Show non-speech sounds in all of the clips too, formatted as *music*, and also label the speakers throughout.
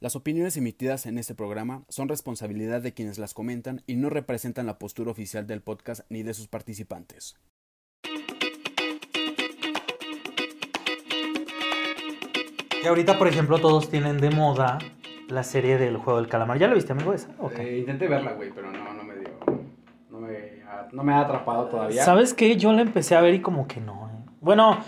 Speaker 1: Las opiniones emitidas en este programa son responsabilidad de quienes las comentan y no representan la postura oficial del podcast ni de sus participantes.
Speaker 2: Y ahorita, por ejemplo, todos tienen de moda la serie del juego del calamar. ¿Ya lo viste, amigo? Esa? ¿O qué?
Speaker 3: Eh, intenté verla, güey, pero no, no me dio. No me, ha- no me ha atrapado
Speaker 2: Ah,
Speaker 3: todavía.
Speaker 2: ¿Sabes qué? Yo la empecé a ver y como que no. eh. Bueno,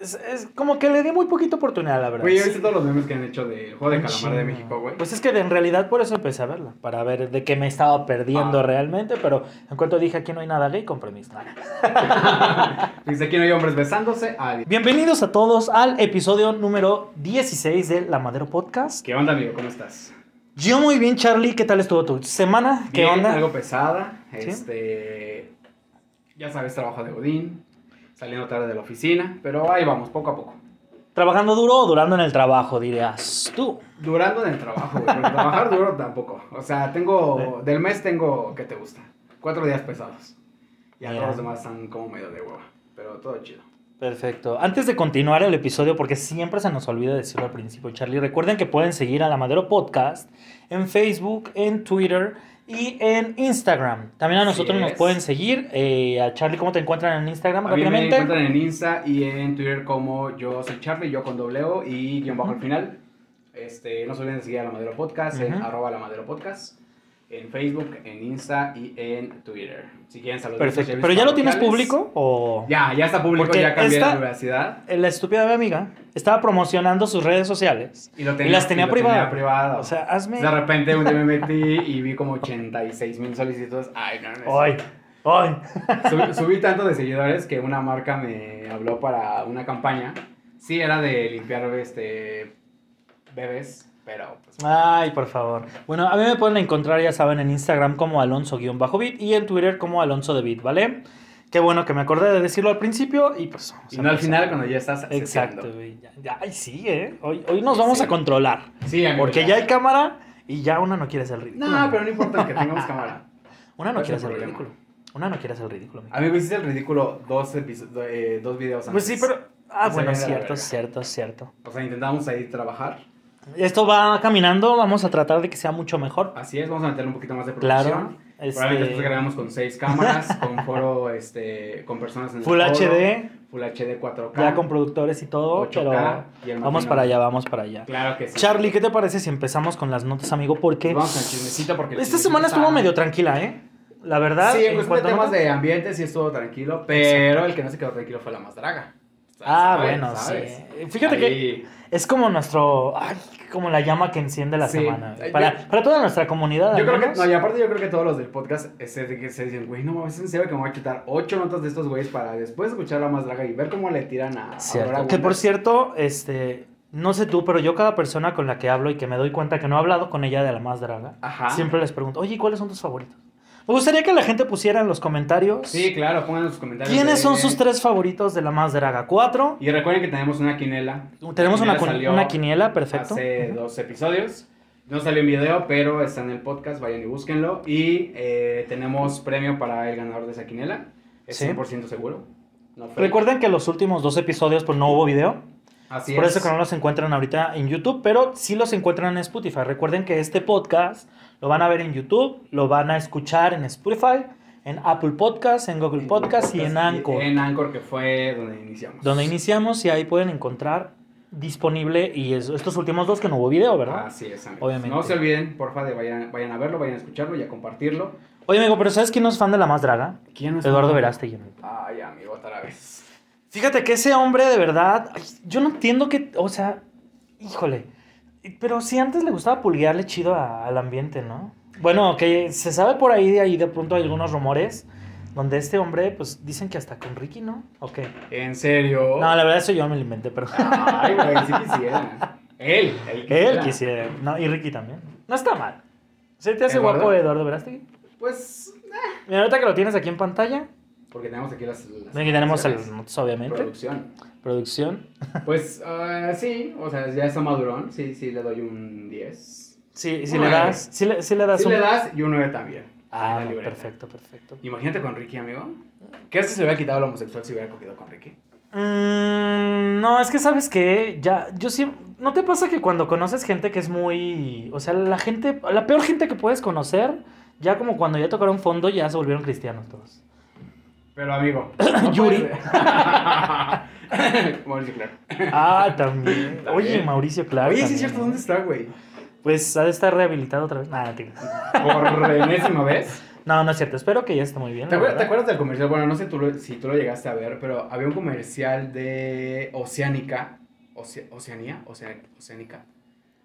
Speaker 2: es, es como que le di muy poquita oportunidad, la verdad.
Speaker 3: Güey,
Speaker 2: Sí.
Speaker 3: ¿viste todos los memes que han hecho del juego de
Speaker 2: Un
Speaker 3: calamar de
Speaker 2: chingo.
Speaker 3: México, güey?
Speaker 2: Pues es que de- en realidad por eso empecé a verla, para ver de qué me estaba perdiendo
Speaker 3: Ah.
Speaker 2: realmente, pero en cuanto dije aquí no hay nada gay, compré mis nada.
Speaker 3: Dice, aquí no hay hombres besándose. Adiós.
Speaker 2: Bienvenidos a todos al episodio número 16 de La Madero Podcast.
Speaker 3: ¿Qué onda, amigo? ¿Cómo estás?
Speaker 2: Yo muy bien, Charlie, ¿qué tal estuvo tu semana? ¿Qué
Speaker 3: Bien,
Speaker 2: onda?
Speaker 3: Algo pesada.
Speaker 2: Sí.
Speaker 3: Este. Ya sabes, trabajo de Godín. Saliendo tarde de la oficina. Pero ahí vamos, poco a poco.
Speaker 2: ¿Trabajando duro o durando en el trabajo, dirías tú?
Speaker 3: Durando en el trabajo, güey.
Speaker 2: *laughs*
Speaker 3: Porque trabajar duro tampoco. O sea, tengo. Del mes tengo. ¿Qué te gusta? Cuatro días pesados. Y a
Speaker 2: Mira.
Speaker 3: todos los demás están como medio de hueva. Pero todo chido.
Speaker 2: Perfecto. Antes de continuar el episodio, porque siempre se nos olvida decirlo al principio, Charlie, recuerden que pueden seguir a La Madero Podcast en Facebook, en Twitter y en Instagram. También a
Speaker 3: Así
Speaker 2: nosotros nos
Speaker 3: es.
Speaker 2: pueden seguir. Eh, a Charlie, ¿cómo te encuentran en Instagram?
Speaker 3: A mí me
Speaker 2: Rápidamente.
Speaker 3: encuentran en Insta y en Twitter como yo soy Charlie, yo con doble O y guión bajo al final. Este, no se olviden de seguir a La Madero Podcast en
Speaker 2: Ujú.
Speaker 3: arroba La Madero Podcast, en Facebook, en Insta y en Twitter. Si quieren saludos.
Speaker 2: Perfecto. ¿Pero ya lo tienes público o...?
Speaker 3: Ya, ya está público,
Speaker 2: Porque
Speaker 3: ya cambié
Speaker 2: esta-
Speaker 3: la privacidad.
Speaker 2: La estúpida de mi amiga estaba promocionando sus redes sociales.
Speaker 3: Y, lo
Speaker 2: las tenía
Speaker 3: y lo
Speaker 2: privada.
Speaker 3: privada.
Speaker 2: O sea, hazme...
Speaker 3: de repente un día
Speaker 2: *laughs*
Speaker 3: me metí y vi como 86 mil solicitudes. Ay, no, no.
Speaker 2: ¡Ay!
Speaker 3: es-
Speaker 2: ¡Ay!
Speaker 3: Sub- subí tanto de seguidores que una marca me habló para una campaña. Sí, era de limpiar este bebés, pero pues,
Speaker 2: Ay, por favor. Bueno, a mí me pueden encontrar, ya saben, en Instagram como Alonso-Bit y en Twitter como Alonso de Bit, ¿vale? Qué bueno que me acordé de decirlo al principio y pues... vamos
Speaker 3: y
Speaker 2: a
Speaker 3: no al
Speaker 2: empezar.
Speaker 3: final cuando ya estás
Speaker 2: Exacto.
Speaker 3: seteando.
Speaker 2: güey. Ya- ya- Ay, sí, ¿eh? Hoy, hoy nos vamos
Speaker 3: Sí.
Speaker 2: a controlar.
Speaker 3: Sí, amigo,
Speaker 2: Porque ya hay cámara y ya una no quiere hacer el ridículo.
Speaker 3: No, pero no importa que tengamos cámara.
Speaker 2: Una
Speaker 3: no
Speaker 2: no
Speaker 3: es
Speaker 2: quiere
Speaker 3: el
Speaker 2: hacer el
Speaker 3: problema. Ah,
Speaker 2: ridículo. Una no quiere hacer el ridículo. amigo.
Speaker 3: Amigo, hiciste el ridículo dos, episo- do- eh, dos videos antes.
Speaker 2: Pues sí, pero... Ah,
Speaker 3: Se
Speaker 2: bueno,
Speaker 3: viene la
Speaker 2: cierto,
Speaker 3: verga.
Speaker 2: cierto, cierto.
Speaker 3: O sea, intentamos ahí trabajar.
Speaker 2: Esto va caminando, vamos a tratar de que sea mucho mejor.
Speaker 3: Así es, vamos a meterle un poquito más de producción.
Speaker 2: Claro.
Speaker 3: Ah, Probablemente después
Speaker 2: Este,
Speaker 3: grabamos con seis cámaras, con foro, este, con personas en el
Speaker 2: Full
Speaker 3: foro,
Speaker 2: HD.
Speaker 3: Full HD 4K,
Speaker 2: ya con productores y todo,
Speaker 3: 8K, y el
Speaker 2: pero vamos
Speaker 3: maquinón.
Speaker 2: para allá, vamos para allá.
Speaker 3: Claro que sí.
Speaker 2: Charlie, ¿qué te parece si empezamos con las notas, amigo? Porque
Speaker 3: Pues Vamos al chismecito porque el
Speaker 2: esta
Speaker 3: chismecito
Speaker 2: semana
Speaker 3: está-
Speaker 2: estuvo medio tranquila, ¿eh? La verdad,
Speaker 3: Sí,
Speaker 2: en
Speaker 3: en cuestión de
Speaker 2: cuanto a
Speaker 3: temas
Speaker 2: notas-
Speaker 3: de ambiente sí estuvo tranquilo, pero el que no se quedó tranquilo fue la más draga.
Speaker 2: Ah,
Speaker 3: ¿Sabes?
Speaker 2: bueno,
Speaker 3: ¿Sabes?
Speaker 2: sí. Fíjate que
Speaker 3: Ahí.
Speaker 2: es como nuestro, ay, como la llama que enciende la
Speaker 3: Sí.
Speaker 2: semana. güey.
Speaker 3: Yo-
Speaker 2: Para, para toda nuestra comunidad.
Speaker 3: Yo
Speaker 2: al
Speaker 3: creo que,
Speaker 2: menos.
Speaker 3: no, y aparte yo creo que todos los del podcast eh, se, que se dicen, güey, no mames, es en serio que me voy a chutar ocho notas de estos güeyes para después escuchar la más draga y ver cómo le tiran a, a
Speaker 2: Cierto.
Speaker 3: Laura
Speaker 2: Que por
Speaker 3: Wonders.
Speaker 2: cierto, este, no sé tú, pero yo cada persona con la que hablo y que me doy cuenta que no he hablado con ella de la más draga,
Speaker 3: Ajá.
Speaker 2: siempre les pregunto, oye, ¿cuáles son tus favoritos? Me gustaría que la gente pusiera en los comentarios
Speaker 3: Sí, claro, pongan en sus comentarios.
Speaker 2: quiénes
Speaker 3: de-
Speaker 2: son sus tres favoritos de la más draga. Cuatro.
Speaker 3: Y recuerden que tenemos una quinela.
Speaker 2: Tenemos
Speaker 3: La
Speaker 2: una, cu-
Speaker 3: salió
Speaker 2: una quiniela, perfecto.
Speaker 3: Hace dos episodios. No salió en video, pero está en el podcast, vayan y búsquenlo. Y eh, tenemos premio para el ganador de esa quinela. Es
Speaker 2: Sí.
Speaker 3: 100% seguro. No fake.
Speaker 2: Recuerden que los últimos dos episodios pues no hubo video,
Speaker 3: Así
Speaker 2: por
Speaker 3: es.
Speaker 2: eso que no los encuentran ahorita en YouTube, pero sí los encuentran en Spotify. Recuerden que este podcast lo van a ver en YouTube, lo van a escuchar en Spotify, en Apple Podcast, en Google Podcast y en Anchor,
Speaker 3: En Anchor, que fue donde iniciamos.
Speaker 2: donde iniciamos y ahí pueden encontrar disponible y es- estos últimos dos que no hubo video, ¿verdad?
Speaker 3: Así es, amigos.
Speaker 2: Obviamente.
Speaker 3: No se olviden, porfa, de vayan, vayan a verlo, vayan a escucharlo y a compartirlo.
Speaker 2: Oye amigo, pero ¿sabes quién no es fan de la más draga?
Speaker 3: ¿Quién es?
Speaker 2: Eduardo Verástegui. amigo.
Speaker 3: Ay, amigo, otra vez.
Speaker 2: Fíjate que ese hombre de verdad, ay, yo no entiendo que, o sea, híjole, pero si antes le gustaba pulguearle chido a- al ambiente, ¿no? Bueno, que se sabe por ahí de ahí de pronto hay algunos rumores donde este hombre, pues dicen que hasta con Ricky, ¿no? ¿O qué?
Speaker 3: En serio.
Speaker 2: No, la verdad eso yo me lo inventé,
Speaker 3: *laughs*
Speaker 2: pero
Speaker 3: Ay, güey, sí quisiera. Él, él quisiera.
Speaker 2: él quisiera, no, y Ricky también. No está mal. ¿Se te hace
Speaker 3: ¿Eduardo?
Speaker 2: guapo Eduardo Verástegui?
Speaker 3: Pues,
Speaker 2: Mira, ahorita que lo tienes aquí en pantalla,
Speaker 3: porque tenemos aquí las. las
Speaker 2: aquí tenemos el
Speaker 3: las-
Speaker 2: obviamente,
Speaker 3: producción.
Speaker 2: producción.
Speaker 3: Pues, ah, sí, o sea, ya está madurón. Sí, sí, le doy un 10.
Speaker 2: Sí, si
Speaker 3: Bueno,
Speaker 2: le das, si le, si le das
Speaker 3: Si
Speaker 2: un...
Speaker 3: le das y un 9 también.
Speaker 2: Ah,
Speaker 3: En la libreta.
Speaker 2: perfecto, perfecto.
Speaker 3: Imagínate con Ricky, amigo. ¿Crees que se hubiera quitado el homosexual si hubiera cogido con Ricky?
Speaker 2: Mm, no, es que sabes que ya, yo siempre, ¿No te pasa que cuando conoces gente que es muy. O sea, la gente. La peor gente que puedes conocer, ya como cuando ya tocaron fondo, ya se volvieron cristianos
Speaker 3: *laughs*
Speaker 2: todos. *coughs*
Speaker 3: Pero amigo. no
Speaker 2: Yuri.
Speaker 3: *laughs* puede- Mauricio Clark.
Speaker 2: Ah, también. Oye,
Speaker 3: También.
Speaker 2: Mauricio Clark.
Speaker 3: Oye, sí
Speaker 2: también.
Speaker 3: es cierto, ¿dónde está, güey?
Speaker 2: Pues ha de estar rehabilitado otra vez. Nah, no te creas.
Speaker 3: Por *laughs* enésima vez.
Speaker 2: no, no es cierto. Espero que ya esté muy bien.
Speaker 3: ¿Te
Speaker 2: la
Speaker 3: acuerdas, te
Speaker 2: verdad.
Speaker 3: acuerdas del comercial? Bueno, no sé tú lo- si tú lo llegaste a ver, pero había un comercial de Oceánica. Oce- Oceanía, Ocean- Oceánica.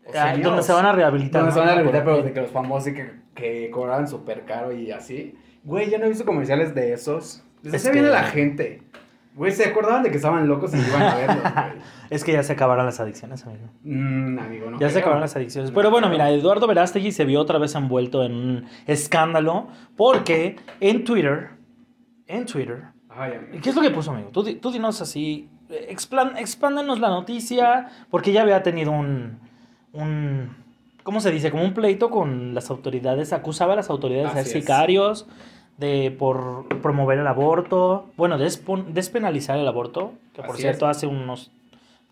Speaker 2: Ah,
Speaker 3: Oceanía,
Speaker 2: donde
Speaker 3: Oce-
Speaker 2: se van a rehabilitar.
Speaker 3: Donde
Speaker 2: ¿no?
Speaker 3: se van a reventar, pero de que los famosos y que, que cobraban súper caro y así. Güey, yo no he visto comerciales de esos. Les
Speaker 2: Es
Speaker 3: hacía bien a
Speaker 2: que-
Speaker 3: la gente. Güey, se acordaban de que estaban locos y iban a verlos, güey.
Speaker 2: Es que ya se acabaron las adicciones, amigo.
Speaker 3: Mm, amigo, no.
Speaker 2: Ya se
Speaker 3: creo.
Speaker 2: acabaron las adicciones. Pero bueno, mira, Eduardo Verástegui se vio otra vez envuelto en un escándalo porque en Twitter, en Twitter,
Speaker 3: Ay, amigo.
Speaker 2: ¿qué es lo que puso, amigo? Tú, di- tú dinos así, eh, explan- expándanos la noticia porque ya había tenido un, un, ¿cómo se dice? Como un pleito con las autoridades, acusaba a las autoridades de
Speaker 3: Así
Speaker 2: ser
Speaker 3: es.
Speaker 2: sicarios, de por promover el aborto, bueno, despon- despenalizar el aborto, que por
Speaker 3: Así
Speaker 2: cierto hace unos...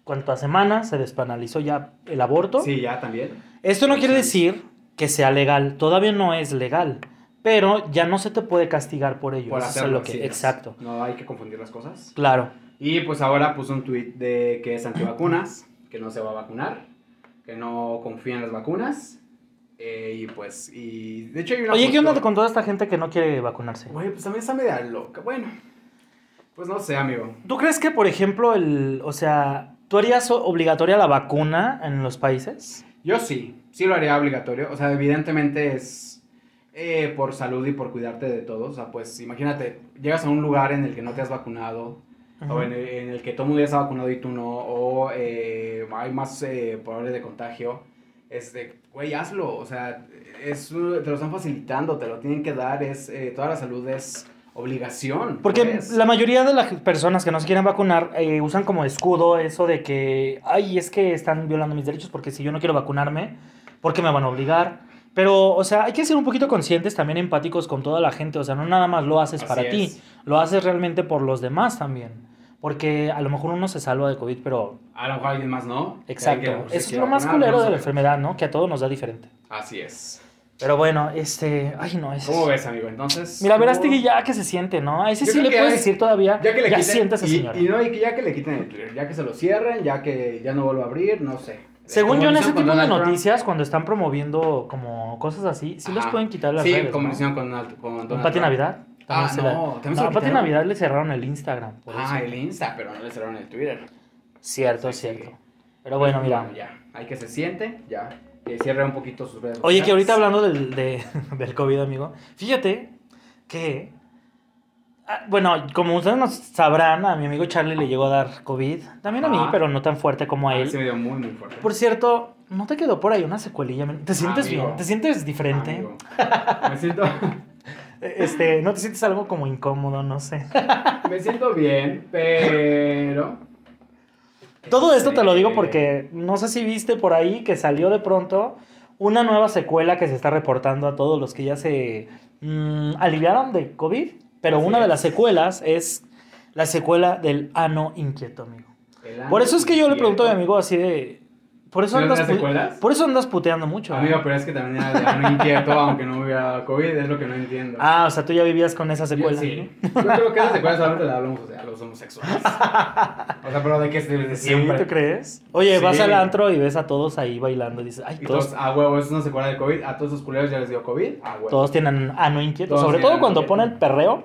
Speaker 2: ¿Cuántas semanas se despenalizó ya el aborto?
Speaker 3: Sí, ya también.
Speaker 2: Esto no quiere decir que sea legal, todavía no es legal, pero ya no se te puede castigar por ello.
Speaker 3: Por
Speaker 2: eso es
Speaker 3: hacerlo.
Speaker 2: lo que-
Speaker 3: así es.
Speaker 2: exacto.
Speaker 3: No hay que confundir las cosas.
Speaker 2: Claro.
Speaker 3: Y pues ahora puso un tuit de que es antivacunas, que no se va a vacunar, que no confía en las vacunas. eh, y pues, y de hecho hay una.
Speaker 2: Oye, ¿qué onda
Speaker 3: foto-
Speaker 2: con toda esta gente que no quiere vacunarse?
Speaker 3: Güey, pues también está media loca. Bueno, pues no sé, amigo.
Speaker 2: ¿Tú crees que, por ejemplo, el, o sea, tú harías o- obligatoria la vacuna en los países?
Speaker 3: Yo sí, sí lo haría obligatorio. O sea, evidentemente es eh, por salud y por cuidarte de todos. O sea, pues imagínate, llegas a un lugar en el que no te has vacunado, o en el, en el que todo el mundo ya está vacunado y tú no, o eh, hay más eh, probable de contagio, este, güey, hazlo, o sea, es, un- te lo están facilitando, te lo tienen que dar, es, eh, toda la salud es obligación.
Speaker 2: Porque
Speaker 3: pues.
Speaker 2: la mayoría de las personas que no se quieren vacunar eh, usan como escudo eso de que, ay, es que están violando mis derechos porque si yo no quiero vacunarme, ¿por qué me van a obligar? Pero, o sea, hay que ser un poquito conscientes, también empáticos con toda la gente. O sea, no nada más lo haces
Speaker 3: Así
Speaker 2: para
Speaker 3: es.
Speaker 2: ti, lo haces realmente por los demás también. Porque a lo mejor uno se salva de COVID, pero...
Speaker 3: A lo mejor alguien más no. que
Speaker 2: Exacto.
Speaker 3: alguien se
Speaker 2: Eso es
Speaker 3: quiera
Speaker 2: lo más
Speaker 3: vacunar,
Speaker 2: culero
Speaker 3: no
Speaker 2: de la
Speaker 3: sé.
Speaker 2: enfermedad, ¿no? Que a todos nos da diferente.
Speaker 3: Así es.
Speaker 2: Pero bueno, este... Ay, no, es...
Speaker 3: ¿Cómo ves, amigo? Entonces...
Speaker 2: Mira, verás
Speaker 3: tú-
Speaker 2: ya que se siente, ¿no? A ese
Speaker 3: Yo
Speaker 2: sí
Speaker 3: creo
Speaker 2: le
Speaker 3: que
Speaker 2: puedes
Speaker 3: ya-
Speaker 2: decir todavía, ya,
Speaker 3: Ya que le quiten,
Speaker 2: sienta esa
Speaker 3: y-
Speaker 2: señora.
Speaker 3: Y, no, y que ya que le quiten el Twitter, ya que se lo cierren, ya que ya no vuelva a abrir, no sé.
Speaker 2: Según
Speaker 3: Como
Speaker 2: yo, en
Speaker 3: hicieron
Speaker 2: ese
Speaker 3: con
Speaker 2: tipo de
Speaker 3: Donald Trump.
Speaker 2: noticias, cuando están promoviendo como cosas así, sí les
Speaker 3: Ajá.
Speaker 2: pueden quitar las
Speaker 3: Sí,
Speaker 2: redes.
Speaker 3: como
Speaker 2: ¿no?
Speaker 3: lo hicieron con, Donald- con
Speaker 2: Con
Speaker 3: Donald
Speaker 2: Pati
Speaker 3: Trump.
Speaker 2: Navidad.
Speaker 3: Ah,
Speaker 2: se
Speaker 3: no,
Speaker 2: la-
Speaker 3: también
Speaker 2: no,
Speaker 3: se lo
Speaker 2: a Pati
Speaker 3: quitaron.
Speaker 2: Navidad le cerraron el Instagram. Por
Speaker 3: Ah,
Speaker 2: eso.
Speaker 3: el Insta, pero no le cerraron el Twitter.
Speaker 2: Cierto,
Speaker 3: Sí,
Speaker 2: cierto.
Speaker 3: sí.
Speaker 2: Pero bueno, mira.
Speaker 3: Ya, hay que se siente, ya. Que cierre un poquito sus redes.
Speaker 2: Oye, que ahorita
Speaker 3: sociales.
Speaker 2: hablando del, de- *laughs* del COVID, amigo, fíjate que. ah, Bueno, como ustedes nos sabrán, a mi amigo Charlie le llegó a dar COVID. También a mí,
Speaker 3: Ajá.
Speaker 2: pero no tan fuerte como a
Speaker 3: Ah,
Speaker 2: él.
Speaker 3: Se me dio muy, muy fuerte.
Speaker 2: Por cierto, ¿no te quedó por ahí una secuelilla? men? ¿Te sientes
Speaker 3: Amigo.
Speaker 2: bien? ¿Te sientes diferente?
Speaker 3: Amigo, Me siento, *laughs*
Speaker 2: Eh, Este, ¿no te sientes algo como incómodo? No
Speaker 3: *laughs*
Speaker 2: sé.
Speaker 3: me siento bien, pero.
Speaker 2: Todo esto te lo digo
Speaker 3: Este,
Speaker 2: porque no sé si viste por ahí que salió de pronto una nueva secuela que se está reportando a todos los que ya se mm, aliviaron de COVID. Pero
Speaker 3: Así
Speaker 2: una de
Speaker 3: es.
Speaker 2: las secuelas es la secuela del ano inquieto, amigo.
Speaker 3: el año
Speaker 2: Por eso es que yo le pregunto a mi
Speaker 3: inquieto.
Speaker 2: amigo así de... Por eso,
Speaker 3: ¿No
Speaker 2: andas
Speaker 3: tendrá
Speaker 2: pu-
Speaker 3: secuelas?
Speaker 2: por eso andas puteando mucho. ¿eh?
Speaker 3: Amigo, pero es que también era de ano inquieto, aunque no hubiera COVID, es lo que no entiendo.
Speaker 2: Ah, o sea, tú ya vivías con esa
Speaker 3: Yo-
Speaker 2: secuela. ¿no?
Speaker 3: sí. Yo creo que esa secuela solamente la hablamos o sea, a los homosexuales. O sea, pero de que es desde
Speaker 2: Sí,
Speaker 3: siempre.
Speaker 2: ¿tú crees? Oye,
Speaker 3: Sí.
Speaker 2: vas al antro y ves a todos ahí bailando y dices, ay,
Speaker 3: Y
Speaker 2: todos,
Speaker 3: todos, ah, huevo, eso no se acuerda de COVID. A todos esos culeros ya les dio COVID. Ah, huevo.
Speaker 2: todos tienen ano inquieto.
Speaker 3: Todos
Speaker 2: Sobre
Speaker 3: tienen
Speaker 2: todo
Speaker 3: ano
Speaker 2: cuando ponen
Speaker 3: inquieto.
Speaker 2: perreo.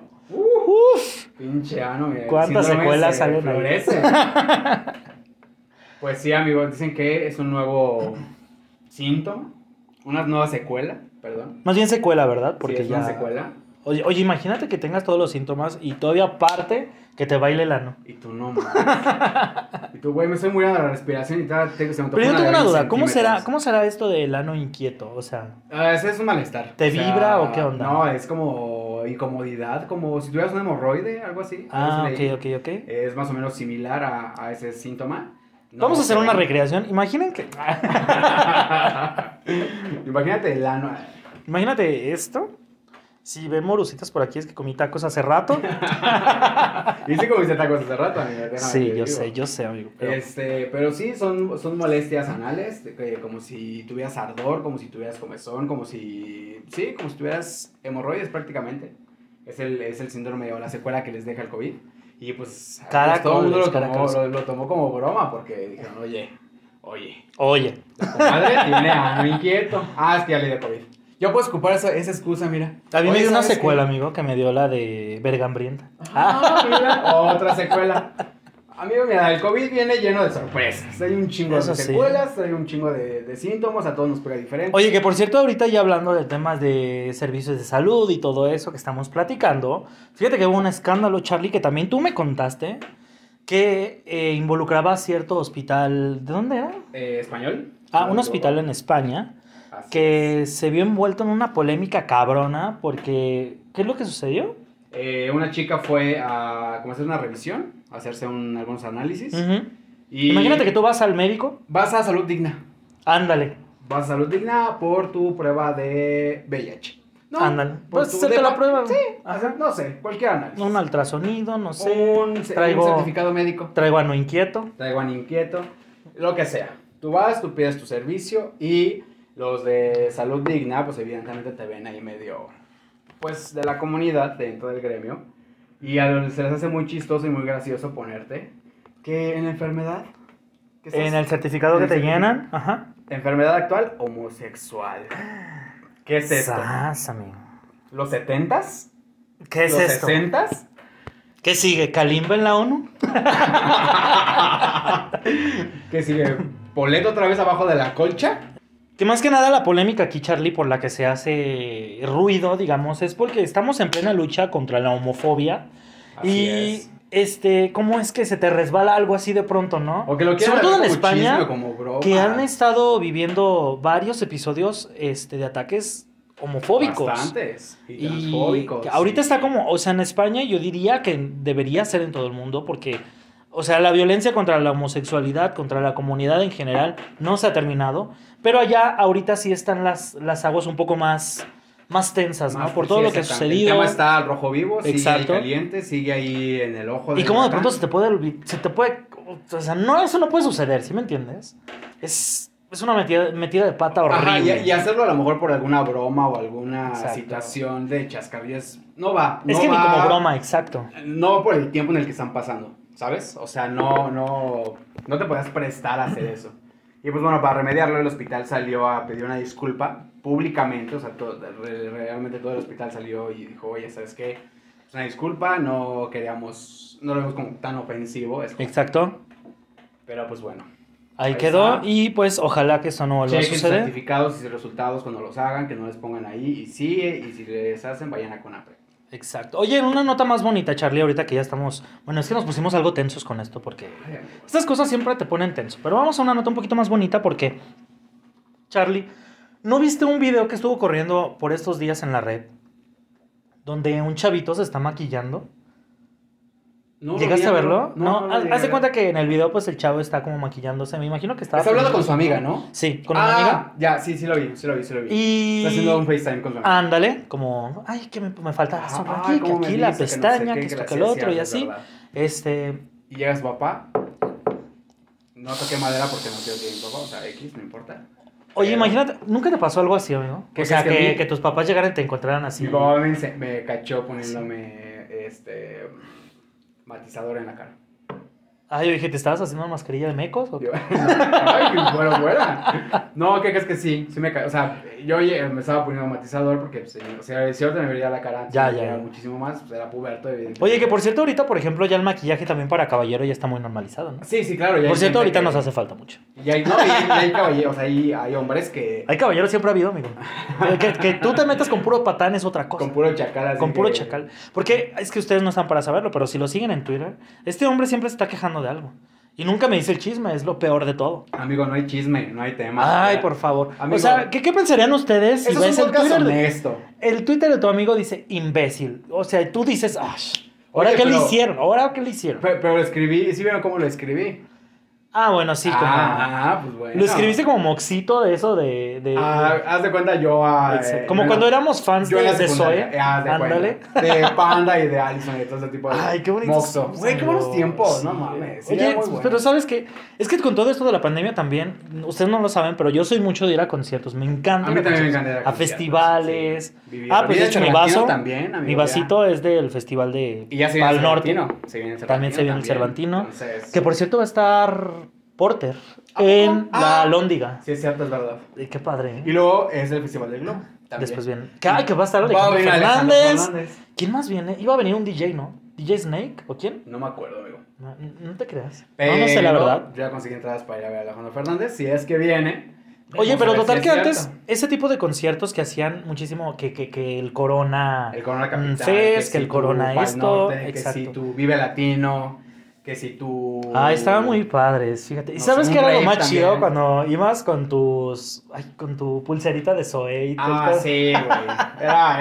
Speaker 3: Pinche ano, mira.
Speaker 2: ¿Cuántas
Speaker 3: síndrome
Speaker 2: secuelas
Speaker 3: se
Speaker 2: salen ahí? *laughs*
Speaker 3: florece. pues sí, amigos, dicen que es un nuevo síntoma. Una nueva secuela, perdón.
Speaker 2: Más bien secuela, ¿verdad?
Speaker 3: Porque
Speaker 2: Porque
Speaker 3: es
Speaker 2: ya...
Speaker 3: una secuela.
Speaker 2: Oye, oye, imagínate que tengas todos los síntomas y todavía aparte que te baile el ano.
Speaker 3: Y
Speaker 2: *laughs*
Speaker 3: tú no, mames. Y tú, güey, me estoy muriendo de la respiración y tal. Tengo, se me
Speaker 2: Pero yo tengo
Speaker 3: antojó de
Speaker 2: una
Speaker 3: 20
Speaker 2: duda, ¿cómo será,
Speaker 3: centímetros.
Speaker 2: cómo será esto del ano inquieto? O sea,
Speaker 3: Ah, ese es un malestar.
Speaker 2: ¿Te vibra o qué onda?
Speaker 3: No, es como incomodidad, como si tuvieras un hemorroide, algo así.
Speaker 2: ah,
Speaker 3: Es
Speaker 2: ok,
Speaker 3: ley.
Speaker 2: ok, ok.
Speaker 3: Es más o menos similar a, a ese síntoma. No,
Speaker 2: Vamos a hacer una
Speaker 3: pero-
Speaker 2: recreación. Imaginen que... ah,
Speaker 3: *laughs* Imagínate el ano.
Speaker 2: Imagínate esto Si ve morusitas por aquí es que comí tacos hace
Speaker 3: *laughs*
Speaker 2: rato.
Speaker 3: Hice como hice tacos hace rato, amigo. déjame
Speaker 2: sí,
Speaker 3: te
Speaker 2: yo
Speaker 3: digo.
Speaker 2: sé, yo sé, amigo. pero-
Speaker 3: Este, pero sí, son, son molestias anales, de que como si tuvieras ardor, como si tuvieras comezón, como si, sí, como si tuvieras hemorroides prácticamente. Es el, es el síndrome o la secuela que les deja el COVID. Y pues pues, todo el mundo
Speaker 2: Caracoles,
Speaker 3: lo tomó, lo,
Speaker 2: caracoles.
Speaker 3: lo tomó como broma porque dijeron, oye, oye,
Speaker 2: Oye,
Speaker 3: tu
Speaker 2: *laughs*
Speaker 3: compadre tiene a inquieto. Ah, es que ya le dio COVID. Yo puedo escupar esa, esa excusa, mira.
Speaker 2: a mí me
Speaker 3: Oye,
Speaker 2: dio una
Speaker 3: ¿sabes qué?
Speaker 2: secuela, amigo, que me dio la de Vergambrienta.
Speaker 3: Ah, mira, *laughs* otra secuela. Amigo, mira, el COVID viene lleno de sorpresas. Hay un chingo
Speaker 2: Eso
Speaker 3: de
Speaker 2: sí.
Speaker 3: secuelas, hay un chingo de, de síntomas, a todos nos pega diferente.
Speaker 2: Oye, que por cierto, ahorita ya hablando de temas de servicios de salud y todo eso que estamos platicando, fíjate que hubo un escándalo, Charlie, que también tú me contaste, que eh, involucraba a cierto hospital, ¿de dónde era?
Speaker 3: Eh, ¿Español?
Speaker 2: Ah, un hospital en España,
Speaker 3: Así.
Speaker 2: que se vio envuelto en una polémica cabrona, porque, ¿qué es lo que sucedió?
Speaker 3: Eh, una chica fue a como hacer una revisión, a hacerse un- algunos análisis.
Speaker 2: Ujú.
Speaker 3: y
Speaker 2: Imagínate que tú vas al médico,
Speaker 3: Vas a salud digna.
Speaker 2: ándale,
Speaker 3: Vas a salud digna por tu prueba de VIH.
Speaker 2: ándale,
Speaker 3: por
Speaker 2: pues
Speaker 3: tu
Speaker 2: hacerte la
Speaker 3: depa-
Speaker 2: prueba,
Speaker 3: Sí,
Speaker 2: Ajá.
Speaker 3: hacer- no sé, cualquier análisis.
Speaker 2: un ultrasonido, no sé,
Speaker 3: Un- un
Speaker 2: traigo-
Speaker 3: certificado médico.
Speaker 2: traigo ano inquieto,
Speaker 3: Taiwán inquieto, lo que sea. Tú vas, tú pides tu servicio y los de salud digna, pues evidentemente te ven ahí medio, pues de la comunidad, dentro del gremio. Y a los- se les hace muy chistoso y muy gracioso ponerte que en la enfermedad, que estás-
Speaker 2: en el certificado
Speaker 3: en
Speaker 2: que
Speaker 3: el
Speaker 2: te
Speaker 3: certificado.
Speaker 2: llenan, ajá.
Speaker 3: enfermedad actual, homosexual. ¿Qué es esto?
Speaker 2: Sas, amigo.
Speaker 3: ¿Los 70s?
Speaker 2: ¿Qué es
Speaker 3: ¿Los
Speaker 2: esto?
Speaker 3: 60s?
Speaker 2: ¿Qué sigue? ¿Kalimba en la ONU?
Speaker 3: Que sigue Poleto otra vez abajo de la colcha.
Speaker 2: Que más que nada la polémica aquí, Charlie, por la que se hace ruido, digamos, es porque estamos en plena lucha contra la homofobia. y este, ¿cómo es que se te resbala algo así de pronto, no?
Speaker 3: O que lo quieran
Speaker 2: Sobre todo en
Speaker 3: hacer como
Speaker 2: España,
Speaker 3: chisme, como broma.
Speaker 2: que han estado viviendo varios episodios este, de ataques homofóbicos.
Speaker 3: Bastantes. Y
Speaker 2: Y
Speaker 3: transfóbicos.
Speaker 2: que ahorita
Speaker 3: y-
Speaker 2: está como, o sea, en España yo diría que debería ser en todo el mundo porque, o sea, la violencia contra la homosexualidad, contra la comunidad en general, no se ha terminado, pero allá ahorita sí están las, las aguas un poco más, más tensas,
Speaker 3: Más-
Speaker 2: ¿no? Por todo
Speaker 3: sí,
Speaker 2: lo que ha
Speaker 3: exactamente.
Speaker 2: sucedido.
Speaker 3: El tema está al rojo vivo, sigue
Speaker 2: Exacto.
Speaker 3: ahí caliente, sigue ahí en el ojo.
Speaker 2: Y
Speaker 3: del
Speaker 2: cómo de
Speaker 3: huracán.
Speaker 2: pronto se te puede olvi- se te puede, o sea, no, eso no puede suceder, ¿sí me entiendes? Es, es una metida, metida de pata horrible.
Speaker 3: Ajá, y, y hacerlo a lo mejor por alguna broma o alguna
Speaker 2: Exacto.
Speaker 3: situación de chascarrillas. No va.
Speaker 2: es
Speaker 3: no
Speaker 2: que ni
Speaker 3: va-
Speaker 2: como broma, exacto.
Speaker 3: No por el tiempo en el que están pasando, ¿sabes? O sea, no, no, no te podías prestar a hacer eso. Y pues bueno, para remediarlo, el hospital salió a pedir una disculpa públicamente, o sea, todo- re- realmente todo el hospital salió y dijo, oye, ¿sabes qué? Es una disculpa, no queríamos, no lo vemos como tan ofensivo, es como-
Speaker 2: Exacto.
Speaker 3: pero pues bueno.
Speaker 2: Ahí,
Speaker 3: Ahí
Speaker 2: quedó
Speaker 3: está.
Speaker 2: y pues ojalá que eso no vuelva a
Speaker 3: Chequen sus
Speaker 2: suceder.
Speaker 3: certificados y sus resultados cuando los hagan, que no les pongan ahí, y sí, y si les hacen, vayan a Conapre.
Speaker 2: Exacto. Oye, en una nota más bonita, Charlie, ahorita que ya estamos. Bueno, es que nos pusimos algo tensos con esto porque
Speaker 3: Ay, amigo.
Speaker 2: estas cosas siempre te ponen tenso. Pero vamos a una nota un poquito más bonita porque, Charlie, ¿no viste un video que estuvo corriendo por estos días en la red? Donde un chavito se está maquillando.
Speaker 3: No,
Speaker 2: ¿Llegaste
Speaker 3: no,
Speaker 2: a verlo? No,
Speaker 3: no, no lo
Speaker 2: haz
Speaker 3: llegué a
Speaker 2: haz de
Speaker 3: ver.
Speaker 2: cuenta que en el video, pues el chavo está como maquillándose. Me imagino que estaba.
Speaker 3: Está hablando con su amiga, ¿no?
Speaker 2: Sí, con
Speaker 3: ah,
Speaker 2: una amiga.
Speaker 3: Ya, sí, sí lo vi, sí lo vi, sí lo vi.
Speaker 2: Y. Ah,
Speaker 3: Está haciendo un FaceTime con su amiga.
Speaker 2: Ándale, como, ay, que me, me falta esto
Speaker 3: Ah,
Speaker 2: aquí, que
Speaker 3: cómo me
Speaker 2: aquí la
Speaker 3: dice, no sé
Speaker 2: pestaña,
Speaker 3: qué,
Speaker 2: que esto, que
Speaker 3: gracias,
Speaker 2: el otro, y
Speaker 3: cierto, es
Speaker 2: así.
Speaker 3: verdad.
Speaker 2: Este,
Speaker 3: Y llega su papá. No toqué madera porque no quiero que mi papá, o sea, X, no importa.
Speaker 2: oye,
Speaker 3: Pero-
Speaker 2: imagínate, ¿nunca te pasó algo así, amigo?
Speaker 3: ¿Qué
Speaker 2: o sea,
Speaker 3: crees que
Speaker 2: que,
Speaker 3: vi?
Speaker 2: que tus papás llegaran y te encontraran así.
Speaker 3: Mi papá me, ense- me cachó poniéndome este matizador en la cara.
Speaker 2: Ay, yo dije, ¿te estabas haciendo una mascarilla de mecos? o qué?
Speaker 3: Yo- *laughs* Ay, bueno, buena. No, ¿qué crees que sí? Sí me ca- O sea, yo oye, me estaba poniendo matizador porque, pues, o sea, si ahorita me vería la cara,
Speaker 2: Ya,
Speaker 3: me
Speaker 2: ya,
Speaker 3: vería
Speaker 2: ya.
Speaker 3: muchísimo más, pues era puberto, evidentemente.
Speaker 2: Oye, que por cierto, ahorita, por ejemplo, ya el maquillaje también para caballero ya está muy normalizado, ¿no?
Speaker 3: Sí, sí, claro. ya hay
Speaker 2: Por cierto,
Speaker 3: gente
Speaker 2: ahorita
Speaker 3: que-
Speaker 2: nos hace falta mucho.
Speaker 3: Y hay, no, y hay, y hay caballeros, hay, hay hombres que
Speaker 2: Hay caballero siempre ha habido, amigo. Que- Que, que tú te metas con puro patán es otra cosa.
Speaker 3: con puro chacal. así
Speaker 2: Con puro
Speaker 3: que-
Speaker 2: chacal. Porque es que ustedes no están para saberlo, pero si lo siguen en Twitter, este hombre siempre se está quejando de algo. Y nunca me dice el chisme, es lo peor de todo.
Speaker 3: Amigo, no hay chisme, no hay tema.
Speaker 2: Ay, por favor.
Speaker 3: Amigo.
Speaker 2: o sea, ¿qué, qué pensarían ustedes si
Speaker 3: Eso es
Speaker 2: ves
Speaker 3: un
Speaker 2: el
Speaker 3: podcast
Speaker 2: Twitter? de-
Speaker 3: honesto.
Speaker 2: el Twitter de tu amigo dice imbécil. O sea, tú dices, "Ash, ¿ahora
Speaker 3: Oye,
Speaker 2: qué le
Speaker 3: pero-
Speaker 2: hicieron? ¿Ahora qué le hicieron?
Speaker 3: Pe- Pero, lo escribí, ¿sí vieron cómo lo escribí?
Speaker 2: Ah, bueno, sí, como.
Speaker 3: ah, pues bueno.
Speaker 2: Lo escribiste como moxito de eso de. de-
Speaker 3: Ah, haz de cuenta yo a.
Speaker 2: Exacto.
Speaker 3: eh,
Speaker 2: como
Speaker 3: en
Speaker 2: cuando
Speaker 3: la-
Speaker 2: éramos fans
Speaker 3: yo
Speaker 2: de,
Speaker 3: en la
Speaker 2: de Zoe.
Speaker 3: secundaria, eh, haz de
Speaker 2: Ándale.
Speaker 3: cuenta. De Panda y de Allison y todo ese tipo de.
Speaker 2: Ay, qué bonitos
Speaker 3: Moxo. Güey, qué buenos
Speaker 2: años.
Speaker 3: tiempos, no
Speaker 2: Sí.
Speaker 3: mames. sí,
Speaker 2: Oye,
Speaker 3: era muy bueno.
Speaker 2: pero sabes que es que con todo esto de la pandemia también, ustedes no lo saben, pero yo soy mucho de ir a conciertos, me encanta.
Speaker 3: A mí
Speaker 2: ir
Speaker 3: también me
Speaker 2: conciertos,
Speaker 3: encanta ir a
Speaker 2: a
Speaker 3: conciertos,
Speaker 2: festivales.
Speaker 3: sí. Vivir-
Speaker 2: Ah, pues
Speaker 3: Vida
Speaker 2: de hecho mi
Speaker 3: Cervantina
Speaker 2: vaso,
Speaker 3: también, amigo,
Speaker 2: mi
Speaker 3: ya.
Speaker 2: vasito es del festival de
Speaker 3: Y ya se viene
Speaker 2: Pal
Speaker 3: el
Speaker 2: Norte,
Speaker 3: Cervantino. Se viene el Cervantino.
Speaker 2: También se viene el Cervantino.
Speaker 3: Entonces,
Speaker 2: que por cierto va a estar Porter
Speaker 3: ¿A
Speaker 2: en
Speaker 3: poco?
Speaker 2: la
Speaker 3: Ah.
Speaker 2: Lóndiga.
Speaker 3: Sí, es cierto, es verdad.
Speaker 2: Eh, Qué padre. ¿eh?
Speaker 3: Y luego es el Festival del Globo. También.
Speaker 2: Después viene. Que, ah, que va a estar
Speaker 3: Va a
Speaker 2: Alejandro
Speaker 3: venir Alejandro
Speaker 2: Fernández.
Speaker 3: Fernández.
Speaker 2: ¿Quién más viene? Iba a venir un DJ, ¿no? DJ Snake o quién?
Speaker 3: No me acuerdo, amigo.
Speaker 2: No, no te creas. No, no sé la
Speaker 3: Pero
Speaker 2: verdad.
Speaker 3: Yo ya conseguí entradas para ir a ver a Alejandro Fernández. Si es que viene.
Speaker 2: Oye,
Speaker 3: vamos
Speaker 2: pero
Speaker 3: a ver si
Speaker 2: total
Speaker 3: es
Speaker 2: que antes,
Speaker 3: cierto.
Speaker 2: ese tipo de conciertos que hacían muchísimo, que, que, que el Corona,
Speaker 3: El Corona
Speaker 2: mm,
Speaker 3: Capital.
Speaker 2: Fest, que,
Speaker 3: si
Speaker 2: el
Speaker 3: tú
Speaker 2: Corona
Speaker 3: Pal
Speaker 2: esto,
Speaker 3: Norte, Que
Speaker 2: exacto.
Speaker 3: si tú Vive Latino. Que si tú.
Speaker 2: Ah, estaban muy padres, fíjate. ¿Y
Speaker 3: No sé,
Speaker 2: sabes
Speaker 3: un
Speaker 2: qué era lo
Speaker 3: rave
Speaker 2: más
Speaker 3: también.
Speaker 2: chido cuando ibas con tus, ay, con tu pulserita de Zoe y todo
Speaker 3: Ah,
Speaker 2: esto?
Speaker 3: sí, güey. Era,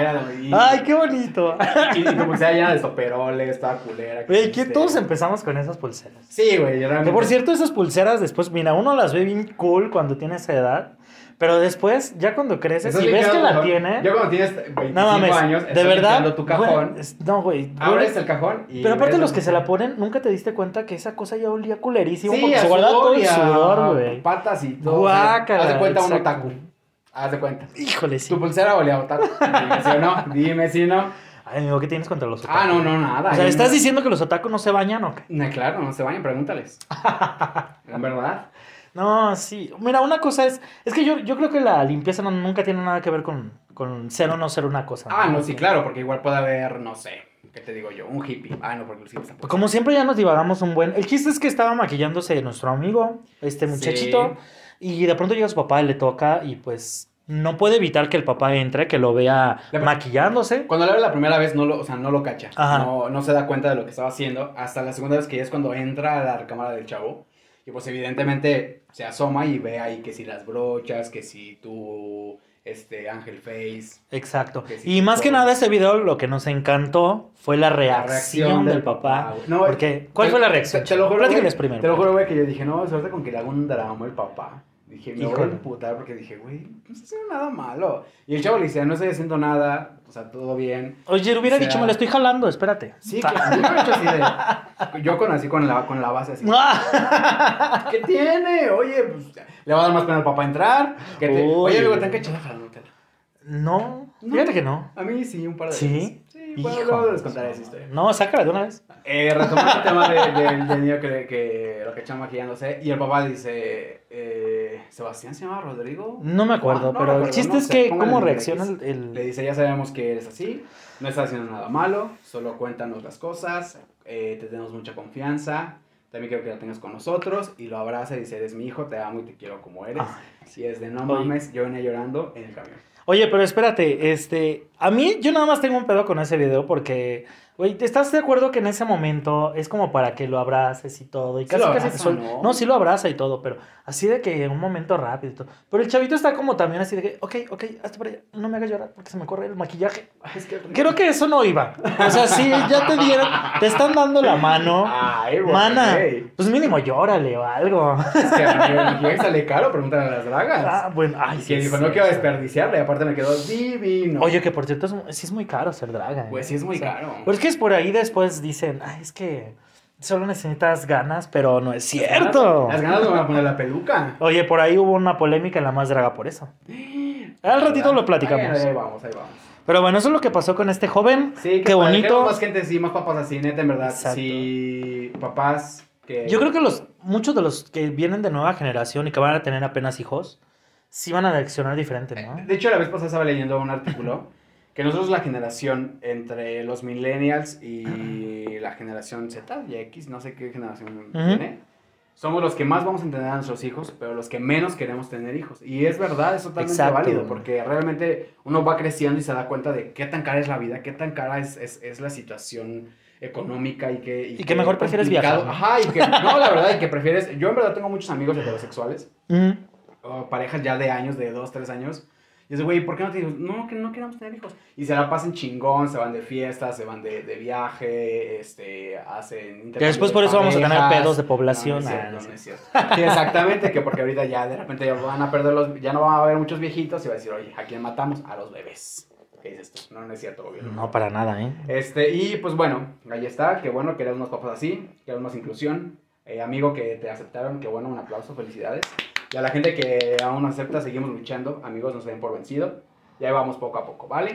Speaker 2: *laughs*
Speaker 3: era lo mismo.
Speaker 2: Ay, qué
Speaker 3: *laughs*
Speaker 2: bonito.
Speaker 3: Y, y tu pulsera llena de soperoles, estaba culera.
Speaker 2: Oye, ¿qué
Speaker 3: triste.
Speaker 2: todos empezamos con esas pulseras?
Speaker 3: Sí, güey. realmente-
Speaker 2: Que por cierto, esas pulseras después, mira, uno las ve bien cool cuando tiene esa edad, pero después, ya cuando creces
Speaker 3: Estás
Speaker 2: y ves
Speaker 3: limpiando
Speaker 2: que
Speaker 3: tu
Speaker 2: la
Speaker 3: cajón.
Speaker 2: tiene,
Speaker 3: Yo cuando tienes 25
Speaker 2: no mames,
Speaker 3: años,
Speaker 2: de
Speaker 3: estás
Speaker 2: verdad,
Speaker 3: limpiando tu cajón.
Speaker 2: güey, es- no, güey,
Speaker 3: abres
Speaker 2: huele-
Speaker 3: el cajón y.
Speaker 2: Pero aparte
Speaker 3: ves-
Speaker 2: los que se la ponen, nunca te diste cuenta que esa cosa ya olía culerísimo
Speaker 3: Sí,
Speaker 2: porque
Speaker 3: a
Speaker 2: se guardaba todo
Speaker 3: y
Speaker 2: el
Speaker 3: a
Speaker 2: sudor, güey.
Speaker 3: Patas y todo.
Speaker 2: Guácala,
Speaker 3: Haz de cuenta un
Speaker 2: exacto.
Speaker 3: otaku. Haz de cuenta.
Speaker 2: Híjole, sí.
Speaker 3: Tu pulsera olía a otaku. Dime si o no. Dime si no.
Speaker 2: Ay, amigo, ¿qué tienes contra los otaku?
Speaker 3: Ah, no, no, nada.
Speaker 2: O sea,
Speaker 3: Yo
Speaker 2: ¿estás
Speaker 3: no-
Speaker 2: diciendo que los otaku no se bañan o qué?
Speaker 3: No, claro, no se bañen, pregúntales. ¿En verdad?
Speaker 2: No, sí. Mira, una cosa es... Es que yo, yo creo que la limpieza no- nunca tiene nada que ver con, con ser o no ser una cosa.
Speaker 3: Ah, no, sí, claro, porque igual puede haber, no sé, ¿qué te digo yo? Un hippie. Ah, no, porque los hippies tampoco.
Speaker 2: Como siempre ya nos divagamos un buen... El chiste es que estaba maquillándose nuestro amigo, este
Speaker 3: Sí.
Speaker 2: muchachito, y de pronto llega su papá y le toca y pues... No puede evitar que el papá entre, que lo vea
Speaker 3: La-
Speaker 2: maquillándose.
Speaker 3: Cuando lo ve la primera vez, no lo, o sea, no lo cacha.
Speaker 2: Ajá.
Speaker 3: No, no se da cuenta de lo que estaba haciendo. Hasta la segunda vez que ya es cuando entra a la recámara del chavo. Y pues evidentemente se asoma y ve ahí que si las brochas, que si tu este Ángel Face.
Speaker 2: Exacto.
Speaker 3: Que sí,
Speaker 2: Y más que
Speaker 3: todo.
Speaker 2: nada, ese video lo que nos encantó fue la reacción,
Speaker 3: La reacción
Speaker 2: del
Speaker 3: del
Speaker 2: papá.
Speaker 3: güey. No,
Speaker 2: Porque, ¿cuál
Speaker 3: te-
Speaker 2: fue la reacción?
Speaker 3: Te, te lo juro.
Speaker 2: Platícales
Speaker 3: güey,
Speaker 2: primero.
Speaker 3: Te lo juro, güey, que yo dije, no, suerte con que le haga un drama el papá. Dije, me voy a
Speaker 2: Híjole.
Speaker 3: emputar porque dije, güey, no estoy haciendo nada malo. Y el chavo le decía, no estoy haciendo nada, o sea, todo bien.
Speaker 2: Oye, hubiera
Speaker 3: O sea-
Speaker 2: dicho, me la estoy jalando, espérate. Ah.
Speaker 3: Sí, claro, yo he hecho así de. Yo con así con la, con la
Speaker 2: *laughs*
Speaker 3: base así.
Speaker 2: Ah,
Speaker 3: ¿Qué tiene? Oye, pues, le va a dar más pena al papá entrar. ¿Qué te-
Speaker 2: Uy.
Speaker 3: Oye, amigo, te han cachado jalándote.
Speaker 2: No,
Speaker 3: No.
Speaker 2: fíjate que no.
Speaker 3: A mí sí, un par de
Speaker 2: ¿Sí?
Speaker 3: veces. Sí, bueno,
Speaker 2: Hijo.
Speaker 3: luego les contaré esa historia.
Speaker 2: No, sácala de una vez.
Speaker 3: Eh, retomando el tema de- del del niño que, que lo cacharon maquillándose. Y el papá dice: eh, ¿Sebastián se llama Rodrigo?
Speaker 2: No me acuerdo,
Speaker 3: Ah, no me
Speaker 2: pero el
Speaker 3: acuerdo,
Speaker 2: chiste
Speaker 3: no
Speaker 2: es
Speaker 3: sé,
Speaker 2: que
Speaker 3: póngale
Speaker 2: cómo
Speaker 3: en el
Speaker 2: reacciona
Speaker 3: X.
Speaker 2: el... el-
Speaker 3: Le dice, ya sabemos que eres así, no estás haciendo nada malo, solo cuéntanos las cosas, eh, te tenemos mucha confianza, también quiero que la tengas con nosotros, y lo abraza y dice, eres mi hijo, te amo y te quiero como eres.
Speaker 2: Ah,
Speaker 3: Si es de no
Speaker 2: Oye.
Speaker 3: mames, yo venía llorando en el camión.
Speaker 2: Oye, pero espérate, este, a mí yo nada más tengo un pedo con ese video porque, güey, ¿estás de acuerdo que en ese momento es como para que lo abraces y todo? Y
Speaker 3: Sí
Speaker 2: casi,
Speaker 3: lo
Speaker 2: casi
Speaker 3: abraza,
Speaker 2: sol-
Speaker 3: ¿no?
Speaker 2: sí lo abraza y todo, pero así de que en un momento rápido y todo. Pero el chavito está como también así de que, ok, ok, hazte para allá, no me hagas llorar porque se me corre el maquillaje.
Speaker 3: Ay, es que...
Speaker 2: Creo que eso no iba. O sea, sí, ya te dieron, te están dando la mano.
Speaker 3: Ay, güey.
Speaker 2: Mana,
Speaker 3: ey.
Speaker 2: pues mínimo llórale o
Speaker 3: *laughs*
Speaker 2: algo.
Speaker 3: Es que a mí el maquillaje sale caro, pregúntale a las dragas.
Speaker 2: Ah, bueno, ay,
Speaker 3: y
Speaker 2: sí
Speaker 3: que
Speaker 2: es
Speaker 3: dijo, no quiero
Speaker 2: cierto".
Speaker 3: desperdiciarla, y aparte me quedó divino.
Speaker 2: Oye, que por cierto, es, mu- sí es muy caro ser draga. ¿eh?
Speaker 3: Pues sí es muy
Speaker 2: O sea,
Speaker 3: caro.
Speaker 2: Pero es que es por ahí después dicen, "Ay, es que solo necesitas ganas, pero no es cierto.
Speaker 3: Las ganas me van a poner la peluca.
Speaker 2: Oye, por ahí hubo una polémica en la más draga por eso. Al ratito lo platicamos.
Speaker 3: Ahí, ahí vamos, ahí vamos.
Speaker 2: Pero bueno, eso es lo que pasó con este joven.
Speaker 3: Sí, que
Speaker 2: Qué
Speaker 3: para que haya
Speaker 2: bonito.
Speaker 3: Más gente, sí, más papás así, neta, en verdad.
Speaker 2: Exacto.
Speaker 3: Sí, papás que.
Speaker 2: Yo creo que los muchos de los que vienen de nueva generación y que van a tener apenas hijos, sí van a reaccionar diferente, ¿no?
Speaker 3: De hecho, la vez pasada estaba leyendo
Speaker 2: *laughs*
Speaker 3: un artículo que nosotros, la generación entre los millennials y la generación Z y X, no sé qué generación
Speaker 2: Ujú.
Speaker 3: tiene, somos los que más vamos a entender a nuestros hijos, pero los que menos queremos tener hijos. Y es verdad, es totalmente
Speaker 2: Exacto.
Speaker 3: válido, porque realmente uno va creciendo y se da cuenta de qué tan cara es la vida, qué tan cara es, es, es la situación económica y que...
Speaker 2: Y que mejor prefieres
Speaker 3: complicado.
Speaker 2: viajar,
Speaker 3: Ajá, y que... No, la verdad,
Speaker 2: *laughs*
Speaker 3: y que prefieres... Yo en verdad tengo muchos amigos heterosexuales
Speaker 2: Mm,
Speaker 3: o parejas ya de años, de dos, tres años, Y dice, güey, ¿por qué no te digo? No, que no queremos tener hijos. Y se la pasan chingón, se van de fiestas, se van de, de viaje, este, hacen...
Speaker 2: Que después por eso vamos a tener pedos de población.
Speaker 3: No, no es
Speaker 2: Ah,
Speaker 3: cierto, no es cierto. Sí, exactamente, que porque ahorita ya de repente ya van a perder los... Ya no van a haber muchos viejitos y va a decir, oye, ¿a quién matamos? A los bebés. ¿Qué dices tú? No, no es cierto, gobierno.
Speaker 2: No, para nada, ¿eh?
Speaker 3: Este, y pues bueno, ahí está, que bueno, queremos unos papás así, queremos más inclusión. Eh, amigo que te aceptaron, que bueno, un aplauso, felicidades. Y a la gente que aún no acepta, seguimos luchando, amigos, no se den por vencido. Y ahí vamos poco a poco, ¿vale?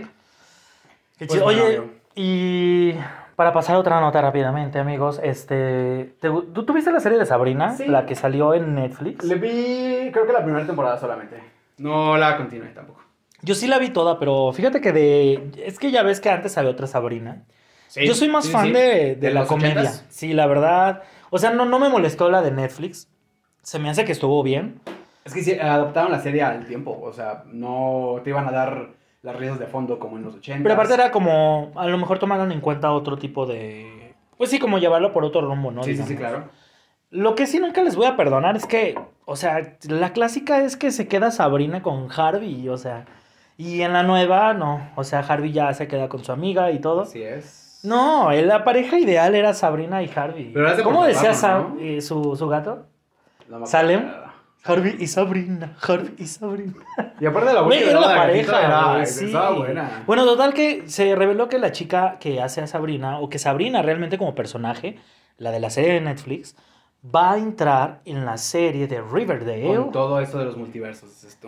Speaker 2: Qué
Speaker 3: Pues
Speaker 2: chido.
Speaker 3: bueno,
Speaker 2: Oye,
Speaker 3: amigo.
Speaker 2: y para pasar a otra nota rápidamente, amigos, este, ¿te gu- ¿tú tuviste la serie de Sabrina?
Speaker 3: Sí.
Speaker 2: La que salió en Netflix.
Speaker 3: Le vi, creo que la primera temporada solamente. No la continué tampoco.
Speaker 2: Yo sí la vi toda, pero fíjate que de... Es que ya ves que antes había otra Sabrina. Yo soy más fan de, de la comedia. Sí, la verdad. O sea, no, no me molestó la de Netflix. Se me hace que estuvo bien.
Speaker 3: Es que sí, adaptaron la serie al tiempo, o sea, no te iban a dar las risas de fondo como en los 80.
Speaker 2: Pero aparte era como... A lo mejor tomaron en cuenta otro tipo de... Pues sí, como llevarlo por otro rumbo, ¿no?
Speaker 3: Sí, sí, sí,
Speaker 2: Digamos.
Speaker 3: claro.
Speaker 2: Lo que sí nunca les voy a perdonar es que... O sea, la clásica es que se queda Sabrina con Harvey, o sea... Y en la nueva, no. O sea, Harvey ya se queda con su amiga y todo.
Speaker 3: Así es.
Speaker 2: No, eh, la pareja ideal era Sabrina y Harvey.
Speaker 3: Pero era de
Speaker 2: ¿Cómo decía
Speaker 3: conservarlo,
Speaker 2: Sa-
Speaker 3: ¿no?
Speaker 2: eh, su, su gato?
Speaker 3: No me
Speaker 2: ¿Salem?
Speaker 3: acuerdo nada.
Speaker 2: Harvey y Sabrina, Harvey y Sabrina.
Speaker 3: Y aparte la
Speaker 2: Güey,
Speaker 3: búsqueda
Speaker 2: era
Speaker 3: de
Speaker 2: la
Speaker 3: la gatita
Speaker 2: pareja,
Speaker 3: era-
Speaker 2: güey, sí.
Speaker 3: estaba buena.
Speaker 2: Bueno, total que se reveló que la chica que hace a Sabrina, o que Sabrina realmente como personaje, la de la serie de Netflix, va a entrar en la serie de Riverdale.
Speaker 3: Con todo Ah, esto de los multiversos es esto.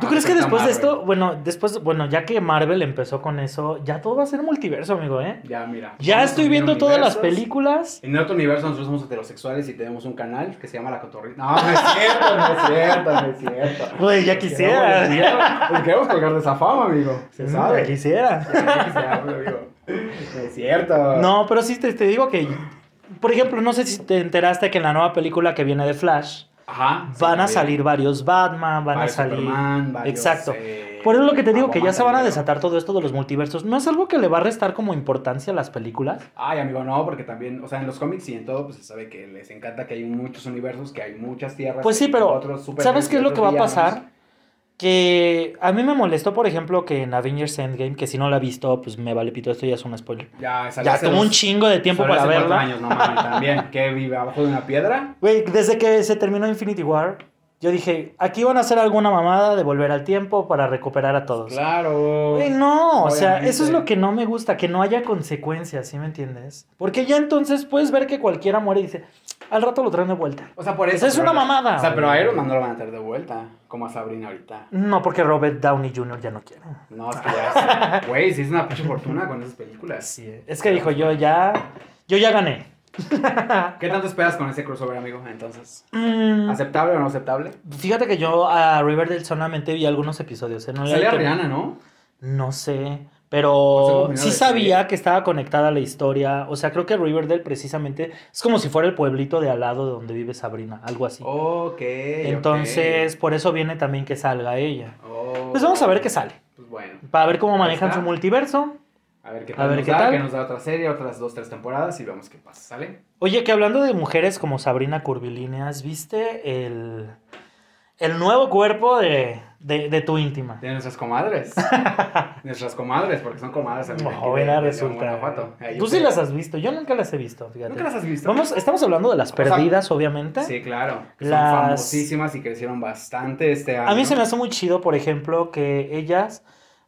Speaker 2: ¿Tú crees que después de esto, bueno, después, bueno, ya que Marvel empezó con eso, ya todo va a ser multiverso, amigo, ¿eh?
Speaker 3: Ya, mira.
Speaker 2: Ya
Speaker 3: vamos a
Speaker 2: estoy
Speaker 3: unir
Speaker 2: viendo todas las
Speaker 3: universos.
Speaker 2: películas.
Speaker 3: En otro universo nosotros somos heterosexuales y tenemos un canal que se llama La Cotorrita. No, no es cierto, no es cierto, no es cierto.
Speaker 2: Güey, ya
Speaker 3: Nos
Speaker 2: quisiera. Mm,
Speaker 3: queremos desviar, Nos queremos colgar de esa fama, amigo. Se sabe.
Speaker 2: Ya quisiera.
Speaker 3: Ya Mm, quisiera, pero, amigo. No es cierto.
Speaker 2: No, pero sí te, te digo que, por ejemplo, no sé si te enteraste que en la nueva película que viene de Flash
Speaker 3: Ajá. sí,
Speaker 2: van a
Speaker 3: también.
Speaker 2: salir varios Batman, van a
Speaker 3: Varios
Speaker 2: salir...
Speaker 3: Superman, varios,
Speaker 2: Exacto.
Speaker 3: eh,
Speaker 2: Por eso lo que te digo, que ya
Speaker 3: Aquaman
Speaker 2: se van a
Speaker 3: también, ¿no?
Speaker 2: desatar todo esto de los multiversos. ¿No es algo que le va a restar como importancia a las películas?
Speaker 3: Ay, amigo, no, porque también, o sea, en los cómics y en todo, pues se sabe que les encanta que hay muchos universos, que hay muchas tierras.
Speaker 2: Pues sí,
Speaker 3: que hay
Speaker 2: pero
Speaker 3: otros superhéroes
Speaker 2: ¿sabes
Speaker 3: y
Speaker 2: qué es lo que
Speaker 3: otros
Speaker 2: va a
Speaker 3: villanos.
Speaker 2: pasar? Que a mí me molestó, por ejemplo, que en Avengers Endgame, que si no la he visto, pues me vale pito, esto ya es un spoiler.
Speaker 3: Ya, salió
Speaker 2: Ya
Speaker 3: hace
Speaker 2: tomó un
Speaker 3: dos-
Speaker 2: chingo de tiempo
Speaker 3: salió
Speaker 2: para
Speaker 3: hace cuatro
Speaker 2: verla.
Speaker 3: años, no mames,
Speaker 2: *laughs*
Speaker 3: también, que vive abajo de una piedra.
Speaker 2: Güey, desde que se terminó Infinity War, yo dije, aquí van a hacer alguna mamada de volver al tiempo para recuperar a todos.
Speaker 3: Pues Claro.
Speaker 2: Güey, no, o sea,
Speaker 3: Obviamente.
Speaker 2: eso es lo que no me gusta, que no haya consecuencias, ¿sí me entiendes? Porque ya entonces puedes ver que cualquiera muere y dice, al rato lo traen de vuelta.
Speaker 3: O sea, por eso.
Speaker 2: Esa Pues es
Speaker 3: pero-
Speaker 2: una mamada,
Speaker 3: O sea, pero a
Speaker 2: güey.
Speaker 3: Iron Man no lo van a traer de vuelta, como a Sabrina ahorita.
Speaker 2: No, porque Robert Downey Jr. ya no quiere.
Speaker 3: No, es que ya.
Speaker 2: *laughs*
Speaker 3: es- Güey, sí es una pinche fortuna con esas películas.
Speaker 2: Así es. Es que dijo, yo ya, yo ya gané.
Speaker 3: ¿Qué tanto esperas con ese crossover, amigo? Entonces,
Speaker 2: Mm,
Speaker 3: ¿aceptable o no aceptable?
Speaker 2: fíjate que yo a Riverdale solamente vi algunos episodios, ¿eh? No le
Speaker 3: Salía
Speaker 2: que-
Speaker 3: Rihanna, ¿no?
Speaker 2: No sé,
Speaker 3: se
Speaker 2: pero
Speaker 3: combinó
Speaker 2: sí
Speaker 3: de
Speaker 2: sabía
Speaker 3: serie.
Speaker 2: que estaba conectada a la historia. O sea, creo que Riverdale precisamente es como si fuera el pueblito de al lado de donde vive Sabrina, algo así.
Speaker 3: Ok. ok.
Speaker 2: Entonces, por eso viene también que salga ella.
Speaker 3: Oh.
Speaker 2: Pues vamos a ver qué sale,
Speaker 3: Pues bueno,
Speaker 2: para ver cómo manejan
Speaker 3: está.
Speaker 2: su multiverso.
Speaker 3: a ver qué
Speaker 2: A
Speaker 3: tal.
Speaker 2: ver
Speaker 3: nos
Speaker 2: qué
Speaker 3: da,
Speaker 2: tal.
Speaker 3: Que nos da otra serie, otras dos, tres temporadas y vemos qué pasa, ¿sale?
Speaker 2: Oye, que hablando de mujeres como Sabrina Curvilíneas, ¿viste el, el nuevo cuerpo de, de- de tu íntima?
Speaker 3: De
Speaker 2: *laughs*
Speaker 3: nuestras comadres. nuestras comadres, porque son comadres. amigo, aquí
Speaker 2: No,
Speaker 3: de-
Speaker 2: verá,
Speaker 3: de León,
Speaker 2: resulta.
Speaker 3: Guanajuato. Ahí
Speaker 2: Tú
Speaker 3: está.
Speaker 2: sí las has visto, yo nunca las he visto, fíjate.
Speaker 3: ¿Nunca las has visto?
Speaker 2: Vamos, estamos hablando de las
Speaker 3: O sea,
Speaker 2: perdidas, obviamente.
Speaker 3: Sí, claro. que
Speaker 2: Las-
Speaker 3: Son famosísimas y crecieron bastante este año.
Speaker 2: A mí se me hace muy chido, por ejemplo, que ellas,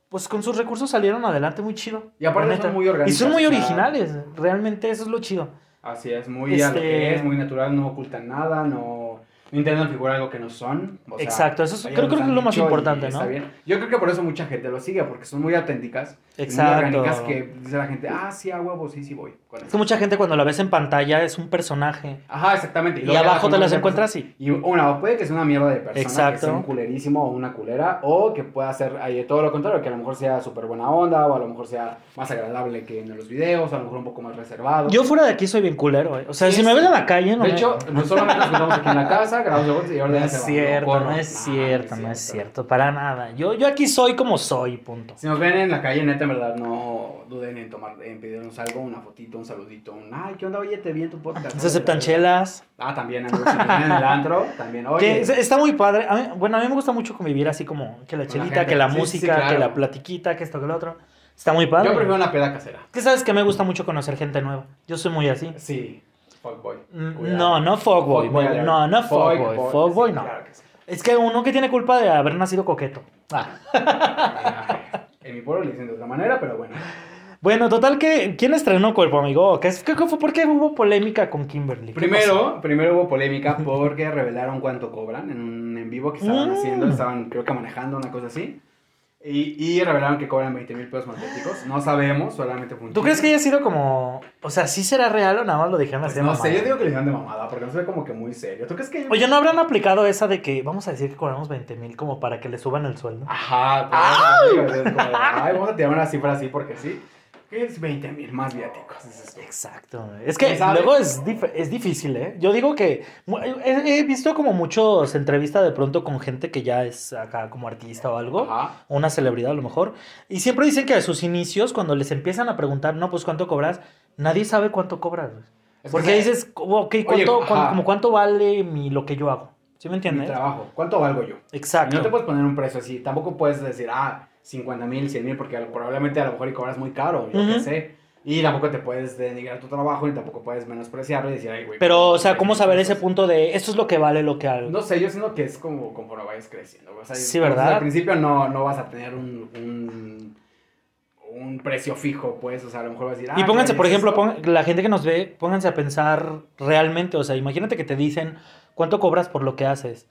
Speaker 2: pues con sus recursos salieron adelante muy chido.
Speaker 3: Y aparte
Speaker 2: la
Speaker 3: son
Speaker 2: neta.
Speaker 3: muy orgánicas,
Speaker 2: Y son muy
Speaker 3: o sea,
Speaker 2: originales, realmente eso es lo chido.
Speaker 3: Así es, muy a lo
Speaker 2: Este-
Speaker 3: que es, muy natural, no ocultan nada, no, no intentan figurar algo que no son. o sea,
Speaker 2: Exacto, eso es-
Speaker 3: ellas
Speaker 2: creo- creo
Speaker 3: han
Speaker 2: que es lo más
Speaker 3: dicho y
Speaker 2: importante,
Speaker 3: está
Speaker 2: ¿no?
Speaker 3: bien. Yo creo que por eso mucha gente lo sigue, porque son muy auténticas. y Muy
Speaker 2: Exacto.
Speaker 3: orgánicas que dice la gente, ah, sí, a huevo, sí, sí voy. con
Speaker 2: Es
Speaker 3: eso".
Speaker 2: que mucha gente cuando la ves en pantalla es un personaje.
Speaker 3: Ajá, exactamente.
Speaker 2: Y
Speaker 3: luego ya
Speaker 2: abajo te las
Speaker 3: conoces,
Speaker 2: encuentras y...
Speaker 3: Y una, o puede que sea una mierda de persona,
Speaker 2: Exacto.
Speaker 3: que sea un culerísimo o una culera, o que pueda ser ahí todo lo contrario, que a lo mejor sea súper buena onda, o a lo mejor sea más agradable que en los videos, a lo mejor un poco más reservado.
Speaker 2: Yo fuera de aquí soy bien culero, eh. O sea,
Speaker 3: Sí,
Speaker 2: si me
Speaker 3: sí.
Speaker 2: ves en la calle... No
Speaker 3: de
Speaker 2: me- *laughs*
Speaker 3: hecho, no solamente nos juntamos aquí en la casa, 40 grados de bolsa y ahora
Speaker 2: No
Speaker 3: ya
Speaker 2: es
Speaker 3: se va,
Speaker 2: cierto,
Speaker 3: corro.
Speaker 2: no es
Speaker 3: Nah,
Speaker 2: cierto, no es cierto, para nada. Yo, yo aquí soy como soy, punto.
Speaker 3: Si nos ven en la calle, neta, en verdad, no duden en tomar, en pedirnos algo, una fotito, un saludito, un ay, ¿qué onda? Oye, te vi en tu podcast.
Speaker 2: Se aceptan chelas.
Speaker 3: Ah, también, Andrew, si vienen en el antro, también,
Speaker 2: Que
Speaker 3: oye.
Speaker 2: es- está muy padre. A mí- bueno, a mí me gusta mucho convivir así como que la
Speaker 3: la
Speaker 2: chelita,
Speaker 3: gente.
Speaker 2: que la
Speaker 3: Sí, sí,
Speaker 2: música,
Speaker 3: claro.
Speaker 2: que la platiquita, que esto, que lo otro. Está muy padre.
Speaker 3: Yo prefiero una peda casera.
Speaker 2: Que sabes que me gusta mucho conocer gente nueva. Yo soy muy así.
Speaker 3: Sí, fuckboy.
Speaker 2: Mm,
Speaker 3: Cuidado.
Speaker 2: No, no fuckboy.
Speaker 3: Fuckboy
Speaker 2: güey.
Speaker 3: alert.
Speaker 2: No, no
Speaker 3: Fuckboy,
Speaker 2: fuckboy.
Speaker 3: sí,
Speaker 2: Fuckboy no.
Speaker 3: claro que sí.
Speaker 2: Es que uno que tiene culpa de haber nacido coqueto. Ah.
Speaker 3: Ah, En mi pueblo le dicen de otra manera, pero bueno.
Speaker 2: Bueno, total que ¿quién estrenó Cuerpo Amigo? ¿Qué, es- qué- qué fue? ¿Por qué hubo polémica con Kimberly? ¿Qué pasó?
Speaker 3: Primero, primero hubo polémica porque revelaron cuánto cobran en un en vivo que estaban
Speaker 2: Mm.
Speaker 3: haciendo, estaban creo que manejando una cosa así. Y, y revelaron que cobran 20 mil pesos magnéticos. No sabemos, solamente fue un
Speaker 2: ¿Tú
Speaker 3: chisme.
Speaker 2: crees que haya sido como, o sea, sí será real o nada más lo dijeron
Speaker 3: Pues
Speaker 2: así? de
Speaker 3: no
Speaker 2: mamada?
Speaker 3: sé, yo digo que le dan de mamada porque no se ve como que muy serio. ¿Tú crees que.?
Speaker 2: Oye, ¿no habrán aplicado esa de que vamos a decir que cobramos 20 mil como para que le suban el sueldo?
Speaker 3: Ajá, pues, amigos, es como de, ay, vamos a tirar una cifra así porque sí. ¿Qué es 20 mil más viáticos? Dices tú.
Speaker 2: Exacto. Es que
Speaker 3: ¿Quién sabe?
Speaker 2: luego es, dif- es difícil, ¿eh? Yo digo que mu- he, he visto como muchos entrevistas de pronto con gente que ya es acá como artista o algo.
Speaker 3: Ajá.
Speaker 2: o una celebridad a lo mejor. Y siempre dicen que a sus inicios, cuando les empiezan a preguntar, no, pues cuánto cobras, nadie sabe cuánto cobras. güey.
Speaker 3: Es
Speaker 2: Porque
Speaker 3: que,
Speaker 2: dices, ok, ¿cuánto,
Speaker 3: ajá.
Speaker 2: cuán- como cuánto vale mi, lo que yo hago? ¿Sí me
Speaker 3: Mi
Speaker 2: entiendes?
Speaker 3: trabajo. ¿Cuánto valgo yo?
Speaker 2: Exacto.
Speaker 3: No te puedes poner un precio así. Tampoco puedes decir, ah, 50 mil, 100 mil, porque al- probablemente a lo mejor y cobras muy caro, yo qué
Speaker 2: Ujú.
Speaker 3: sé. Y tampoco te puedes denigrar tu trabajo y tampoco puedes menospreciarlo y decir, ay, güey.
Speaker 2: Pero, o sea,
Speaker 3: pues,
Speaker 2: ¿cómo saber ese
Speaker 3: pues,
Speaker 2: punto de esto es lo que vale lo que hago?
Speaker 3: No sé, yo siento que es como conforme vayas creciendo. O sea,
Speaker 2: Sí,
Speaker 3: entonces,
Speaker 2: ¿verdad?
Speaker 3: Al principio no, no vas a tener un, un, un precio fijo, pues. O sea, a lo mejor vas a decir, ah,
Speaker 2: y pónganse,
Speaker 3: güey,
Speaker 2: por
Speaker 3: ¿es
Speaker 2: ejemplo,
Speaker 3: esto?
Speaker 2: pongan- la gente que nos ve, pónganse a pensar realmente, o sea, imagínate que te dicen cuánto cobras por lo que haces.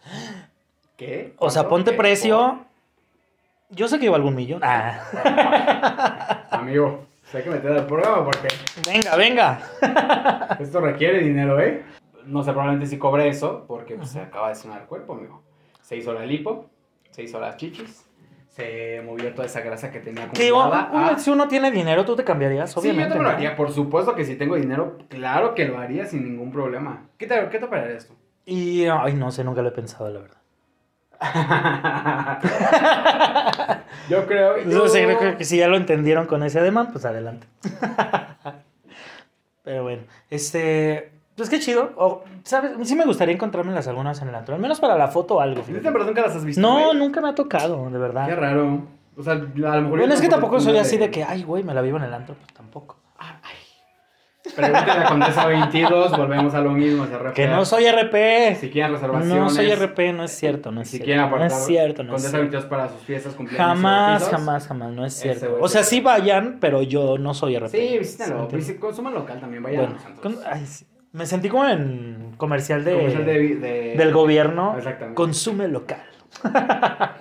Speaker 3: ¿Qué?
Speaker 2: O sea,
Speaker 3: ¿Cuánto?
Speaker 2: ponte
Speaker 3: ¿Qué?
Speaker 2: precio. Yo sé que iba algún millón. Ah,
Speaker 3: Amigo, sé que meter al programa porque
Speaker 2: venga, venga.
Speaker 3: Esto requiere dinero, ¿eh? No sé, probablemente sí cobre eso, porque pues, se acaba de sonar el cuerpo, amigo. Se hizo la lipo, se hizo las chichis, se movió toda esa grasa que tenía
Speaker 2: Que digo,
Speaker 3: acumulada.
Speaker 2: uno-
Speaker 3: Ah,
Speaker 2: si uno tiene dinero, tú te cambiarías,
Speaker 3: sí, yo
Speaker 2: obviamente.
Speaker 3: también lo
Speaker 2: ¿no?
Speaker 3: haría. Por supuesto que si tengo dinero, claro que lo haría sin ningún problema. ¿Qué te, qué te operarías tú?
Speaker 2: Y, ay, no sé, nunca lo he pensado, la verdad.
Speaker 3: *laughs* yo creo... Yo...
Speaker 2: Pues No sé, creo que- que si ya lo entendieron con ese ademán, pues adelante. *laughs* Pero bueno, este. Pues qué chido. O, ¿Sabes? Sí me gustaría encontrármelas algunas en el antro, al menos para la foto o algo. fíjate.
Speaker 3: ¿Neta, perdón, que las has visto?
Speaker 2: No,
Speaker 3: güey?
Speaker 2: nunca me ha tocado, de
Speaker 3: Qué
Speaker 2: verdad.
Speaker 3: raro. O sea, a lo mejor...
Speaker 2: Bueno,
Speaker 3: yo
Speaker 2: es que tampoco soy
Speaker 3: tuve
Speaker 2: así de que, ay, güey, me la vivo en el antro, pues tampoco.
Speaker 3: Pregúntale a Condesa 22, volvemos a lo mismo. se
Speaker 2: Que
Speaker 3: refleja.
Speaker 2: no soy RP.
Speaker 3: Si quieren reservaciones.
Speaker 2: No soy RP, no es cierto, no es
Speaker 3: Si
Speaker 2: cierto.
Speaker 3: quieren
Speaker 2: No
Speaker 3: apartar.
Speaker 2: es cierto, no es
Speaker 3: Condesa
Speaker 2: cierto.
Speaker 3: 22 para sus fiestas, cumpleaños.
Speaker 2: Jamás,
Speaker 3: bautizos.
Speaker 2: jamás, jamás, no es
Speaker 3: Ese
Speaker 2: cierto.
Speaker 3: güey
Speaker 2: O
Speaker 3: sí
Speaker 2: sea,
Speaker 3: es
Speaker 2: sí
Speaker 3: cierto.
Speaker 2: vayan, pero yo no soy RP.
Speaker 3: Sí,
Speaker 2: ¿Sí me
Speaker 3: visítenlo.
Speaker 2: entiendes?
Speaker 3: visi- Consuman local también, vayan
Speaker 2: Bueno,
Speaker 3: a Santos.
Speaker 2: con- ay, sí. me sentí como en comercial, de,
Speaker 3: Comercial de- de-
Speaker 2: del gobierno.
Speaker 3: Exactamente.
Speaker 2: Consume local. *laughs*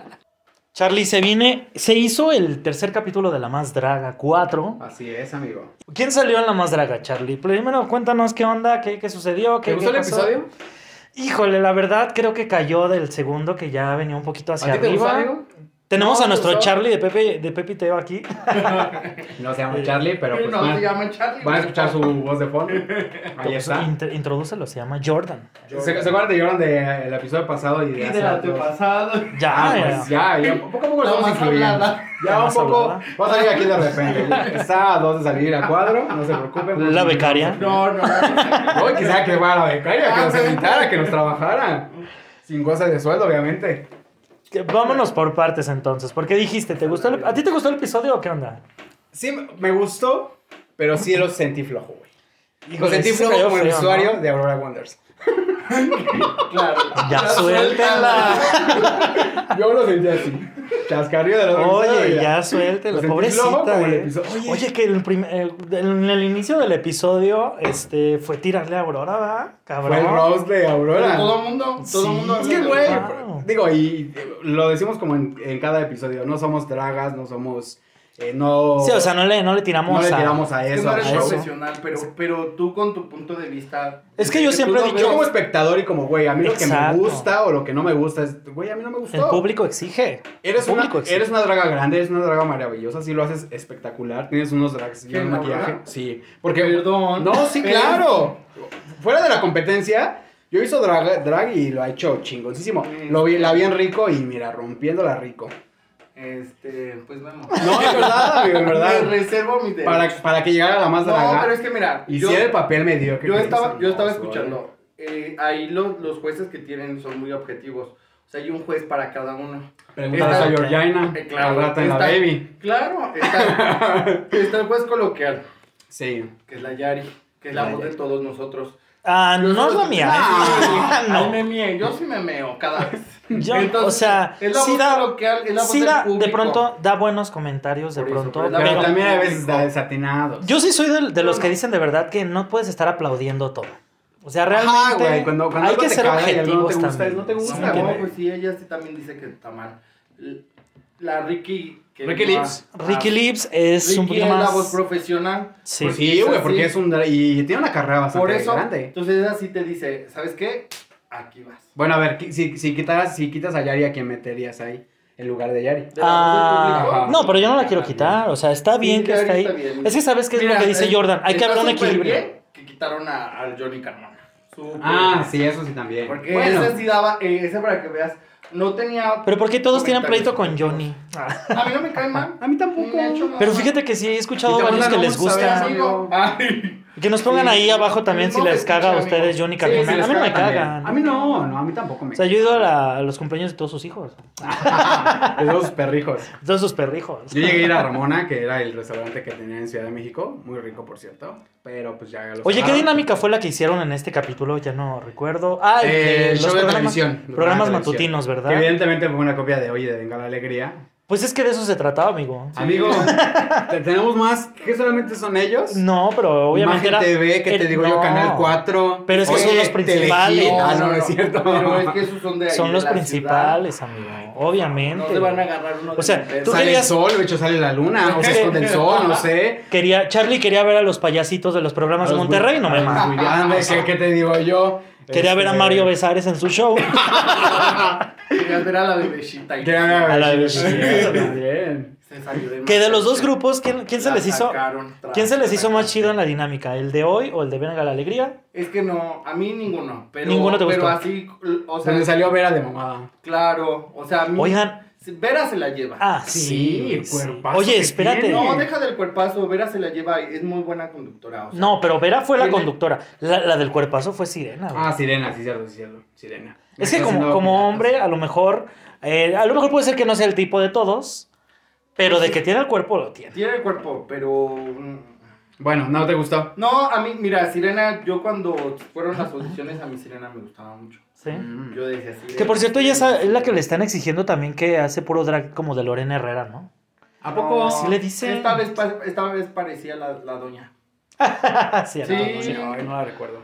Speaker 2: Charlie, se viene, se hizo el tercer capítulo de La Más Draga 4.
Speaker 3: Así es, amigo.
Speaker 2: ¿Quién salió en La Más Draga, Charlie? Primero cuéntanos qué onda, qué, qué sucedió, qué,
Speaker 3: ¿Te gustó
Speaker 2: qué
Speaker 3: el
Speaker 2: pasó.
Speaker 3: episodio?
Speaker 2: Híjole, la verdad creo que cayó del segundo que ya venía un poquito hacia
Speaker 3: ¿A ti te gustó,
Speaker 2: arriba.
Speaker 3: amigo?
Speaker 2: Tenemos
Speaker 4: No,
Speaker 2: a nuestro
Speaker 4: me gustó.
Speaker 2: Charlie de Pepe, de Pepe y Teo aquí.
Speaker 3: No se llama Charlie, pero pues
Speaker 4: no, se
Speaker 3: van,
Speaker 4: llama Charlie.
Speaker 3: van a
Speaker 4: güey.
Speaker 3: escuchar su voz de fondo. Ahí está.
Speaker 2: Inter- introdúcelo, se llama Jordan.
Speaker 3: ¿Se, se acuerdan de Jordan del episodio pasado y de
Speaker 4: Y
Speaker 3: hace
Speaker 4: del
Speaker 3: rato?
Speaker 4: antepasado.
Speaker 2: Ya,
Speaker 3: Ah,
Speaker 2: ya.
Speaker 3: pues ya, ya, poco a poco lo
Speaker 4: La
Speaker 3: vamos
Speaker 4: más
Speaker 3: incluyendo.
Speaker 4: hablada.
Speaker 3: Ya
Speaker 2: La
Speaker 3: un
Speaker 2: más
Speaker 3: poco,
Speaker 2: hablada.
Speaker 3: va a salir aquí de repente. Está a dos de salir a cuadro, no se preocupen.
Speaker 2: La becaria.
Speaker 4: *laughs* No, no.
Speaker 3: Hoy quisiera que fuera la becaria, que nos invitara, que nos trabajara. Sin goce de sueldo, obviamente.
Speaker 2: Que- Vámonos por partes entonces. Porque dijiste, ¿te gustó el- ¿a ti te gustó el episodio o qué onda?
Speaker 3: Sí, me gustó, pero sí lo sentí flojo, güey. Lo
Speaker 2: Híjole,
Speaker 3: sentí
Speaker 2: sí
Speaker 3: flojo
Speaker 2: cayó
Speaker 3: como el
Speaker 2: feo, ¿no?
Speaker 3: usuario de Aurora
Speaker 4: *laughs*
Speaker 3: Wonders.
Speaker 4: Claro.
Speaker 2: Ya suéltela.
Speaker 3: Yo lo sentí así. Chascarrillo de los
Speaker 2: Oye,
Speaker 3: episodios,
Speaker 2: ya
Speaker 3: Lo
Speaker 2: suéltela,
Speaker 3: sentí flojo
Speaker 2: pobrecita.
Speaker 3: como el
Speaker 2: eh.
Speaker 3: episodio. Oye.
Speaker 2: Oye, que el prim- el- en el inicio del episodio este, fue tirarle a Aurora, ¿va? Cabrón.
Speaker 3: Fue el roast de Aurora.
Speaker 4: Todo el mundo, todo
Speaker 2: Sí.
Speaker 4: el mundo.
Speaker 3: Es que,
Speaker 4: habla de
Speaker 3: güey,
Speaker 4: Aurora.
Speaker 2: Wow.
Speaker 3: digo, y eh, lo decimos como en, en cada episodio, no somos dragas, no somos, eh, no...
Speaker 2: Sí, o sea, no le, no le tiramos
Speaker 3: no le
Speaker 2: a-
Speaker 3: tiramos a
Speaker 4: Es que
Speaker 3: eso.
Speaker 4: no
Speaker 3: a
Speaker 4: eres
Speaker 3: eso.
Speaker 4: profesional, pero, pero tú con tu punto de vista.
Speaker 2: Es que yo
Speaker 4: tú
Speaker 2: siempre he
Speaker 4: lo
Speaker 2: dicho-
Speaker 3: Yo como
Speaker 4: ves-
Speaker 3: espectador y como, güey, a mí lo que me
Speaker 2: Exacto.
Speaker 3: gusta o lo que no me gusta es, güey, a mí no me
Speaker 2: El
Speaker 3: gustó.
Speaker 2: público exige.
Speaker 3: Eres
Speaker 2: el
Speaker 3: una,
Speaker 2: público exige.
Speaker 3: eres una draga grande, eres una draga maravillosa, sí lo haces espectacular, tienes unos drags y
Speaker 4: ¿Quién,
Speaker 3: un
Speaker 4: la
Speaker 3: maquillaje.
Speaker 4: Aurora?
Speaker 3: Sí, porque...
Speaker 4: Perdón.
Speaker 3: No, sí,
Speaker 4: Pero-
Speaker 3: claro. Fuera de la competencia, Yo hizo drag, drag y lo ha hecho chingoncísimo. Lo vi, la vi en rico y mira, rompiéndola rico.
Speaker 4: Este, pues vamos. *laughs*
Speaker 3: No, es verdad, amigo, es
Speaker 4: Me
Speaker 3: verdad.
Speaker 4: reservo mi derecho.
Speaker 3: Para, para que llegara la más draga.
Speaker 4: No, pero es que mira,
Speaker 3: Y
Speaker 4: yo,
Speaker 3: si era el papel mediocre.
Speaker 4: yo
Speaker 3: que
Speaker 4: estaba,
Speaker 3: hizo,
Speaker 4: yo estaba
Speaker 3: no,
Speaker 4: escuchando. eh, ahí los, los jueces que tienen son muy objetivos. O sea, hay un juez para cada uno.
Speaker 3: Pregúntale
Speaker 4: Esta-
Speaker 3: a Georgina.
Speaker 4: *laughs* Eh,
Speaker 3: al rato en la
Speaker 4: está-
Speaker 3: baby.
Speaker 4: Claro, está,
Speaker 2: *laughs*
Speaker 4: está el juez coloquial,
Speaker 3: Sí.
Speaker 4: que es la Yari, que es la
Speaker 3: La
Speaker 4: voz de
Speaker 3: Yari.
Speaker 4: todos nosotros.
Speaker 2: Ah, no es la mía.
Speaker 3: *laughs*
Speaker 4: Ah,
Speaker 2: ¿eh? *laughs* No.
Speaker 4: me meo, yo sí me meo cada vez.
Speaker 2: *laughs* Yo, o sea,
Speaker 4: es la
Speaker 2: sí
Speaker 4: voz
Speaker 2: da-
Speaker 4: coloquial, es la voz
Speaker 2: Sí,
Speaker 4: del
Speaker 2: da- de
Speaker 4: público.
Speaker 2: pronto da buenos comentarios, de
Speaker 4: Por eso,
Speaker 2: pronto.
Speaker 4: pero la
Speaker 3: Pero
Speaker 4: verdad-
Speaker 2: pero
Speaker 3: también a veces está desatinado.
Speaker 2: yo sí soy de, de los que dicen de verdad que no puedes estar aplaudiendo todo. O sea, realmente
Speaker 3: Ajá, güey, cuando- cuando
Speaker 2: hay
Speaker 3: algo
Speaker 2: que
Speaker 3: te
Speaker 2: ser
Speaker 3: caga y algo no te
Speaker 2: objetivos
Speaker 3: gusta,
Speaker 2: también.
Speaker 3: no te
Speaker 4: Sí,
Speaker 3: gusta,
Speaker 2: Sí,
Speaker 4: no,
Speaker 2: que-
Speaker 3: güey.
Speaker 4: pues sí, ella sí también dice que está mal. L- La Ricky. Que
Speaker 3: Ricky
Speaker 4: no va-
Speaker 3: Lips.
Speaker 4: ah,
Speaker 2: Ricky Lips es
Speaker 4: Ricky
Speaker 2: un poquito
Speaker 4: es
Speaker 2: más.
Speaker 4: la voz profesional.
Speaker 2: sí.
Speaker 3: Pues sí, güey,
Speaker 4: Sí.
Speaker 3: porque es un. dra- Y tiene una carrera bastante
Speaker 4: por eso,
Speaker 3: grande.
Speaker 4: entonces ella sí te dice, ¿sabes qué? Aquí vas.
Speaker 3: Bueno, a ver, qui- si, si, quitas, si quitas a Yari, ¿a quién meterías ahí? En lugar de Yari.
Speaker 4: De la voz del
Speaker 2: Ah,
Speaker 4: público.
Speaker 2: no, pero yo no la quiero quitar. O sea, está
Speaker 4: Sí,
Speaker 2: bien que
Speaker 4: Yari
Speaker 2: esté ahí.
Speaker 4: está bien.
Speaker 2: Es que sabes que es lo
Speaker 4: Mira,
Speaker 2: que dice
Speaker 4: eh,
Speaker 2: Jordan. Hay que
Speaker 4: está
Speaker 2: haber un
Speaker 4: súper
Speaker 2: equilibrio.
Speaker 4: bien que quitaron a, al Johnny Carmona. Súper
Speaker 3: Ah,
Speaker 4: bien.
Speaker 3: sí, eso sí también.
Speaker 4: Porque
Speaker 3: bueno,
Speaker 4: ese sí daba, eh, ese para que veas, no tenía...
Speaker 2: Pero ¿por qué todos tienen pleito
Speaker 4: comentarios.
Speaker 2: con Johnny? Ah.
Speaker 4: A mí no me cae mal.
Speaker 3: a mí tampoco.
Speaker 4: Me ha hecho mal.
Speaker 2: Pero fíjate que sí he escuchado
Speaker 3: Y te
Speaker 2: varios
Speaker 3: mandan
Speaker 2: que
Speaker 3: un
Speaker 2: les
Speaker 3: saber,
Speaker 2: gusta.
Speaker 3: amigo.
Speaker 4: Ay.
Speaker 2: Que nos pongan
Speaker 4: Sí.
Speaker 2: ahí abajo también si
Speaker 4: No
Speaker 2: les
Speaker 4: te
Speaker 2: caga a
Speaker 4: escucha,
Speaker 2: ustedes
Speaker 4: amigo.
Speaker 2: Johnny
Speaker 3: Sí,
Speaker 2: Carmona.
Speaker 3: sí, les
Speaker 2: a mí no me
Speaker 3: caga también.
Speaker 2: cagan.
Speaker 3: A mí no, no, a mí tampoco me
Speaker 2: O sea, yo he ido a, la- a los cumpleaños de todos sus hijos,
Speaker 3: caga. De *laughs* esos perrijos.
Speaker 2: de todos sus perrijos.
Speaker 3: Yo llegué a ir a Ramona, que era el restaurante que tenía en Ciudad de México, muy rico por cierto, pero pues ya lo
Speaker 2: Oye, ¿qué
Speaker 3: cerraron.
Speaker 2: dinámica fue la que hicieron en este capítulo? Ya no recuerdo. Ah, el
Speaker 3: Eh,
Speaker 2: de
Speaker 3: show de
Speaker 2: programas,
Speaker 3: televisión.
Speaker 2: programas
Speaker 3: de televisión.
Speaker 2: matutinos, ¿verdad?
Speaker 3: Que evidentemente fue una copia de Oye, de Venga la Alegría.
Speaker 2: Pues es que de eso se trataba, amigo.
Speaker 3: Amigo, te- tenemos más que solamente son ellos.
Speaker 2: No, pero obviamente
Speaker 3: Imagen
Speaker 2: era...
Speaker 3: TV, que te
Speaker 2: el-
Speaker 3: digo yo,
Speaker 2: no.
Speaker 3: Canal 4.
Speaker 2: Pero es que son los principales.
Speaker 3: Telehit. Ah,
Speaker 4: No,
Speaker 3: no,
Speaker 4: no,
Speaker 3: no es
Speaker 4: no.
Speaker 3: cierto.
Speaker 4: Pero es que esos son de ahí.
Speaker 2: Son
Speaker 4: de
Speaker 2: los
Speaker 4: la
Speaker 2: principales, amigo.
Speaker 4: ciudad.
Speaker 2: Obviamente.
Speaker 4: No se van a agarrar uno de
Speaker 2: O sea,
Speaker 4: mis
Speaker 2: tú
Speaker 4: pedos.
Speaker 3: sale
Speaker 2: querías-
Speaker 3: el sol, de hecho sale la luna, o se esconde el sol, no sé.
Speaker 2: Quería, Charlie quería ver a los payasitos de los programas
Speaker 3: A
Speaker 2: de
Speaker 3: los
Speaker 2: Monterrey, no me
Speaker 3: Gulli- *laughs* a
Speaker 2: mames.
Speaker 3: los Gulliandes, ¿qué- ¿Qué te digo yo?
Speaker 2: Quería ver a
Speaker 3: Este,
Speaker 2: Mario Besares en su
Speaker 3: *laughs*
Speaker 2: show.
Speaker 4: Querías ver a la bebecita. y
Speaker 3: Quería ver a
Speaker 2: A la
Speaker 3: Besares
Speaker 2: Besares.
Speaker 3: también.
Speaker 4: se salió de
Speaker 2: que de los
Speaker 4: Masterchef.
Speaker 2: dos grupos, ¿quién, quién se
Speaker 4: La
Speaker 2: les hizo?
Speaker 4: sacaron tras-
Speaker 2: ¿Quién se les hizo más chido en la dinámica? ¿El de hoy o el de Venga la Alegría?
Speaker 4: Es que no, a mí ninguno. Pero,
Speaker 2: Ninguno te gustó.
Speaker 4: Pero así, o sea,
Speaker 3: Donde salió Vera de mamada.
Speaker 4: claro. O sea, a mí.
Speaker 2: Oigan.
Speaker 4: Vera se la lleva.
Speaker 2: Ah,
Speaker 3: Sí,
Speaker 2: sí.
Speaker 3: cuerpazo
Speaker 2: Oye,
Speaker 3: que
Speaker 2: espérate.
Speaker 3: tiene.
Speaker 4: No,
Speaker 2: No,
Speaker 4: deja del cuerpazo. Vera se la lleva. Es muy buena conductora. O sea,
Speaker 2: pero Vera fue la
Speaker 4: Tiene-
Speaker 2: conductora. La, la del cuerpazo fue Sirena. güey.
Speaker 3: Ah, Sirena, sí, cierto, sí, cierto. Sirena. Me
Speaker 2: es que
Speaker 3: está
Speaker 2: como,
Speaker 3: haciendo
Speaker 2: como
Speaker 3: piratas.
Speaker 2: hombre, a lo mejor... eh, a lo mejor puede ser que no sea el tipo de todos, pero de que tiene el cuerpo lo tiene.
Speaker 4: Tiene el cuerpo, pero. mm,
Speaker 3: Bueno, no te gustó.
Speaker 4: No, a mí, mira, Sirena, yo cuando fueron las audiciones, a mi Sirena me gustaba mucho.
Speaker 2: ¿sí?
Speaker 3: Mm.
Speaker 4: Yo decía Sirena.
Speaker 2: Que por cierto, ella es a- es la que le están exigiendo también que hace puro drag como de Lorena Herrera, ¿no? *laughs*
Speaker 3: ¿A poco?
Speaker 2: Ah, sí le dicen.
Speaker 4: Esta vez, pa- esta vez parecía la, la doña.
Speaker 2: sí, a
Speaker 4: Sí.
Speaker 2: la doña.
Speaker 3: Sí, ay, no la recuerdo.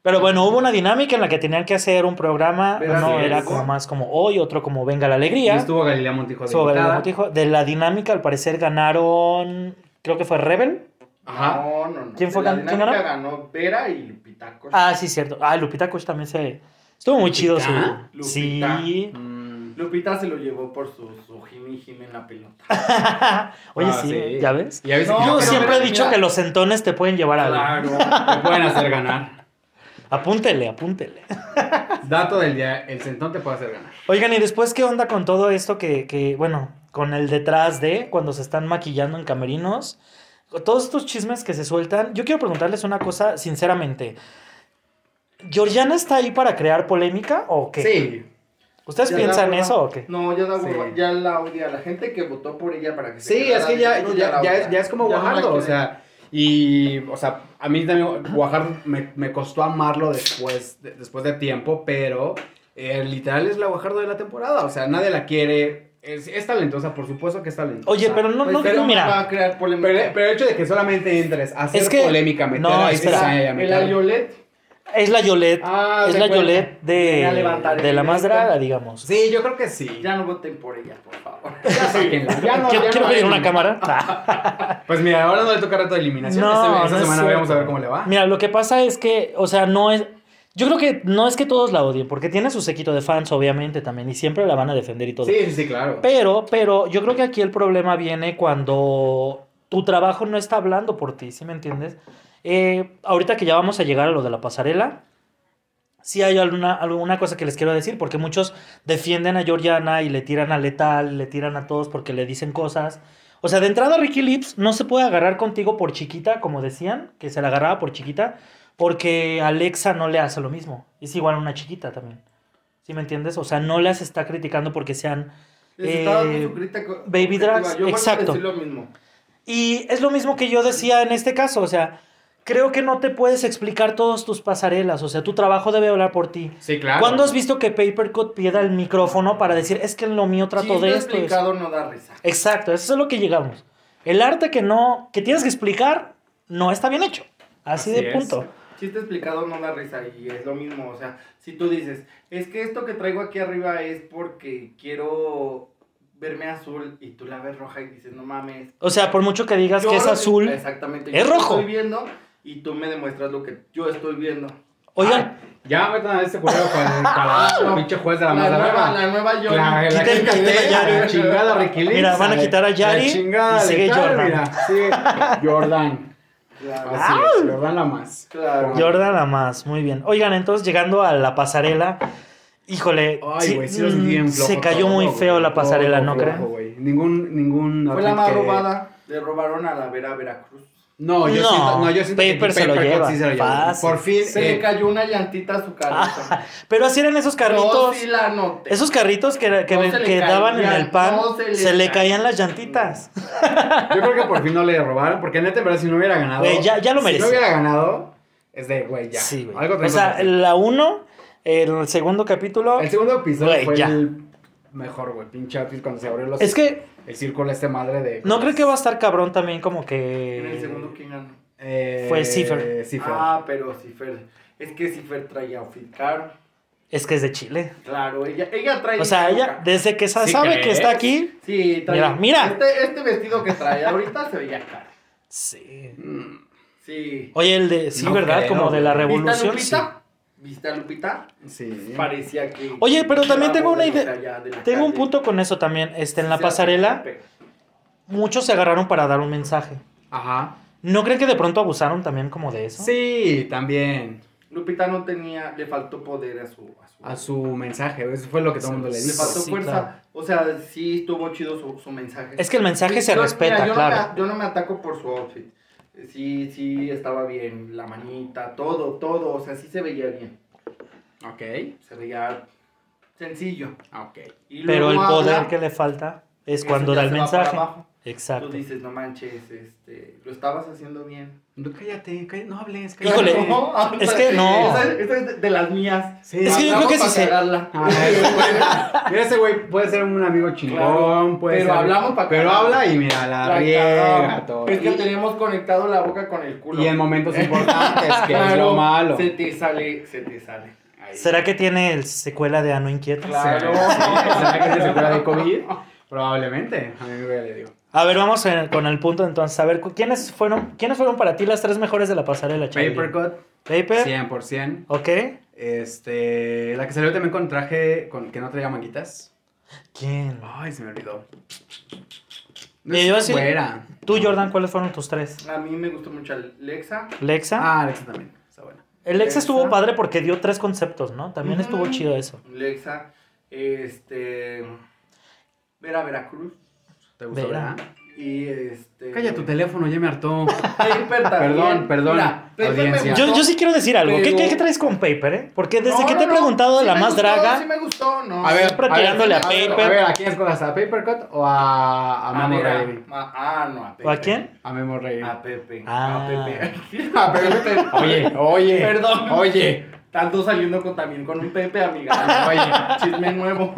Speaker 2: Pero bueno, hubo una dinámica en la que tenían que hacer un programa.
Speaker 4: Verás,
Speaker 2: Uno
Speaker 4: sí,
Speaker 2: era
Speaker 4: sí.
Speaker 2: como más como hoy, otro como Venga la
Speaker 3: Y
Speaker 2: Alegría.
Speaker 3: estuvo Galilea Montijo de
Speaker 2: Sobre el
Speaker 3: invitada.
Speaker 2: motivo de la dinámica, al parecer ganaron. Creo que fue Rebel.
Speaker 3: Ajá.
Speaker 4: No, no, no.
Speaker 2: ¿Quién fue
Speaker 4: la
Speaker 2: gan- quién
Speaker 4: dinámica
Speaker 2: ganó?
Speaker 4: ganó Vera y Lupita Costa.
Speaker 2: Ah, sí, cierto. Ah, Lupita Kush también se. Estuvo muy chido su.
Speaker 3: ¿Lupita?
Speaker 2: Sí.
Speaker 3: Mm.
Speaker 4: Lupita se lo llevó por su, su jimi jimi en la pelota.
Speaker 2: Oye,
Speaker 3: Ah,
Speaker 2: sí,
Speaker 3: sí.
Speaker 2: ¿ya ves?
Speaker 3: Y a veces
Speaker 4: No,
Speaker 3: que
Speaker 2: Yo
Speaker 4: pero
Speaker 2: siempre he
Speaker 4: mira,
Speaker 2: dicho
Speaker 4: mira.
Speaker 2: que los sentones te pueden llevar a. algo.
Speaker 3: te pueden hacer ganar.
Speaker 2: Apúntele, apúntele.
Speaker 3: Dato del día, el sentón te puede hacer ganar.
Speaker 2: Oigan, ¿y después qué onda con todo esto que, que, bueno, con el detrás de cuando se están maquillando en camerinos? Todos estos chismes que se sueltan. Yo quiero preguntarles una cosa, sinceramente. ¿Georgiana está ahí para crear polémica o qué?
Speaker 3: Sí.
Speaker 2: ¿Ustedes
Speaker 4: Ya
Speaker 2: piensan
Speaker 4: da hueva.
Speaker 2: eso o qué?
Speaker 4: No, ya da
Speaker 3: Sí.
Speaker 4: hueva, ya la odia. La gente que votó por ella para que se
Speaker 3: Sí,
Speaker 4: quedara
Speaker 3: es que ya,
Speaker 4: adentro,
Speaker 3: ya,
Speaker 4: la
Speaker 3: ya
Speaker 4: odia.
Speaker 3: es, ya es como
Speaker 4: Ya no la
Speaker 3: Guajardo, o
Speaker 4: quiere.
Speaker 3: sea, y, o sea, a mí también Guajardo me, me costó amarlo después de, después de tiempo, pero eh, literal es la Guajardo de la temporada, o sea, nadie la quiere, es, es talentosa, por supuesto que es talentosa.
Speaker 2: Oye, pero no,
Speaker 4: Pues,
Speaker 2: no,
Speaker 4: pero
Speaker 2: no, mira.
Speaker 4: va a crear polémica.
Speaker 3: Pero, eh, pero el hecho de que solamente entres a hacer
Speaker 2: Es que-
Speaker 3: polémica, meter
Speaker 2: no,
Speaker 3: ahí
Speaker 2: espera,
Speaker 3: cizaña,
Speaker 4: el
Speaker 3: meter-
Speaker 4: Ayolet
Speaker 2: Es la Yolette.
Speaker 3: Ah,
Speaker 2: es
Speaker 3: de
Speaker 2: la
Speaker 3: acuerdo.
Speaker 2: Yolette
Speaker 4: Viene a
Speaker 2: de,
Speaker 4: levantar
Speaker 2: de
Speaker 4: el
Speaker 2: la más
Speaker 4: directo.
Speaker 2: draga, digamos.
Speaker 3: Sí, yo creo que sí.
Speaker 4: Ya no voten por ella, por favor.
Speaker 3: Ya sáquenla, ya no-
Speaker 2: Quiero,
Speaker 3: ya no
Speaker 2: quiero pedir
Speaker 3: hay-
Speaker 2: una cámara. Ah.
Speaker 3: Pues mira, ahora no le toca reto de eliminación.
Speaker 2: No,
Speaker 3: este- esta
Speaker 2: no es
Speaker 3: semana vamos a ver
Speaker 2: cierto.
Speaker 3: cómo le va.
Speaker 2: Mira, lo que pasa es que, o sea, no es. Yo creo que no es que todos la odien, porque tiene su sequito de fans, obviamente, también, y siempre la van a defender y todo.
Speaker 3: Sí, sí, sí, claro.
Speaker 2: Pero, pero, yo creo que aquí el problema viene cuando tu trabajo no está hablando por ti, ¿sí me entiendes? Eh, ahorita que ya vamos a llegar a lo de la pasarela, sí hay alguna, alguna cosa que les quiero decir, porque muchos defienden a Georgiana y le tiran a Letal, le tiran a todos porque le dicen cosas. O sea, de entrada Ricky Lips no se puede agarrar contigo por chiquita, como decían, que se la agarraba por chiquita, porque Alexa no le hace lo mismo. Es igual a una chiquita también. ¿Sí me entiendes? O sea, no las está criticando porque sean...
Speaker 4: Les estaba dando
Speaker 2: eh,
Speaker 4: su crítica-
Speaker 2: Baby
Speaker 4: objetiva.
Speaker 2: Drags,
Speaker 4: Yo vuelvo a
Speaker 2: exacto.
Speaker 4: decir lo mismo.
Speaker 2: Y es lo mismo que yo decía en este caso, o sea, creo que no te puedes explicar todos tus pasarelas, o sea, tu trabajo debe hablar por ti.
Speaker 3: Sí, claro.
Speaker 2: ¿Cuándo has visto que Papercut pierda el micrófono para decir, es que en lo mío trato
Speaker 4: Chiste
Speaker 2: de esto? es-".
Speaker 4: explicado no da risa.
Speaker 2: Exacto, eso es a lo que llegamos. El arte que no, que tienes que explicar, no está bien hecho. Así,
Speaker 3: Así
Speaker 2: de
Speaker 3: es.
Speaker 2: punto.
Speaker 4: Chiste explicado no da risa y es lo mismo. O sea, si tú dices, es que esto que traigo aquí arriba es porque quiero verme azul y tú la ves roja y dices, no mames.
Speaker 2: O sea, por mucho que digas
Speaker 4: yo
Speaker 2: que es
Speaker 4: lo-
Speaker 2: azul,
Speaker 4: Exactamente.
Speaker 2: es
Speaker 4: yo lo
Speaker 2: rojo.
Speaker 4: Estoy viendo y tú me demuestras lo que yo estoy viendo.
Speaker 2: oigan,
Speaker 3: Ya metan a este juego
Speaker 2: *laughs*
Speaker 3: para el calabazo, pinche juez de la
Speaker 4: la,
Speaker 3: masa
Speaker 4: nueva,
Speaker 3: brava.
Speaker 4: la nueva yo.
Speaker 3: La, la,
Speaker 2: Quiten-
Speaker 3: gente
Speaker 2: quiten a
Speaker 3: de-
Speaker 2: Yari.
Speaker 3: la chingada Ricky Lee,
Speaker 2: Mira, van a
Speaker 3: la-
Speaker 2: quitar a Yari
Speaker 3: La chingada
Speaker 2: y
Speaker 3: de
Speaker 2: sigue
Speaker 3: tal,
Speaker 2: Jordan.
Speaker 3: Mira, sigue Jordan.
Speaker 4: Claro.
Speaker 3: Así es, Jordan la más.
Speaker 4: Claro.
Speaker 2: Jordan la más, muy bien. Oigan, entonces llegando a la pasarela, híjole,
Speaker 3: Ay, güey, sí lo
Speaker 2: mm,
Speaker 3: sentí bien flojo
Speaker 2: se cayó
Speaker 3: todo,
Speaker 2: muy
Speaker 3: güey.
Speaker 2: feo la pasarela,
Speaker 3: Todo
Speaker 2: ¿no
Speaker 3: flojo,
Speaker 2: creen?
Speaker 3: güey. Ningún, ningún.
Speaker 4: Fue la más
Speaker 3: que-
Speaker 4: robada. Le robaron a la Vera Veracruz.
Speaker 3: No, yo
Speaker 2: No,
Speaker 3: siento, no, yo siento que
Speaker 2: Paper se lo
Speaker 3: Papercut
Speaker 2: lleva,
Speaker 3: sí se lo lleva.
Speaker 2: fácil.
Speaker 3: Por fin,
Speaker 4: Se le
Speaker 3: eh,
Speaker 4: cayó una llantita a su carrito.
Speaker 2: *laughs* Pero así eran esos
Speaker 4: Yo
Speaker 2: carritos.
Speaker 4: sí la noté.
Speaker 2: Ah, Esos carritos que, que,
Speaker 4: No se le
Speaker 2: que daban en
Speaker 4: caían,
Speaker 2: el pan,
Speaker 4: no
Speaker 2: se,
Speaker 4: se le
Speaker 2: le
Speaker 4: caían.
Speaker 2: caían las llantitas.
Speaker 3: yo creo que por fin no le robaron, porque neta, en verdad, si no hubiera ganado.
Speaker 2: Güey, ya- ya lo
Speaker 3: Si
Speaker 2: merecía.
Speaker 3: no hubiera ganado, es de, güey, ya.
Speaker 2: Sí, güey.
Speaker 3: Algo
Speaker 2: O
Speaker 3: tenemos que
Speaker 2: sea,
Speaker 3: hacer.
Speaker 2: la 1, el segundo capítulo.
Speaker 3: El segundo episodio
Speaker 2: Güey,
Speaker 3: fue
Speaker 2: ya.
Speaker 3: el mejor, güey. Pinche outfit cuando se abrió los,
Speaker 2: Es que,
Speaker 3: el círculo este madre de.
Speaker 2: ¿no creo que va a estar cabrón también como
Speaker 4: En el segundo,
Speaker 2: que...
Speaker 4: ¿quién ganó?
Speaker 3: Eh,
Speaker 2: Fue Cipher.
Speaker 3: Cipher.
Speaker 4: Ah, pero Cifer. Es que Cifer traía outfit caro.
Speaker 2: Es que es de Chile.
Speaker 4: Claro, ella, ella trae.
Speaker 2: O sea, ella,
Speaker 4: peluca.
Speaker 2: desde que sa-
Speaker 3: ¿Sí
Speaker 2: sabe que
Speaker 3: crees?
Speaker 2: está aquí...
Speaker 4: Sí, trae.
Speaker 2: Mira, mira.
Speaker 4: Este, este vestido que trae ahorita se veía caro.
Speaker 2: Sí.
Speaker 3: Mm,
Speaker 4: Sí.
Speaker 2: Oye, el de... Sí,
Speaker 3: No
Speaker 2: ¿verdad?
Speaker 3: creo,
Speaker 2: como de la
Speaker 3: güey.
Speaker 4: ¿Viste a
Speaker 2: revolución. sí.
Speaker 4: Lupita? ¿Viste a Lupita?
Speaker 3: sí.
Speaker 4: Parecía que.
Speaker 2: Oye, pero también tengo una
Speaker 4: de los
Speaker 2: idea-
Speaker 4: de allá, de la
Speaker 2: Tengo un
Speaker 4: calle.
Speaker 2: punto con eso también. Este, en la
Speaker 4: Sí,
Speaker 2: pasarela,
Speaker 4: se hace
Speaker 2: muchos se agarraron para dar un mensaje.
Speaker 3: Ajá.
Speaker 2: ¿No creen que de pronto abusaron también como de eso?
Speaker 3: Sí, también.
Speaker 4: Lupita no tenía, le faltó poder a su. A su,
Speaker 3: A su mensaje, eso fue lo que todo el mundo le
Speaker 4: le
Speaker 3: dijo.
Speaker 4: faltó
Speaker 2: Sí,
Speaker 4: fuerza.
Speaker 2: claro.
Speaker 4: O sea, sí estuvo chido su, su mensaje.
Speaker 2: Es que el mensaje se
Speaker 4: Yo-
Speaker 2: respeta,
Speaker 4: mira, yo
Speaker 2: claro.
Speaker 4: No me, yo no me ataco por su outfit. Sí, sí, estaba bien. La manita, todo, todo. O sea, sí se veía bien.
Speaker 3: Ok, ah,
Speaker 4: Se veía sencillo.
Speaker 3: ok.
Speaker 4: Y
Speaker 2: Pero
Speaker 4: luego
Speaker 2: el poder
Speaker 4: habla,
Speaker 2: que le falta es
Speaker 4: eso
Speaker 2: cuando
Speaker 4: ya
Speaker 2: da el
Speaker 4: se va
Speaker 2: mensaje.
Speaker 4: para abajo.
Speaker 2: Exacto.
Speaker 4: Tú dices, no manches, este, lo estabas haciendo bien.
Speaker 3: No, cállate, cállate, no hables.
Speaker 2: Híjole,
Speaker 3: cállate.
Speaker 4: *laughs* No, habla-
Speaker 2: es que no.
Speaker 4: Esa, esa es de- de las mías.
Speaker 3: Sí. Es
Speaker 2: que yo creo que si
Speaker 4: Hablamos pa'
Speaker 2: se-
Speaker 4: cagarla.
Speaker 3: Ah, ese güey- mira, ese güey puede ser un amigo chingón,
Speaker 4: Claro,
Speaker 3: puede
Speaker 4: pero
Speaker 3: ser-
Speaker 4: hablamos pa'
Speaker 3: Pero
Speaker 4: cagar.
Speaker 3: habla y mira,
Speaker 2: Ah,
Speaker 3: la,
Speaker 4: La
Speaker 3: riega
Speaker 4: cagamos.
Speaker 3: todo.
Speaker 4: Es que
Speaker 3: Y-
Speaker 4: tenemos conectado la boca con el culo.
Speaker 3: Y en
Speaker 4: *laughs*
Speaker 3: momentos importantes, que es
Speaker 4: Claro,
Speaker 3: lo malo.
Speaker 4: Se te sale, se te sale. Ahí.
Speaker 2: ¿Será que tiene el secuela de Ano Inquieto?
Speaker 4: Claro.
Speaker 3: ¿Será que se cura de COVID? Probablemente, a mí me le digo.
Speaker 2: A ver, vamos en- con el punto entonces. A ver, cu- ¿quiénes fueron, ¿quiénes fueron para ti las tres mejores de la pasarela, Charlie?
Speaker 3: Papercut,
Speaker 2: Paper.
Speaker 3: 100%.
Speaker 2: Ok.
Speaker 3: Este, la que salió también con traje con, que no traía manguitas.
Speaker 2: ¿Quién?
Speaker 3: Ay, se me olvidó.
Speaker 2: Y yo
Speaker 3: tan
Speaker 2: sí-
Speaker 3: buena.
Speaker 2: Tú, Jordan, ¿cuáles fueron tus tres?
Speaker 4: A mí me gustó mucho Alexa.
Speaker 2: ¿Lexa?
Speaker 3: Ah, Alexa también, está buena.
Speaker 2: el ex
Speaker 4: Lexa.
Speaker 2: estuvo padre porque dio tres conceptos, ¿no? También estuvo
Speaker 4: Ujú.
Speaker 2: chido eso.
Speaker 4: Lexa, este. Vera Veracruz.
Speaker 3: ¿Te gustó,
Speaker 2: Vera.
Speaker 3: verdad?
Speaker 4: Y este.
Speaker 3: Calla tu teléfono, ya me hartó.
Speaker 4: Paper también.
Speaker 3: Perdón, perdón,
Speaker 4: Mira, Paper me
Speaker 3: audiencia.
Speaker 4: gustó.
Speaker 2: Yo, yo sí quiero decir algo. ¿Qué,
Speaker 4: Pero-
Speaker 2: qué, qué traes con Paper, eh? Porque desde
Speaker 4: No,
Speaker 2: que te he
Speaker 4: no, no,
Speaker 2: preguntado de
Speaker 4: sí
Speaker 2: la
Speaker 4: me
Speaker 2: más
Speaker 4: gustó,
Speaker 2: draga,
Speaker 4: Sí me gustó, no.
Speaker 3: A ver,
Speaker 2: Siempre
Speaker 3: a ver,
Speaker 2: tirándole a
Speaker 3: a ver,
Speaker 2: Paper.
Speaker 3: A ver, ¿a quién escojas? ¿A Papercut o a, a
Speaker 4: A
Speaker 3: Memo
Speaker 4: ver, a-
Speaker 3: Raven?
Speaker 4: a- Ah, no, a Pepe.
Speaker 2: ¿o a quién?
Speaker 3: A Memo Raven.
Speaker 4: A Pepe.
Speaker 2: Ah.
Speaker 4: A
Speaker 3: *laughs*
Speaker 4: Pepe.
Speaker 3: A Pepe. Oye, oye.
Speaker 4: *laughs* Perdón.
Speaker 3: Oye.
Speaker 4: *laughs* Tanto saliendo con, también con un Pepe, amiga.
Speaker 3: *laughs* Oye.
Speaker 4: Chisme nuevo.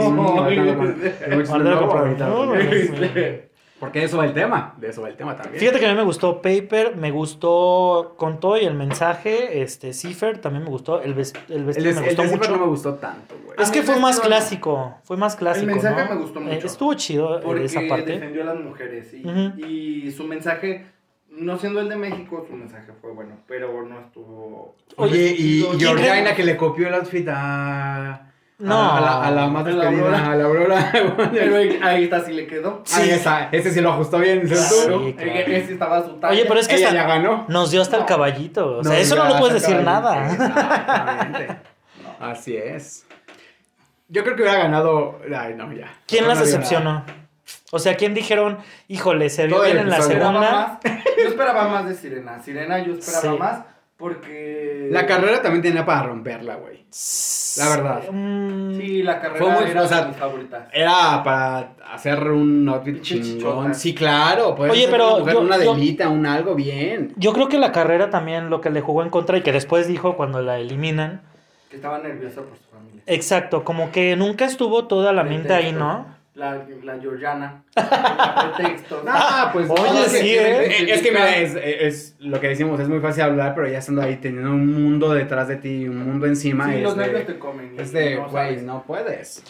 Speaker 2: Guárdalo con
Speaker 3: Porque
Speaker 4: Este,
Speaker 3: Porque de eso va el tema. De eso va el tema también.
Speaker 2: Fíjate que a mí me gustó Paper, me gustó con todo y el mensaje, este, Cipher también me gustó, el, ves- el
Speaker 3: el
Speaker 2: vestido me
Speaker 3: de, el
Speaker 2: gustó
Speaker 3: de Cipher
Speaker 2: mucho.
Speaker 3: no me gustó tanto, güey.
Speaker 2: Es
Speaker 4: A
Speaker 2: que
Speaker 4: mí
Speaker 2: fue
Speaker 4: me
Speaker 2: más
Speaker 4: gustó-
Speaker 2: clásico, fue más clásico.
Speaker 4: mensaje
Speaker 2: ¿no?
Speaker 4: me gustó
Speaker 2: Eh,
Speaker 4: mucho.
Speaker 2: Estuvo chido eh,
Speaker 4: Porque
Speaker 2: esa parte.
Speaker 4: defendió a las mujeres. Y,
Speaker 2: Ujú.
Speaker 4: y su mensaje, no siendo el de México, su mensaje fue bueno. Pero
Speaker 3: *laughs*
Speaker 4: no estuvo.
Speaker 2: Oye,
Speaker 3: Oye, y
Speaker 4: ¿quién
Speaker 3: y Georgina
Speaker 2: cree?
Speaker 3: que le copió el outfit a.
Speaker 2: No.
Speaker 3: A, la, a la más
Speaker 4: A la Aurora.
Speaker 3: despedida, a la Aurora.
Speaker 4: Pero ahí está, sí le quedó.
Speaker 2: Sí.
Speaker 3: Ahí está. Ese sí lo ajustó bien. ¿sí?
Speaker 2: Claro.
Speaker 4: Eh,
Speaker 2: claro.
Speaker 4: Ese estaba su talla.
Speaker 2: Oye, pero es que
Speaker 3: Ella
Speaker 2: hasta-
Speaker 3: ya ganó.
Speaker 2: nos dio hasta el
Speaker 4: No.
Speaker 2: caballito. O sea,
Speaker 3: No,
Speaker 2: eso no
Speaker 3: ya
Speaker 2: lo puedes
Speaker 3: se
Speaker 2: decir
Speaker 3: acaba de-
Speaker 2: nada.
Speaker 3: Exactamente.
Speaker 4: No.
Speaker 3: Así es. Yo creo que hubiera ganado. Ay, no, ya.
Speaker 2: ¿Quién
Speaker 3: No
Speaker 2: las
Speaker 3: había
Speaker 2: decepcionó? O sea, ¿quién dijeron, híjole, se vio
Speaker 3: Todo el
Speaker 2: bien en la
Speaker 3: episodio.
Speaker 2: segunda?
Speaker 4: Esperaba más- Yo esperaba más de Sirena. Sirena yo esperaba
Speaker 2: Sí.
Speaker 4: más porque.
Speaker 3: nada. La carrera también tenía para romperla, güey. La verdad.
Speaker 2: Mm,
Speaker 4: Sí, la carrera
Speaker 3: Fue muy-
Speaker 4: era
Speaker 3: o sea,
Speaker 4: de mis favoritas.
Speaker 3: Era para hacer un outfit
Speaker 4: Pinche
Speaker 3: chingón.
Speaker 4: chichota.
Speaker 3: Sí, claro. puedes
Speaker 2: Oye,
Speaker 3: hacer
Speaker 2: pero
Speaker 3: una, mujer,
Speaker 2: yo-
Speaker 3: una
Speaker 2: yo-
Speaker 3: delita, un
Speaker 2: *laughs*
Speaker 3: algo bien.
Speaker 2: Yo creo que la carrera también lo que le jugó en contra y que después dijo cuando la eliminan.
Speaker 4: Que estaba nerviosa por su familia.
Speaker 2: Exacto, como que nunca estuvo toda la mente ahí,
Speaker 4: Pretextos.
Speaker 2: ¿no?
Speaker 4: La, la
Speaker 3: *laughs*
Speaker 4: Georgiana. la pretexto.
Speaker 3: Ah, pues
Speaker 2: Oye,
Speaker 3: no, es que-
Speaker 2: sí, ¿eh?
Speaker 3: eh, Es que mira, es, es- lo que decimos, es muy fácil hablar, pero ya estando ahí teniendo un mundo detrás de ti, un mundo encima.
Speaker 4: sí,
Speaker 3: es
Speaker 4: los
Speaker 3: de-
Speaker 4: nervios te comen. y
Speaker 3: es de,
Speaker 4: no
Speaker 3: güey,
Speaker 4: sabes.
Speaker 3: no puedes.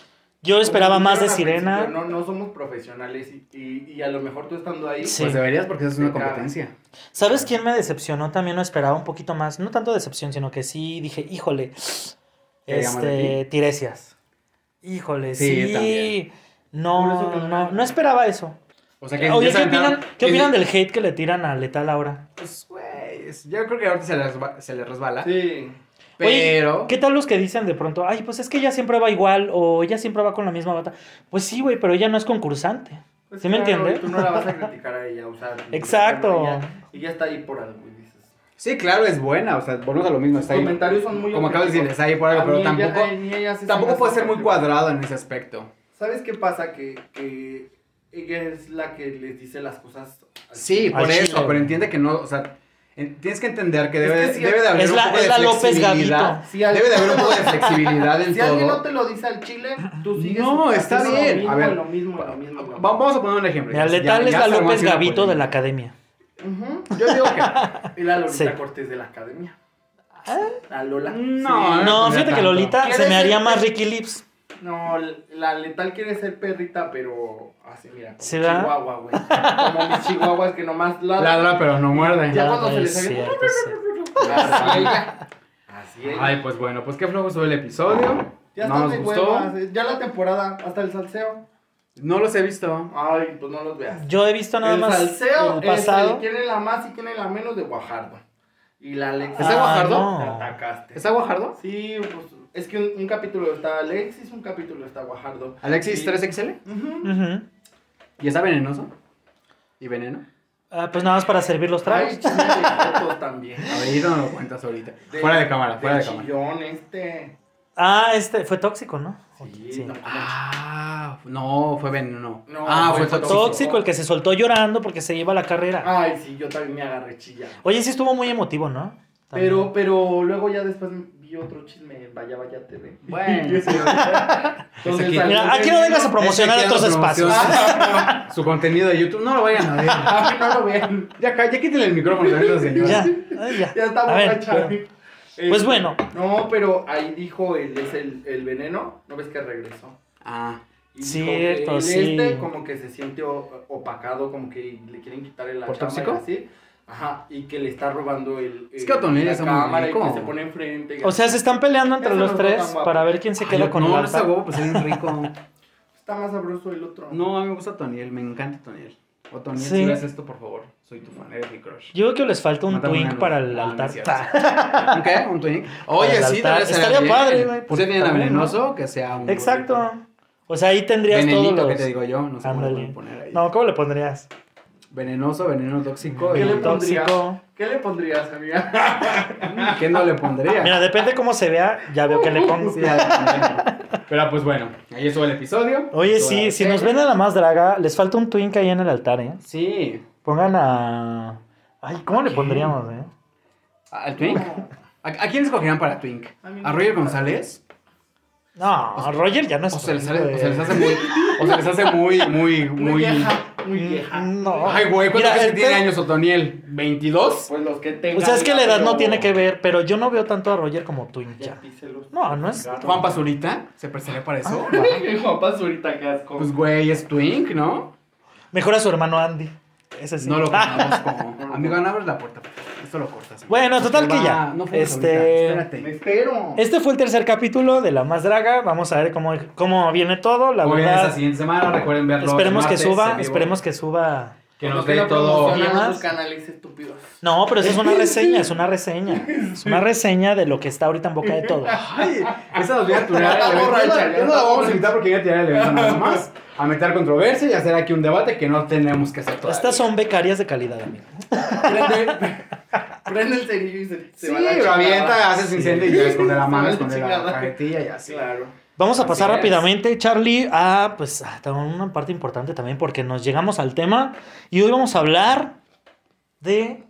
Speaker 2: Yo esperaba
Speaker 4: Como
Speaker 2: más de
Speaker 4: dijeron al
Speaker 2: Sirena.
Speaker 4: principio, No, no somos profesionales y, y, y a lo mejor tú estando ahí.
Speaker 2: Sí.
Speaker 3: Pues deberías porque eso es una
Speaker 4: Te caga.
Speaker 3: competencia.
Speaker 2: ¿Sabes quién me decepcionó? También no esperaba un poquito más. No tanto decepción, sino que sí dije, híjole,
Speaker 3: Quería más de
Speaker 2: este, Tiresias. Híjole,
Speaker 3: Sí,
Speaker 2: sí.
Speaker 3: también.
Speaker 4: Por eso
Speaker 2: No,
Speaker 4: que no-
Speaker 2: no, no esperaba eso.
Speaker 3: O sea
Speaker 2: Oye, ¿qué opinan, ¿qué
Speaker 3: que-
Speaker 2: opinan del hate que le tiran a Letal ahora?
Speaker 3: Pues, güey, es- yo creo que ahorita se le, resba- se le resbala.
Speaker 4: Sí.
Speaker 3: Pero.
Speaker 2: Oye, ¿Qué tal los que dicen de pronto, ay, pues es que ella siempre va igual o ella siempre va con la misma bata? Pues sí, güey, pero ella no es concursante.
Speaker 4: Pues
Speaker 2: ¿Sí me
Speaker 4: claro,
Speaker 2: entiende?
Speaker 4: Tú no la vas a criticar a ella, o
Speaker 2: *laughs*
Speaker 4: sea.
Speaker 2: Exacto.
Speaker 4: ella- Y ya está ahí por algo. y dices.
Speaker 3: Sí, claro, es buena. O sea, volvemos a lo mismo.
Speaker 4: Los
Speaker 3: Está ahí.
Speaker 4: comentarios son muy.
Speaker 3: Como acabas de decir,
Speaker 4: objetivos.
Speaker 3: está ahí por algo,
Speaker 4: A
Speaker 3: pero
Speaker 4: mí ella-
Speaker 3: tampoco.
Speaker 4: a mí ella sí se me
Speaker 3: tampoco
Speaker 4: hace
Speaker 3: puede ser muy
Speaker 4: objetiva.
Speaker 3: cuadrado en ese aspecto.
Speaker 4: ¿Sabes qué pasa? Que, que ella es la que les dice las cosas. al
Speaker 3: Sí, pues,
Speaker 4: chile.
Speaker 3: por
Speaker 2: Al
Speaker 3: eso,
Speaker 2: chile.
Speaker 3: pero entiende que no, o sea, en- tienes que entender que
Speaker 4: Es
Speaker 3: debe,
Speaker 4: que si
Speaker 3: debe
Speaker 4: es-
Speaker 3: de haber
Speaker 2: es
Speaker 3: un
Speaker 2: la-
Speaker 3: poco
Speaker 2: es
Speaker 3: de
Speaker 2: la López
Speaker 3: flexibilidad.
Speaker 2: Gavito.
Speaker 4: Si al-
Speaker 3: Debe de haber un poco de flexibilidad
Speaker 2: *laughs*
Speaker 3: en
Speaker 4: *laughs* Si
Speaker 3: todo.
Speaker 4: alguien no te lo dice al chile, tú sigues
Speaker 3: No, está
Speaker 4: haciendo
Speaker 3: bien.
Speaker 4: Lo mismo,
Speaker 3: A ver,
Speaker 4: lo mismo, lo mismo, lo mismo.
Speaker 3: Va- Vamos a poner un ejemplo.
Speaker 2: Mira,
Speaker 3: Ya-
Speaker 2: Letal
Speaker 3: ya-
Speaker 2: es
Speaker 3: ya
Speaker 2: la
Speaker 3: se armó
Speaker 2: López
Speaker 3: así una
Speaker 2: Gavito de la
Speaker 3: polémica.
Speaker 2: academia.
Speaker 4: Ujú.
Speaker 3: Yo digo que
Speaker 4: *laughs*
Speaker 3: ¿Eh?
Speaker 4: Y la Lolita
Speaker 2: Sí.
Speaker 4: Cortés de la academia. La Lola.
Speaker 3: No,
Speaker 2: No,
Speaker 3: pondría
Speaker 2: fíjate que
Speaker 3: tanto.
Speaker 2: Lolita se
Speaker 4: ¿Quieres
Speaker 2: me haría
Speaker 4: ser-
Speaker 2: más Ricky Lips.
Speaker 4: No, la letal quiere ser perrita, pero así, mira. Como
Speaker 2: ¿Sí, verdad?
Speaker 4: Chihuahua, güey. Como mis chihuahuas que nomás ladran.
Speaker 3: ladra pero no muerde.
Speaker 4: Ya cuando se
Speaker 2: Ay,
Speaker 4: les sale-
Speaker 2: cierto, sí.
Speaker 4: Así ella. Así ella.
Speaker 3: Ay, pues bueno, pues qué flojo estuvo el episodio.
Speaker 4: ya
Speaker 3: no
Speaker 4: están
Speaker 3: nos
Speaker 4: de
Speaker 3: gustó.
Speaker 4: huevas. eh. Ya la temporada, hasta el salseo.
Speaker 3: No los he visto.
Speaker 4: Ay, pues no los veas.
Speaker 2: Yo he visto nada
Speaker 4: el
Speaker 2: más
Speaker 4: salseo
Speaker 2: el pasado.
Speaker 4: es el quién es la más y quién es la menos de Guajardo. Y la Alexis.
Speaker 3: ¿Está Guajardo?
Speaker 4: te
Speaker 2: Ah, no.
Speaker 4: atacaste.
Speaker 3: ¿Está Guajardo?
Speaker 4: Sí, pues es que un, un capítulo está Alexis, un capítulo está Guajardo.
Speaker 3: Alexis
Speaker 4: Y-
Speaker 3: 3XL.
Speaker 4: Ujú.
Speaker 2: Ujú.
Speaker 3: ¿Y está venenoso? ¿Y veneno?
Speaker 2: Ah, pues nada más para servir los
Speaker 4: Trae
Speaker 2: tragos.
Speaker 4: chisme de fotos también.
Speaker 3: A ver, no lo cuentas
Speaker 4: *laughs*
Speaker 3: ahorita. *laughs* fuera de cámara, fuera de cámara.
Speaker 4: chillón este.
Speaker 2: Ah, este fue tóxico, ¿no?
Speaker 4: Sí,
Speaker 2: Sí.
Speaker 4: no, como-
Speaker 3: Ah, no, fue veneno.
Speaker 4: No,
Speaker 3: ah, fue
Speaker 4: fue
Speaker 3: tóxico.
Speaker 2: Tóxico, el que se soltó llorando porque se iba a la carrera.
Speaker 4: Ay, sí, yo también me agarré chilla.
Speaker 2: Oye, sí estuvo muy emotivo, ¿no? También.
Speaker 4: Pero, pero luego ya después vi otro chisme en Vaya Vaya TV. *laughs*
Speaker 3: Bueno, sí.
Speaker 2: *laughs*
Speaker 4: Entonces,
Speaker 3: aquí.
Speaker 4: salió
Speaker 2: Mira, aquí no
Speaker 4: de-
Speaker 2: vengas a promocionar
Speaker 3: Ese que
Speaker 2: otros
Speaker 3: ya lo
Speaker 2: espacios.
Speaker 3: promociona. Su contenido de YouTube no lo vayan a ver.
Speaker 4: *laughs* Ah, no lo vean.
Speaker 3: Ya, ca- ya quítenle el micrófono
Speaker 4: *laughs*
Speaker 3: también a la señora.
Speaker 2: Ya, ay, ya.
Speaker 4: Ya
Speaker 2: A ver,
Speaker 4: está borracha.
Speaker 2: pero-
Speaker 4: Eh,
Speaker 2: Pues bueno.
Speaker 4: No, pero ahí dijo el, es el, el veneno. ¿No ves que regresó?
Speaker 3: Ah,
Speaker 4: Y
Speaker 2: Cierto,
Speaker 4: dijo que
Speaker 2: sí.
Speaker 4: el este como que se siente o- opacado, como que le quieren quitar el
Speaker 3: ¿Por tóxico?
Speaker 4: Así. Ajá, y que le está robando el,
Speaker 3: Es
Speaker 4: el-
Speaker 3: que Otonel
Speaker 4: la
Speaker 3: está muy
Speaker 4: cámara y
Speaker 3: rico.
Speaker 4: que se pone enfrente. y-
Speaker 2: O sea, se están peleando entre
Speaker 4: Ese
Speaker 2: los
Speaker 4: no está
Speaker 2: tres
Speaker 4: tan guapo.
Speaker 2: para ver quién se queda
Speaker 3: Ay,
Speaker 2: con
Speaker 3: no,
Speaker 2: el
Speaker 3: No, está
Speaker 2: altar.
Speaker 3: huevo, pues es bien rico.
Speaker 4: está más sabroso el otro.
Speaker 3: No, a mí me gusta Toniel, me encanta Toniel. O Toniel,
Speaker 2: Sí.
Speaker 3: si ves esto, por favor, soy tu fan, eres mi
Speaker 2: *laughs*
Speaker 3: crush.
Speaker 2: Yo creo que les falta un
Speaker 3: Mátame una
Speaker 2: twink
Speaker 3: luz.
Speaker 2: para el
Speaker 3: Ah, no
Speaker 2: altar.
Speaker 3: es cierto. ¿Un qué? ¿Un Toniel?
Speaker 2: Para el
Speaker 3: Oye, sí,
Speaker 2: altar.
Speaker 3: tal vez será
Speaker 2: Estaría
Speaker 3: bien.
Speaker 2: padre, güey,
Speaker 3: Pues ya tienen a
Speaker 2: también, ¿no?
Speaker 3: venenoso, que sea
Speaker 2: *laughs*
Speaker 3: un.
Speaker 2: Exacto. O sea, ahí tendrías
Speaker 3: Venenito,
Speaker 2: todos
Speaker 3: que
Speaker 2: los...
Speaker 3: te digo yo, no sé cómo le
Speaker 2: Ándale.
Speaker 3: pueden poner ahí.
Speaker 2: No, ¿cómo le pondrías?
Speaker 3: Venenoso, veneno tóxico.
Speaker 4: ¿Qué
Speaker 3: y-
Speaker 4: le
Speaker 3: ¿Qué,
Speaker 4: pondrías?
Speaker 2: Tóxico.
Speaker 4: ¿Qué le
Speaker 2: *laughs*
Speaker 4: pondrías, amiga?
Speaker 3: no le pondría?
Speaker 2: Mira, depende cómo se vea, ya veo que le pongo.
Speaker 3: Sí, ya, bueno. Pero pues bueno, ahí estuvo el episodio.
Speaker 2: Oye,
Speaker 3: Estuvo
Speaker 2: sí,
Speaker 3: la-
Speaker 2: si nos ven a la más draga, les falta un twink ahí en el altar, ¿eh?
Speaker 3: Sí.
Speaker 2: Pongan a... Ay, ¿cómo le pondríamos, eh?
Speaker 3: ¿Al Twink? ¿A, a quién escogerían para Twink?
Speaker 4: A mí
Speaker 3: ¿A
Speaker 4: no.
Speaker 3: Roger González?
Speaker 2: No, Roger ya no
Speaker 3: O
Speaker 2: es...
Speaker 3: se les,
Speaker 2: twink,
Speaker 3: sale- o se les
Speaker 2: güey.
Speaker 3: hace muy. O se les hace muy, muy,
Speaker 4: Muy,
Speaker 3: muy.
Speaker 4: vieja, muy vieja.
Speaker 2: No.
Speaker 3: Ay, güey, ¿cuánto
Speaker 2: Mira,
Speaker 3: crees que
Speaker 2: el
Speaker 3: tiene
Speaker 2: pedo-
Speaker 3: años Otoniel? ¿22?
Speaker 4: Pues los que tengan.
Speaker 2: O sea, es que la edad no
Speaker 4: pero-
Speaker 2: tiene que ver, pero yo no veo tanto a Roger como twink
Speaker 4: Ya
Speaker 2: ya.
Speaker 4: píselos.
Speaker 2: No, no es-
Speaker 4: Claro.
Speaker 3: ¿Juan Pazurita? ¿Se prestaría para eso?
Speaker 2: Ah.
Speaker 4: *laughs* Juan Pazurita, qué
Speaker 3: *laughs*
Speaker 4: asco.
Speaker 3: Pues güey, es Twink, ¿no?
Speaker 2: Mejor a su hermano Andy. Ese sí. *laughs* Ah,
Speaker 3: No lo conozco. Amigo, no abres la puerta. por favor. Esto lo cortas. amigo. Pues,
Speaker 2: Bueno, total
Speaker 3: Va,
Speaker 2: que ya.
Speaker 3: No fuimos
Speaker 2: Este-
Speaker 3: ahorita, Espérate.
Speaker 4: me espero.
Speaker 2: Este fue el tercer capítulo de La Más Draga. Vamos a ver cómo, cómo viene todo, la
Speaker 3: Hoy es Pues, la
Speaker 2: verdad.
Speaker 3: siguiente semana. Recuerden verlo.
Speaker 2: Esperemos que
Speaker 3: martes en
Speaker 2: suba,
Speaker 3: vivo.
Speaker 2: esperemos que suba
Speaker 3: Que nos
Speaker 4: Porque
Speaker 3: dé
Speaker 4: lo
Speaker 3: todo.
Speaker 4: promocionan
Speaker 2: ¿Y
Speaker 4: en
Speaker 2: más?
Speaker 4: sus canales estúpidos.
Speaker 2: No, pero eso es
Speaker 3: *laughs*
Speaker 2: una reseña, es una reseña. Es una reseña de lo que está ahorita en boca de todos.
Speaker 3: Ay, esa nos voy a tirar *laughs*
Speaker 4: Está
Speaker 3: el evento.
Speaker 4: borracha,
Speaker 3: Esa-
Speaker 4: ya
Speaker 3: esa
Speaker 4: está
Speaker 3: la vamos a
Speaker 4: borracha.
Speaker 3: invitar porque ya tirar el *laughs* evento nada más. A meter controversia y hacer aquí un debate que no tenemos que hacer todavía.
Speaker 2: Estas son becarias de calidad, amigo.
Speaker 4: Prende, *laughs* prende el cerillo y se, se
Speaker 3: Sí,
Speaker 4: va la
Speaker 3: lo
Speaker 4: chingada.
Speaker 3: avienta, haces incendio y ya esconde la mano,
Speaker 4: Se va
Speaker 3: esconde la
Speaker 4: chingada.
Speaker 3: cajetilla y así.
Speaker 4: Claro.
Speaker 2: Vamos a pasar
Speaker 3: Así es.
Speaker 2: rápidamente, Charlie, a pues a ta- una parte importante también porque nos llegamos al tema y hoy vamos a hablar de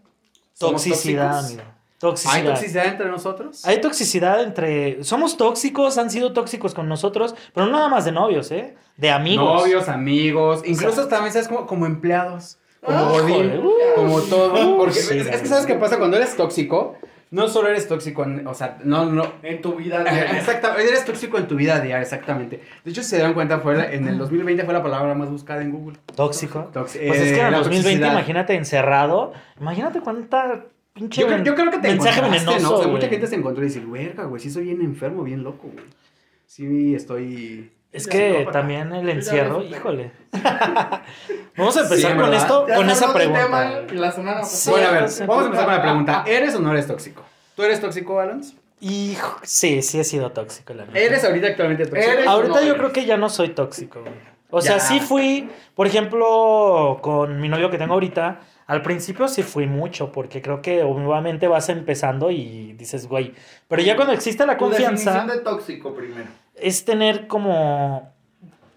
Speaker 3: ¿Somos
Speaker 2: toxicidad,
Speaker 3: tóxicos?
Speaker 2: amigo.
Speaker 3: ¿Hay
Speaker 2: Toxicidad.
Speaker 3: toxicidad entre nosotros?
Speaker 2: Hay toxicidad entre somos tóxicos, han sido tóxicos con nosotros, pero no nada más de novios, ¿eh? De amigos.
Speaker 3: Novios, amigos, incluso también sabes como, como empleados, como
Speaker 4: Ah,
Speaker 3: godín,
Speaker 2: joder, uh,
Speaker 3: como todo. Porque
Speaker 2: sí,
Speaker 3: es, es
Speaker 2: sí.
Speaker 3: que sabes qué pasa cuando eres tóxico, no solo eres tóxico, en- o sea, no,
Speaker 2: *laughs*
Speaker 3: no,
Speaker 4: En tu vida diaria.
Speaker 3: Exactamente, eres tóxico en tu vida diaria, exactamente. De hecho, si se dieron cuenta, fue la- en el 2020 fue la palabra más buscada en Google.
Speaker 2: Tóxico.
Speaker 3: Toxi-
Speaker 2: Pues es
Speaker 3: eh,
Speaker 2: que en el
Speaker 3: la
Speaker 2: 2020,
Speaker 3: toxicidad.
Speaker 2: imagínate encerrado, imagínate cuánta pinche
Speaker 3: Yo, creo- yo creo que te
Speaker 2: mensaje
Speaker 3: encontraste,
Speaker 2: venenoso,
Speaker 3: ¿no? O sea, mucha
Speaker 2: güey.
Speaker 3: gente se encontró y dice, verga, güey, sí soy bien enfermo, bien loco, güey. Sí, estoy...
Speaker 2: Es
Speaker 4: Ya,
Speaker 2: que
Speaker 4: psicópata.
Speaker 2: también el
Speaker 4: Ya
Speaker 2: encierro,
Speaker 3: *laughs*
Speaker 4: ves,
Speaker 2: híjole. Vamos a empezar
Speaker 3: Sí,
Speaker 2: con
Speaker 3: ¿verdad?
Speaker 2: esto,
Speaker 4: Ya
Speaker 2: con
Speaker 4: salió
Speaker 2: esa
Speaker 4: otro
Speaker 2: pregunta.
Speaker 4: tema la semana
Speaker 2: Sí.
Speaker 3: bueno, a ver,
Speaker 2: sí.
Speaker 3: vamos a empezar con la pregunta. ¿Eres o no eres tóxico? ¿Tú eres tóxico, Alonso?
Speaker 2: Hijo, sí, sí he sido tóxico, la neta.
Speaker 3: ¿Eres ahorita actualmente tóxico?
Speaker 4: ¿Eres?
Speaker 2: Ahorita
Speaker 4: o no
Speaker 2: yo
Speaker 4: eres?
Speaker 2: creo que ya no soy tóxico. güey. O
Speaker 3: Ya.
Speaker 2: sea, sí fui, por ejemplo, con mi novio que tengo ahorita, al principio sí fui mucho, porque creo que obviamente vas empezando y dices, güey, pero ya cuando existe la
Speaker 4: Tu
Speaker 2: confianza,
Speaker 4: definición de tóxico primero.
Speaker 2: es tener como...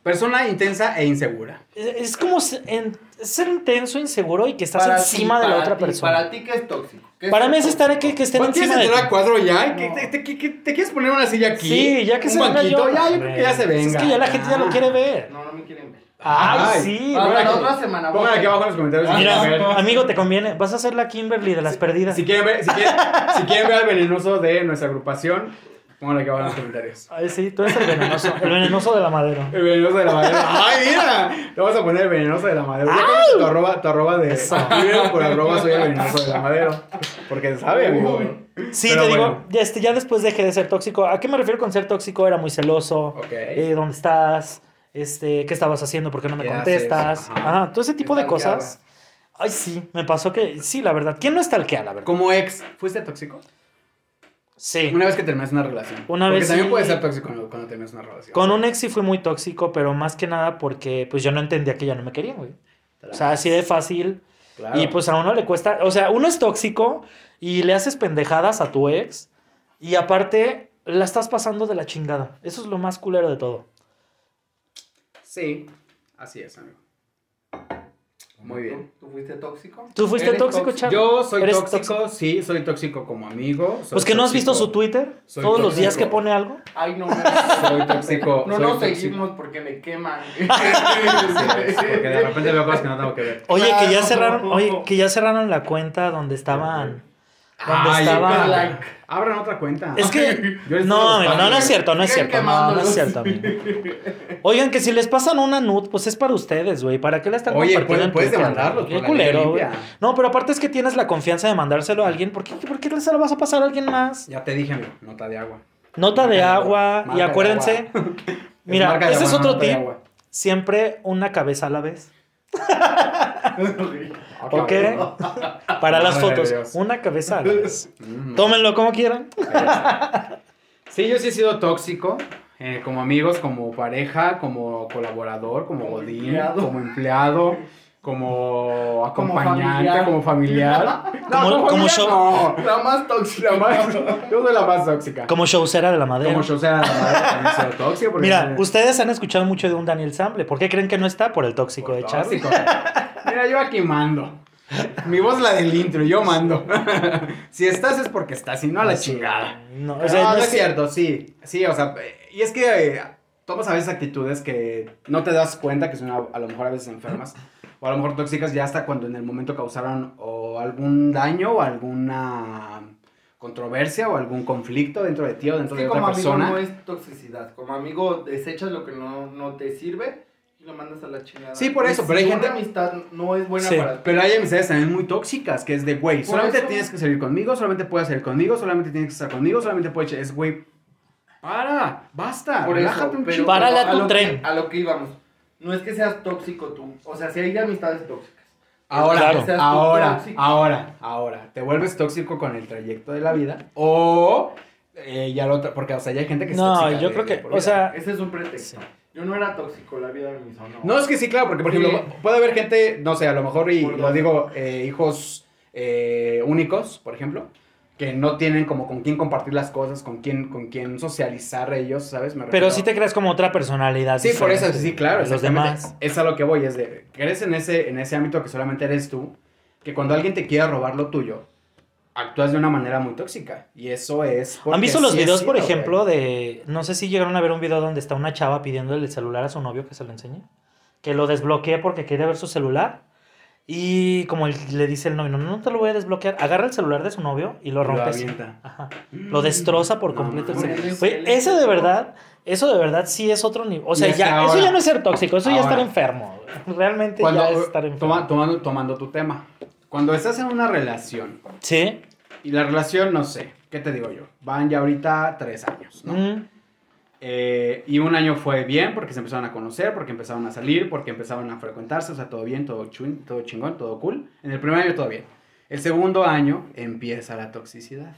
Speaker 3: Persona intensa e insegura.
Speaker 2: Es es como se- en- ser intenso, inseguro y que estás
Speaker 4: Para ti,
Speaker 2: encima de la
Speaker 4: para
Speaker 2: otra
Speaker 4: ti,
Speaker 2: persona.
Speaker 4: Para ti, ¿qué es tóxico? ¿Qué
Speaker 2: Para mí es
Speaker 4: tóxico?
Speaker 2: estar que, que estén
Speaker 3: ¿Por qué
Speaker 2: encima
Speaker 3: se
Speaker 2: de
Speaker 3: te da
Speaker 2: ti.
Speaker 3: cuadro ya? ¿Qué-
Speaker 4: No.
Speaker 3: te, te- qué- te quieres poner una silla aquí?
Speaker 2: Sí, ya que
Speaker 3: ¿Un
Speaker 2: se venga
Speaker 3: banquito?
Speaker 2: yo.
Speaker 3: Ya, yo creo que ya se venga.
Speaker 2: Es que ya la gente ya lo quiere ver.
Speaker 4: No, no me quieren ver.
Speaker 2: Ay,
Speaker 3: *laughs* Ay,
Speaker 2: sí.
Speaker 3: ahora
Speaker 2: güey.
Speaker 4: Hasta la
Speaker 3: que-
Speaker 4: otra semana.
Speaker 3: Ah. Pongan aquí abajo en los comentarios. si
Speaker 4: Ah,
Speaker 3: quieren ver-
Speaker 2: Mira, amigo, te conviene. Vas a ser la Kimberly de las perdidas.
Speaker 3: Si quieren ver, si quieren, si quieren ver al venenoso de nuestra agrupación, pónganlo aquí abajo en los comentarios.
Speaker 2: Ay, sí, tú eres el venenoso. El venenoso de la
Speaker 3: *laughs*
Speaker 2: madera.
Speaker 3: El venenoso de la madera. ¡Ay, mira! Te vas a poner el venenoso de la madera. Ya conoces tu arroba, tu arroba de.
Speaker 2: Eso.
Speaker 3: Primero por arroba soy el venenoso de la madera. Porque se sabe, amigo.
Speaker 4: Uy.
Speaker 2: Sí,
Speaker 3: Pero
Speaker 2: te digo,
Speaker 3: bueno.
Speaker 2: ya, este, ya después dejé de ser tóxico. ¿A qué me refiero con ser tóxico? Era muy celoso.
Speaker 3: Ok.
Speaker 2: Eh, ¿Dónde estás? Este, ¿Qué estabas haciendo? ¿Por qué no me
Speaker 3: ¿Qué
Speaker 2: contestas?
Speaker 3: haces? Ajá.
Speaker 2: Ajá, todo ese tipo de
Speaker 4: Stalkeaba.
Speaker 2: cosas. Ay, sí, me pasó que. Sí, la verdad. ¿Quién no estalquea, la verdad?
Speaker 3: Como ex, ¿fuiste tóxico?
Speaker 2: Sí.
Speaker 3: Una vez que terminas una relación.
Speaker 2: Una
Speaker 3: Porque
Speaker 2: vez
Speaker 3: también
Speaker 2: sí.
Speaker 3: puede ser tóxico cuando, cuando terminas una relación.
Speaker 2: Con un ex sí fui muy tóxico, pero más que nada porque pues yo no entendía que ya no me querían, güey. O sea, así de fácil.
Speaker 3: Claro.
Speaker 2: Y pues a uno le cuesta, o sea, uno es tóxico y le haces pendejadas a tu ex y aparte la estás pasando de la chingada. Eso es lo más culero de todo.
Speaker 3: Sí, así es, amigo. Muy bien.
Speaker 4: ¿Tú, tú fuiste tóxico?
Speaker 2: ¿Tú fuiste
Speaker 4: ¿Eres
Speaker 2: tóxico, Charlie?
Speaker 3: Yo soy
Speaker 2: ¿Eres
Speaker 3: tóxico, sí, soy tóxico como amigo. soy
Speaker 2: Pues que no has
Speaker 3: tóxico-
Speaker 2: visto su Twitter
Speaker 3: Soy
Speaker 2: todos los días que
Speaker 3: tóxico.
Speaker 2: pone algo.
Speaker 4: Ay,
Speaker 2: *laughs*
Speaker 4: no.
Speaker 3: Soy tóxico.
Speaker 4: *laughs* No
Speaker 3: soy
Speaker 4: nos
Speaker 3: tóxico.
Speaker 4: seguimos porque
Speaker 2: *laughs*
Speaker 4: me queman. *laughs*
Speaker 3: Sí, Porque de repente veo cosas que no tengo que ver.
Speaker 2: Oye, que ya
Speaker 4: Claro.
Speaker 2: cerraron, oye, que ya cerraron la cuenta donde estaban. Donde
Speaker 3: Ay,
Speaker 2: estaba.
Speaker 3: like. Abran otra cuenta.
Speaker 2: Es que.
Speaker 3: *laughs* Yo les digo
Speaker 2: No,
Speaker 3: los
Speaker 2: amigo, no, no es
Speaker 3: padres.
Speaker 2: cierto, no es
Speaker 4: Siguen
Speaker 2: cierto. No, no es
Speaker 4: quemándolos.
Speaker 2: cierto, amigo. Oigan, que si les pasan una nud, pues es para ustedes, güey. ¿Para qué la están
Speaker 3: Oye,
Speaker 2: compartiendo?
Speaker 3: puedes,
Speaker 2: en
Speaker 3: puedes
Speaker 2: Twitter?
Speaker 3: demandarlos.
Speaker 2: Qué
Speaker 3: por la
Speaker 2: culero,
Speaker 3: ley
Speaker 2: güey.
Speaker 3: limpia.
Speaker 2: No, pero aparte es que tienes la confianza de mandárselo a alguien. ¿Por qué, por qué se lo vas a pasar a alguien más?
Speaker 3: Ya te dije, amigo, nota de agua.
Speaker 2: Nota de agua.
Speaker 3: Marca
Speaker 2: Y
Speaker 3: de
Speaker 2: acuérdense.
Speaker 3: agua. *laughs*
Speaker 2: Mira,
Speaker 3: marca de
Speaker 2: ese es
Speaker 3: agua, no
Speaker 2: otro
Speaker 3: nota de
Speaker 2: tip.
Speaker 3: agua.
Speaker 2: Siempre una cabeza a la vez.
Speaker 3: Ah,
Speaker 2: ¿Ok?
Speaker 3: cabrón. *laughs*
Speaker 2: Para las
Speaker 3: Madre de
Speaker 2: fotos.
Speaker 3: Dios.
Speaker 2: Una cabeza
Speaker 3: *laughs*
Speaker 2: a la vez.
Speaker 3: Mm.
Speaker 2: Tómenlo como quieran.
Speaker 3: Sí, yo sí he sido tóxico. eh, como amigos, como pareja, como colaborador, como
Speaker 4: Como
Speaker 3: godín,
Speaker 4: empleado.
Speaker 3: como empleado, como
Speaker 4: Como
Speaker 3: acompañante,
Speaker 4: familiar.
Speaker 3: como
Speaker 4: *laughs*
Speaker 3: familiar.
Speaker 2: Como- como
Speaker 3: familiar
Speaker 2: show-
Speaker 3: no.
Speaker 4: La más tóxica.
Speaker 3: La más- *laughs* yo soy la más tóxica.
Speaker 2: Como showcera de la madera.
Speaker 3: Como yo sea la madre, también soy tóxico. porque
Speaker 2: Mira,
Speaker 3: soy-
Speaker 2: ustedes han escuchado mucho de un Daniel Sample. ¿Por qué creen que no está? Por el tóxico de Charlie.
Speaker 3: tóxico. *laughs* Mira, yo aquí mando. Mi voz es la del intro, yo mando. *laughs* si estás es porque estás, si no a la chingada.
Speaker 2: No,
Speaker 3: No,
Speaker 2: Ah, o sea,
Speaker 3: no
Speaker 2: no
Speaker 3: es
Speaker 2: es-
Speaker 3: cierto, sí. Sí, o sea, eh, y es que eh, tomas a veces actitudes que no te das cuenta que son a, a lo mejor a veces enfermas o a lo mejor tóxicas ya hasta cuando en el momento causaron o algún daño o alguna controversia o algún conflicto dentro de ti o
Speaker 4: Es
Speaker 3: dentro
Speaker 4: que
Speaker 3: de
Speaker 4: como
Speaker 3: otra
Speaker 4: amigo
Speaker 3: persona.
Speaker 4: no es toxicidad. Como amigo desechas lo que no, no te sirve y lo mandas a la chingada.
Speaker 3: Sí, por
Speaker 4: Y
Speaker 3: eso,
Speaker 4: si
Speaker 3: pero hay gente-
Speaker 4: Una amistad no es buena
Speaker 2: Sí.
Speaker 4: para ti.
Speaker 3: Pero hay amistades también muy tóxicas, que es de, güey,
Speaker 4: Por
Speaker 3: solamente
Speaker 4: eso-
Speaker 3: tienes que salir conmigo, solamente puedes salir conmigo, solamente tienes que estar conmigo, solamente puedes... Es, güey, para, basta,
Speaker 4: Por eso,
Speaker 3: relájate un
Speaker 4: pero-
Speaker 3: chingo.
Speaker 2: Párale a
Speaker 4: lo
Speaker 2: tu
Speaker 4: que-
Speaker 2: tren.
Speaker 4: a lo que íbamos. No es que seas tóxico tú. O sea, si hay amistades tóxicas.
Speaker 3: Ahora,
Speaker 2: Claro.
Speaker 4: seas tú
Speaker 3: ahora,
Speaker 4: tóxico.
Speaker 3: ahora, ahora. Te vuelves tóxico con el trayecto de la vida o eh, ya lo... tra- Porque, o sea, ya hay gente que es
Speaker 2: No,
Speaker 3: tóxica
Speaker 2: yo
Speaker 3: de-
Speaker 2: creo
Speaker 3: de
Speaker 2: que,
Speaker 3: por
Speaker 2: o
Speaker 3: vida.
Speaker 2: sea,
Speaker 4: Ese es un pretexto.
Speaker 2: Sí.
Speaker 4: Yo no era tóxico, la vida me hizo, no.
Speaker 3: No, es que sí, claro, porque por
Speaker 4: Sí.
Speaker 3: ejemplo, puede haber gente, no sé, a lo mejor, y
Speaker 4: Por
Speaker 3: lo
Speaker 4: dos.
Speaker 3: digo, eh, hijos eh, únicos, por ejemplo, que no tienen como con quién compartir las cosas, con quién, con quién socializar ellos, ¿sabes? Me
Speaker 2: pero
Speaker 3: refiero-
Speaker 2: sí te creas como otra personalidad.
Speaker 3: Sí, por eso,
Speaker 2: diferente
Speaker 3: sí, claro.
Speaker 2: de Los
Speaker 3: exactamente.
Speaker 2: demás.
Speaker 3: Es a lo que voy, es de, crees en ese, en ese ámbito que solamente eres tú, que cuando alguien te quiera robar lo tuyo, actúas de una manera muy tóxica. Y eso es... porque
Speaker 2: ¿Han visto los
Speaker 3: así he
Speaker 2: videos, por
Speaker 3: sido, güey.
Speaker 2: ejemplo, de. No sé si llegaron a ver un video donde está una chava pidiéndole el celular a su novio que se lo enseñe? Que lo desbloquee porque quiere ver su celular. Y como él- le dice el novio, no, no te lo voy a desbloquear. Agarra el celular de su novio y lo
Speaker 3: Lo
Speaker 2: rompe. así.
Speaker 3: avienta.
Speaker 2: Ajá.
Speaker 3: Mm.
Speaker 2: Lo destroza por completo.
Speaker 3: No,
Speaker 2: el
Speaker 4: mames.
Speaker 2: celular. Güey, ese de verdad, eso de verdad sí es otro nivel. O sea,
Speaker 3: Y hasta
Speaker 2: ya, eso
Speaker 3: ahora.
Speaker 2: ya no es ser tóxico, eso ya es estar
Speaker 3: Ahora.
Speaker 2: enfermo. güey. Realmente
Speaker 3: Cuando,
Speaker 2: ya es estar enfermo.
Speaker 3: toma- tomando, tomando tu tema. Cuando estás en una relación
Speaker 2: Sí.
Speaker 3: Y la relación, no sé, ¿qué te digo yo? Van ya ahorita tres años, ¿no?
Speaker 2: Mm.
Speaker 3: Eh, y un año fue bien porque se empezaron a conocer, porque empezaron a salir, porque empezaron a frecuentarse, o sea, todo bien, todo, chun, todo chingón, todo cool. En el primer año todo bien. El segundo año empieza la toxicidad,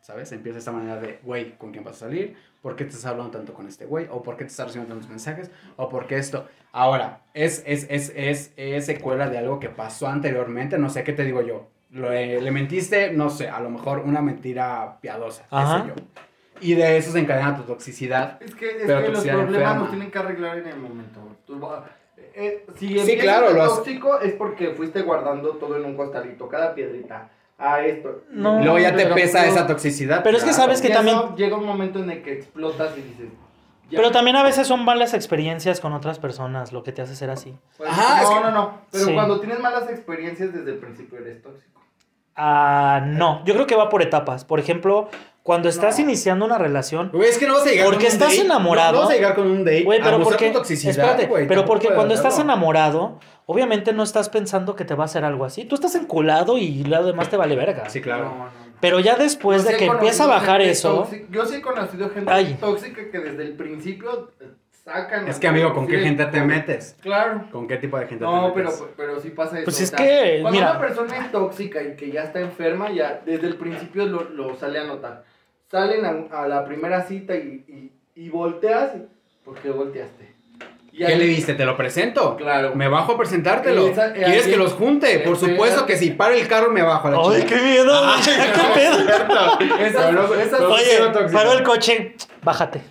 Speaker 3: ¿sabes? Empieza esta manera de, güey, ¿con quién vas a salir? ¿Por qué te estás hablando tanto con este güey? ¿O por qué te estás recibiendo tantos mensajes? ¿O por qué esto? Ahora, es, es, es, es, es secuela de algo que pasó anteriormente, no sé qué te digo yo. Lo- eh, le mentiste, no sé, a lo mejor una mentira piadosa, qué sé
Speaker 2: Ajá.
Speaker 3: yo. Y de eso se encadena tu toxicidad.
Speaker 4: Es que, es
Speaker 3: Pero
Speaker 4: que
Speaker 3: tu
Speaker 4: los
Speaker 3: ansiedad
Speaker 4: problemas
Speaker 3: enferma.
Speaker 4: los tienen que arreglar en el momento. Tú va- eh, si
Speaker 3: Sí,
Speaker 4: empiezas
Speaker 3: claro,
Speaker 4: de
Speaker 3: lo has-
Speaker 4: tóxico es porque fuiste guardando todo en un costalito, cada piedrita. Ah, esto.
Speaker 2: No.
Speaker 3: Luego ya te
Speaker 4: Pero-
Speaker 3: pesa esa toxicidad.
Speaker 2: Pero es que
Speaker 3: claro.
Speaker 2: sabes que
Speaker 4: Ya
Speaker 2: también-
Speaker 4: no, llega un momento en el que explotas y dices. ya.
Speaker 2: Pero también a veces son malas experiencias con otras personas lo que te hace ser así.
Speaker 4: Pues,
Speaker 3: Ajá,
Speaker 4: no,
Speaker 3: es que-
Speaker 4: no, no. Pero
Speaker 2: Sí.
Speaker 4: cuando tienes malas experiencias desde el principio eres tóxico.
Speaker 2: Ah, no. Yo creo que va por etapas. Por ejemplo, cuando estás
Speaker 4: No.
Speaker 2: iniciando una relación.
Speaker 3: Güey, es que no vas a llegar
Speaker 2: Porque
Speaker 3: con un
Speaker 2: estás
Speaker 3: date.
Speaker 2: enamorado.
Speaker 3: No, no vas a llegar con un date.
Speaker 2: Güey,
Speaker 3: a
Speaker 2: pero
Speaker 3: buscar
Speaker 2: porque.
Speaker 3: tu toxicidad,
Speaker 2: espérate,
Speaker 3: güey,
Speaker 2: pero
Speaker 3: tampoco
Speaker 2: porque
Speaker 3: puedes
Speaker 2: cuando estás
Speaker 3: hacerlo.
Speaker 2: enamorado, obviamente no estás pensando que te va a hacer algo así. Tú estás enculado y lo demás te vale verga.
Speaker 3: Sí, claro.
Speaker 4: No, no, no.
Speaker 2: Pero ya después
Speaker 4: Yo sí
Speaker 2: Pues de
Speaker 4: he
Speaker 2: que empieza a
Speaker 4: conocido
Speaker 2: bajar
Speaker 4: gente
Speaker 2: eso.
Speaker 4: tóxica- Yo sí he conocido gente
Speaker 2: Ay.
Speaker 4: tóxica que desde el principio eh, sacan.
Speaker 3: Es que, amigo, ¿con qué
Speaker 4: Sí,
Speaker 3: gente te
Speaker 4: con-
Speaker 3: metes?
Speaker 4: Claro.
Speaker 3: ¿Con qué tipo de gente
Speaker 4: No,
Speaker 3: te
Speaker 4: pero,
Speaker 3: metes?
Speaker 4: pero sí pasa eso.
Speaker 2: Pues
Speaker 4: o
Speaker 2: es
Speaker 4: sea,
Speaker 2: que,
Speaker 4: Cuando
Speaker 2: mira.
Speaker 4: una persona es tóxica y que ya está enferma, ya desde el principio lo, lo sale a notar. Salen a, a la primera cita y, y, y volteas. ¿Por qué volteaste? Y
Speaker 3: ¿Qué
Speaker 4: ahí-
Speaker 3: le diste? ¿Te lo presento?
Speaker 4: Claro.
Speaker 3: Me bajo a presentártelo.
Speaker 4: Y esa- eh,
Speaker 3: ¿Quieres
Speaker 4: ahí-
Speaker 3: que los junte? Por
Speaker 4: Espera.
Speaker 3: supuesto que si para el carro me bajo a la
Speaker 2: ¡Ay,
Speaker 3: chica.
Speaker 2: qué miedo! güey! Ah, ¡Qué pedo!
Speaker 4: *laughs* Esas- esas-
Speaker 3: no, no,
Speaker 2: Oye,
Speaker 3: tóxico.
Speaker 2: paró
Speaker 4: *laughs*
Speaker 2: el coche. Bájate.